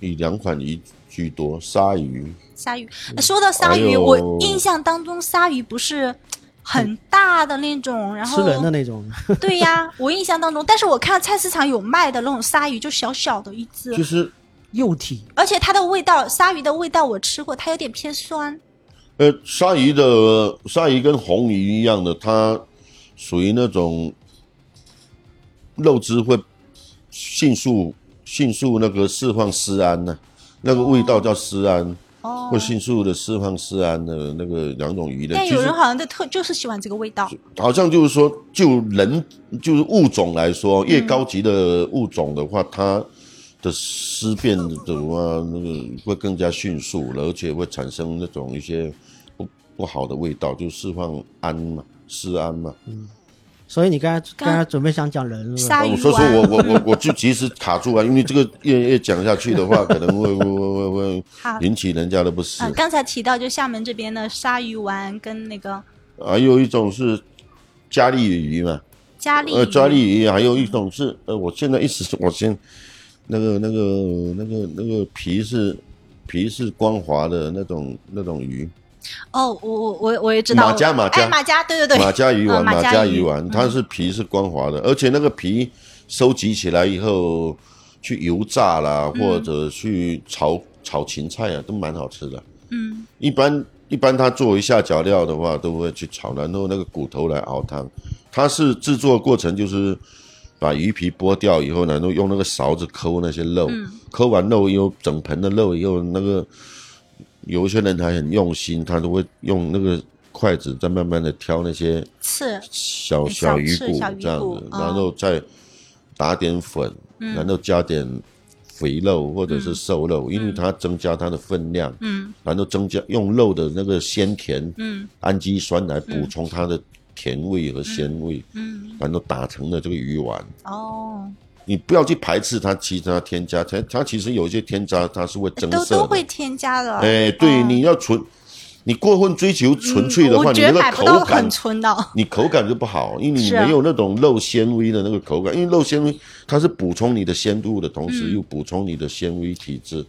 S3: 以两款鱼居多，鲨鱼。
S2: 鲨鱼，说到鲨
S3: 哎
S2: 鱼，
S3: 呦
S2: 我印象当中鲨鱼不是很大的那种，然后
S1: 吃人 的那种，
S2: 对呀，我印象当中，但是我看菜市场有卖的那种鲨鱼，就小小的一只，
S3: 就是
S1: 幼体
S2: 而且它的味道，鲨鱼的味道我吃过，它有点偏酸。
S3: 呃，鲨鱼的鲨鱼跟红鱼一样的，它属于那种肉汁会迅速迅速那个释放丝胺呢、那个味道叫丝胺，
S2: 哦
S3: 会迅速的释放丝胺的那个两种鱼的，
S2: 但
S3: 其
S2: 有
S3: 实
S2: 人好像就特就是喜欢这个味道，
S3: 好像就是说，就人就是物种来说，越高级的物种的话，它的尸变的话，那个会更加迅速，而且会产生那种一些不不好的味道，就释放氨嘛，尸胺 嘛。
S1: 所以你刚才
S2: 刚
S1: 刚才准备想讲人是吧？
S3: 嗯
S2: 鲨
S3: 哦我
S2: 鱼
S3: 说说
S2: 丸。
S3: 我我我我就及时卡住啊，因为这个越越讲下去的话，可能会会会会
S2: 好
S3: 引起人家的不适
S2: 啊，。刚才提到就厦门这边的鲨鱼丸跟那个
S3: 还有一种是加利鱼嘛，
S2: 嘉利鱼，
S3: 呃，抓力鱼还有一种是，呃，我现在一时 我先那个那个那个那个皮是皮是光滑的那种那种鱼，
S2: 哦，我我我我也知道
S3: 马家马家
S2: 哎马家，对对对，
S3: 马家鱼丸，
S2: 啊马
S3: 马
S2: 家
S3: 家
S2: 鱼
S3: 鱼丸，它是皮是光滑的，而且那个皮收集起来以后去油炸啦，
S2: 嗯
S3: 或者去炒炒芹菜啊，都蛮好吃的。
S2: 嗯，
S3: 一般一般它作为下脚料的话，都会去炒，然后那个骨头来熬汤。它是制作过程就是把鱼皮剥掉以后，然后用那个勺子抠那些肉，
S2: 嗯
S3: 抠完肉以后，整盆的肉以后，那个有一些人还很用心，他都会用那个筷子再慢慢的挑那些
S2: 刺，
S3: 小
S2: 小
S3: 小鱼
S2: 翅
S3: 骨
S2: 哎小鱼
S3: 这样
S2: 骨
S3: 子，
S2: 哦
S3: 然后再打点粉，
S2: 嗯
S3: 然后加点肥肉或者是瘦肉，因为它增加它的分量，
S2: 嗯
S3: 然后增加用肉的那个鲜甜
S2: 嗯
S3: 氨基酸来补充它的甜味和鲜味，
S2: 嗯，
S3: 然后打成了这个鱼丸。
S2: 哦，
S3: 你不要去排斥它其他添加，它它其实有一些添加它是会增
S2: 哎都
S3: 色
S2: 都
S3: 的
S2: 会。嗯添加的，
S3: 哎，对，你要纯，你过分追求纯粹的话，
S2: 嗯我
S3: 你
S2: 觉
S3: 那
S2: 得
S3: 个
S2: 买不到
S3: 口感
S2: 很纯的，
S3: 你口感就不好，因为你
S2: 是啊
S3: 没有那种肉纤维的那个口感，因为肉纤维它是补充你的鲜度的同
S2: 嗯
S3: 时，又补充你的纤维体质。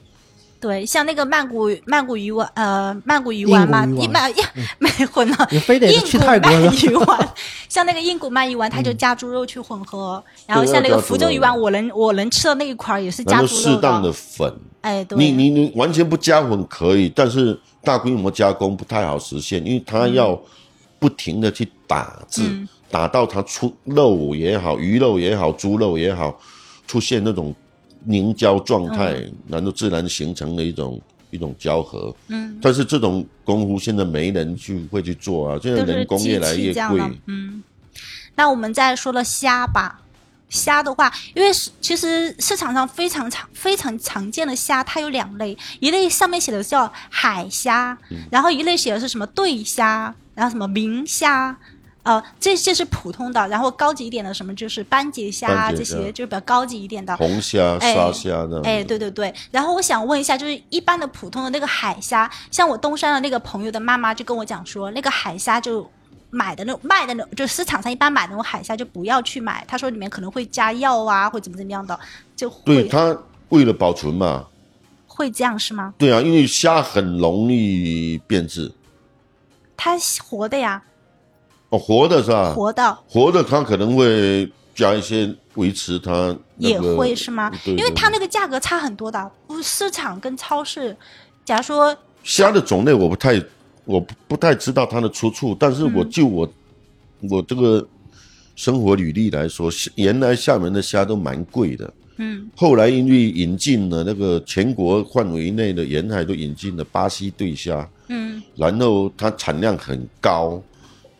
S2: 对，像那个曼谷曼谷鱼丸，呃，曼谷鱼丸嘛，
S1: 硬骨
S2: 一
S1: 鱼丸嗯
S2: 买呀 没混了，
S1: 你非得
S2: 硬
S1: 去
S2: 骨
S1: 泰国嗯
S2: 鳗
S1: 了
S2: 鱼 丸，像那个硬骨鳗鱼丸，它就加猪肉去混合，然后
S3: 对
S2: 像那
S3: 要
S2: 个
S3: 加
S2: 福
S3: 猪
S2: 州
S3: 肉
S2: 鱼丸，我能我能吃的那一块儿也是
S3: 然
S2: 加
S3: 后
S2: 猪
S3: 适
S2: 肉
S3: 当的，粉，
S2: 哎，对，
S3: 你你你完全不加粉可以，但是大规模加工不太好实现，因为它要不停的去打制，
S2: 嗯
S3: 打到它出肉也好，鱼肉也好，猪肉也好，出现那种凝胶状态，
S2: 嗯
S3: 然后自然形成的一种一种胶合。嗯，但是这种功夫现在没人去会去做啊，现在
S2: 都是
S3: 人工
S2: 机
S3: 越来
S2: 器
S3: 越
S2: 这样
S3: 贵
S2: 的，嗯，那我们再说了虾吧。虾的话，因为是其实市场上非常常非常常见的虾，它有两类，一类上面写的叫海虾，然后一类写的是什么对虾，然后什么明虾，呃，这些是普通的，然后高级一点的什么就是斑节虾
S3: 斑节
S2: 这
S3: 虾
S2: 些，就是比较高级一点的。
S3: 红虾、
S2: 哎
S3: 沙虾的。
S2: 哎，对对对，然后我想问一下，就是一般的普通的那个海虾，像我东山的那个朋友的妈妈就跟我讲说，那个海虾就买的那种卖的那种，就市场上一般买的那种海虾就不要去买，他说里面可能会加药啊，或怎么怎么样的，就
S3: 对
S2: 会
S3: 它为了保存嘛，
S2: 会这样是吗？
S3: 对啊，因为虾很容易变质。
S2: 它活的呀，
S3: 哦，活的是吧？
S2: 活的。
S3: 活的，它可能会加一些维持它、那
S2: 也
S3: 个、
S2: 会是吗？
S3: 对
S2: 因为
S3: 对
S2: 它那个价格差很多的，不市场跟超市。假如说
S3: 虾的种类我不太我不不太知道它的出处，但是
S2: 嗯
S3: 我就我、我这个生活履历来说，是原来厦门的虾都蛮贵的。
S2: 嗯，
S3: 后来因为引进了那个全国范围内的沿海都引进了巴西对虾，
S2: 嗯
S3: 然后它产量很高，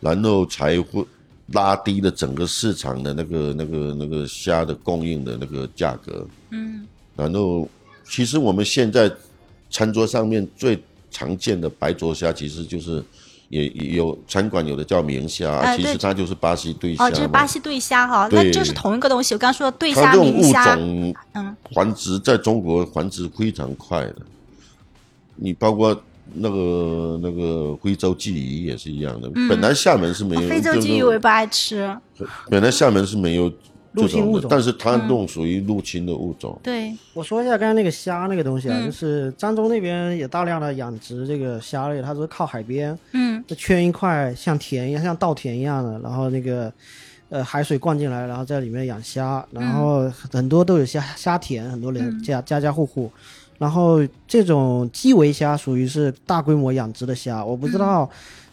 S3: 然后才会拉低了整个市场的那个那个那个虾的供应的那个价格。嗯，然后其实我们现在餐桌上面最常见的白灼虾，其实就是也也有餐馆有的叫明虾，
S2: 哎
S3: 其
S2: 对
S3: 实它就是巴西对虾嘛。
S2: 哦，这是巴西对虾哈，
S3: 对
S2: 那就是同一个东西。我刚说的对
S3: 它
S2: 虾、
S3: 这种
S2: 明
S3: 物
S2: 虾，
S3: 种
S2: 嗯，
S3: 繁殖在中国繁殖非常快的，你包括那个那个非洲鲫鱼也是一样的。
S1: 嗯
S3: 本来厦门是没
S1: 哦
S3: 有，
S2: 非洲鲫鱼
S3: 嗯就
S2: 我
S3: 是
S2: 也不爱吃。
S3: 本来厦门是没有
S1: 入
S3: 这
S1: 侵
S3: 种
S1: 物
S3: 的
S1: 种
S3: 但是它那种属于入侵的物种。
S2: 对，
S1: 我说一下刚才那个虾那个东西啊，
S2: 嗯
S1: 就是漳州那边也大量的养殖这个虾类，它是靠海边，
S2: 嗯，
S1: 就圈一块像田一样，像稻田一样的，然后那个呃海水灌进来，然后在里面养虾，
S2: 嗯
S1: 然后很多都有虾虾田，很多人家家家户户。然后这种基围虾属于是大规模养殖的虾，我不知
S2: 嗯
S1: 道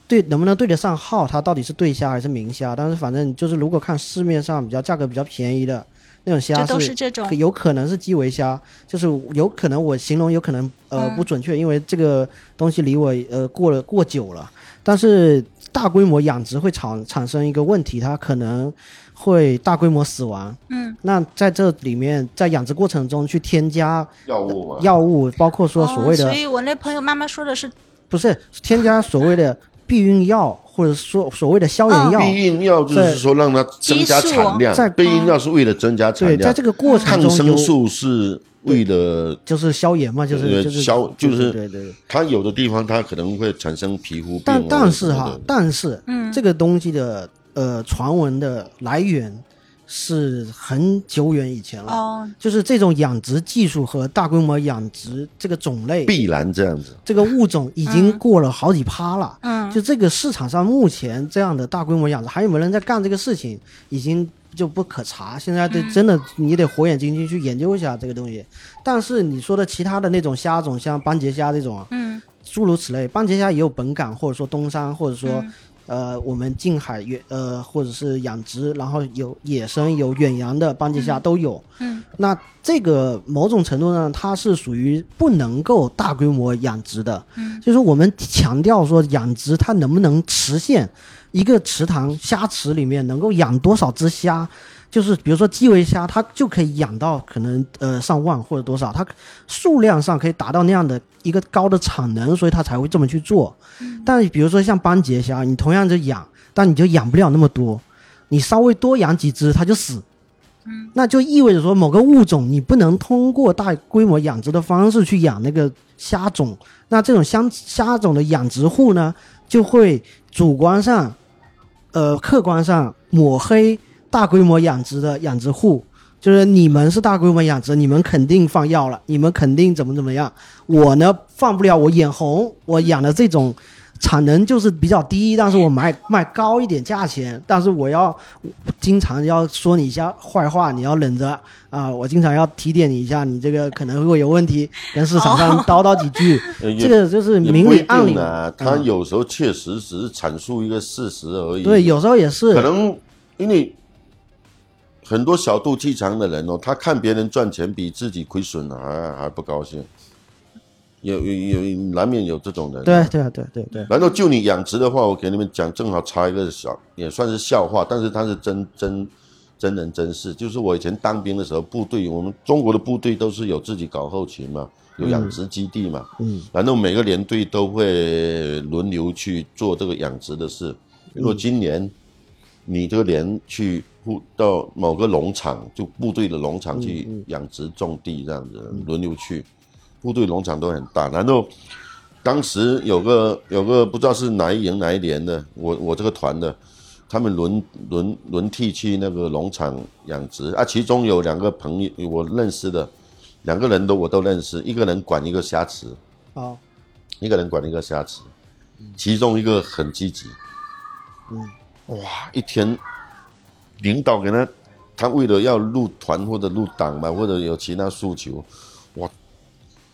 S1: 对能不能对得上号，它到底是对虾还是明虾。但是反正就是如果看市面上比较价格比较便宜的那种虾
S2: 就都是这种
S1: 可。有可能是基围虾，就是有可能我形容有可能呃不准确，因为这个东西离我呃过了过久了。但是大规模养殖会产产生一个问题，它可能会大规模死亡。
S2: 嗯，
S1: 那在这里面，在养殖过程中去添加
S3: 药物嘛，
S1: 药物，包括说所谓
S2: 哦，
S1: 的、
S2: 所以我那朋友妈妈说的是，
S1: 不是添加所谓的避孕药，或者说所谓的消炎药。
S3: 哦
S1: 哦
S3: 避孕药就是说让它增加产量
S1: 在，
S3: 避孕药是为了增加产
S1: 对，在
S3: 量，
S1: 这个过程
S3: 抗
S1: 中
S3: 生
S1: 有
S3: 素是为了
S1: 就是消炎嘛，就是
S3: 呃
S1: 就是
S3: 消就是
S1: 对对对。
S3: 它有的地方它可能会产生皮肤病啊什
S1: 但
S3: 么的。
S1: 但是哈，但是，嗯，这个东西的呃传闻的来源是很久远以前了，
S2: 哦，
S1: 就是这种养殖技术和大规模养殖这个种类，
S3: 必然这样子。
S1: 这个物种已经过了好几趴了。
S2: 嗯
S1: 就这个市场上目前这样的大规模养殖，还有没有人在干这个事情，已经就不可查。现在
S2: 嗯
S1: 得真的你得火眼金睛去研究一下这个东西。但是你说的其他的那种虾种，像斑节虾这种啊，
S2: 嗯，
S1: 诸如此类，斑节虾也有本港或者说东山，或者说、
S2: 嗯
S1: 呃我们近海远呃或者是养殖，然后有野生有远洋的斑节虾都有。
S2: 嗯，
S1: 那这个某种程度上它是属于不能够大规模养殖的。嗯，就是我们强调说养殖它能不能实现一个池塘虾池里面能够养多少只虾。就是比如说基围虾，它就可以养到可能呃上万或者多少，它数量上可以达到那样的一个高的产能，所以它才会这么去做。但比如说像斑节虾，你同样就养，但你就养不了那么多，你稍微多养几只它就死。那就意味着说，某个物种你不能通过大规模养殖的方式去养那个虾种，那这种虾虾种的养殖户呢，就会主观上，呃，客观上抹黑大规模养殖的养殖户，就是你们是大规模养殖，你们肯定放药了，你们肯定怎么怎么样，我呢放不了，我眼红，我养的这种。产能就是比较低，但是我卖卖高一点价钱，但是我要经常要说你一下坏话，你要忍着啊、我经常要提点你一下，你这个可能会有问题，跟市场上叨叨几句，
S3: 呃也
S1: 这个就是
S3: 也
S1: 明
S3: 不一
S1: 里
S3: 定
S1: 暗里
S3: 啊，他有时候确实只是阐述一个事实而已。
S1: 嗯对，有时候也是
S3: 可能因为很多小肚鸡肠的人哦，他看别人赚钱比自己亏损啊还还不高兴，有有有难免有这种人。
S1: 对。对对对对，
S3: 然后就你养殖的话，我给你们讲，正好插一个小，也算是笑话，但是它是真真真人真事。就是我以前当兵的时候，部队我们中国的部队都是有自己搞后勤嘛，有养殖基地嘛，
S1: 嗯，
S3: 然后每个连队都会轮流去做这个养殖的事。
S1: 嗯
S3: 如果今年你这个连去户到某个农场，就部队的农场
S1: 嗯
S3: 去养殖种地这样子，轮流去，部队农场都很大。然后当时有个有个不知道是哪一营哪一连的，我我这个团的，他们轮轮轮替去那个农场养殖啊，其中有两个朋友我认识的，两个人都我都认识，一个人管一个虾池，
S1: 好，
S3: 一个人管一个虾池，其中一个很积极，嗯，哇，一天领导给他，他为了要入团或者入党嘛，或者有其他诉求，哇，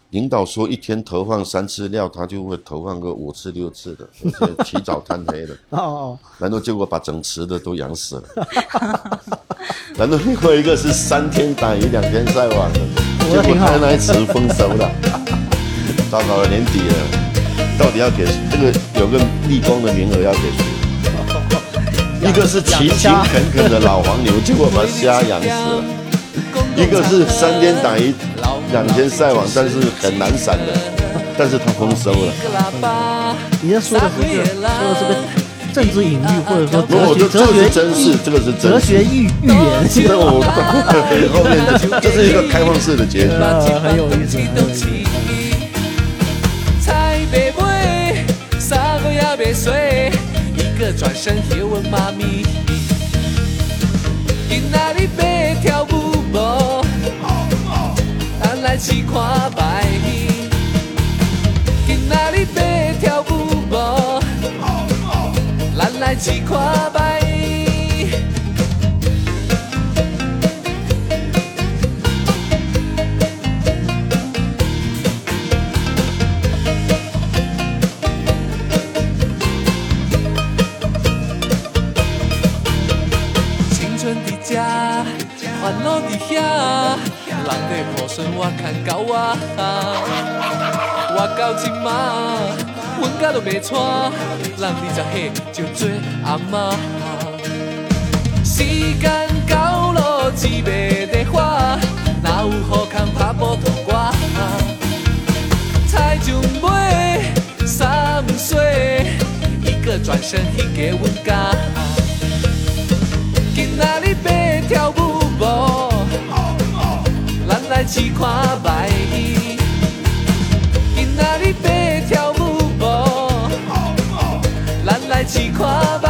S3: 领导说一天投放三次料，他就会投放个五次六次的，而且起早贪黑的。
S1: 哦哦，
S3: 然后结果把整池的都养死了。 然后另外一个是三天打鱼两天晒网的，结果他那一池丰收了，糟糕了，年底了，到底要给这个有个立功的名额要给谁？ 一个是勤勤恳恳的老黄牛，结果把虾养死了；一个是三天打鱼两天晒网，但是很难闪的，但是他丰收了。
S1: 你这说的不是说的是个政治隐喻，或者说
S3: 不，我
S1: 哲
S3: 就
S1: 学哲学
S3: 这是真事，这个是
S1: 哲
S3: 真事。
S1: 学寓寓言 性
S3: 那我后面的这是一个开放式的结局。
S1: 呃很有意思，很有意思。
S4: 菜袂买，衫裤也袂洗，一个转身学问妈咪。今仔日要跳舞无？咱来试看卖。今仔日要跳舞无？咱来试看卖。青春伫遮，烦恼伫遐，人地抱孙我牵狗仔，我到即马，阮甲都袂错，人二十岁就做阿嬷。时间到咯，志袂地花，哪有好康拍波托我？菜上买，衫唔洗，一个转身去给阮家。今仔日要跳舞无？咱来试看卖。今仔日要跳舞无？咱来试看卖。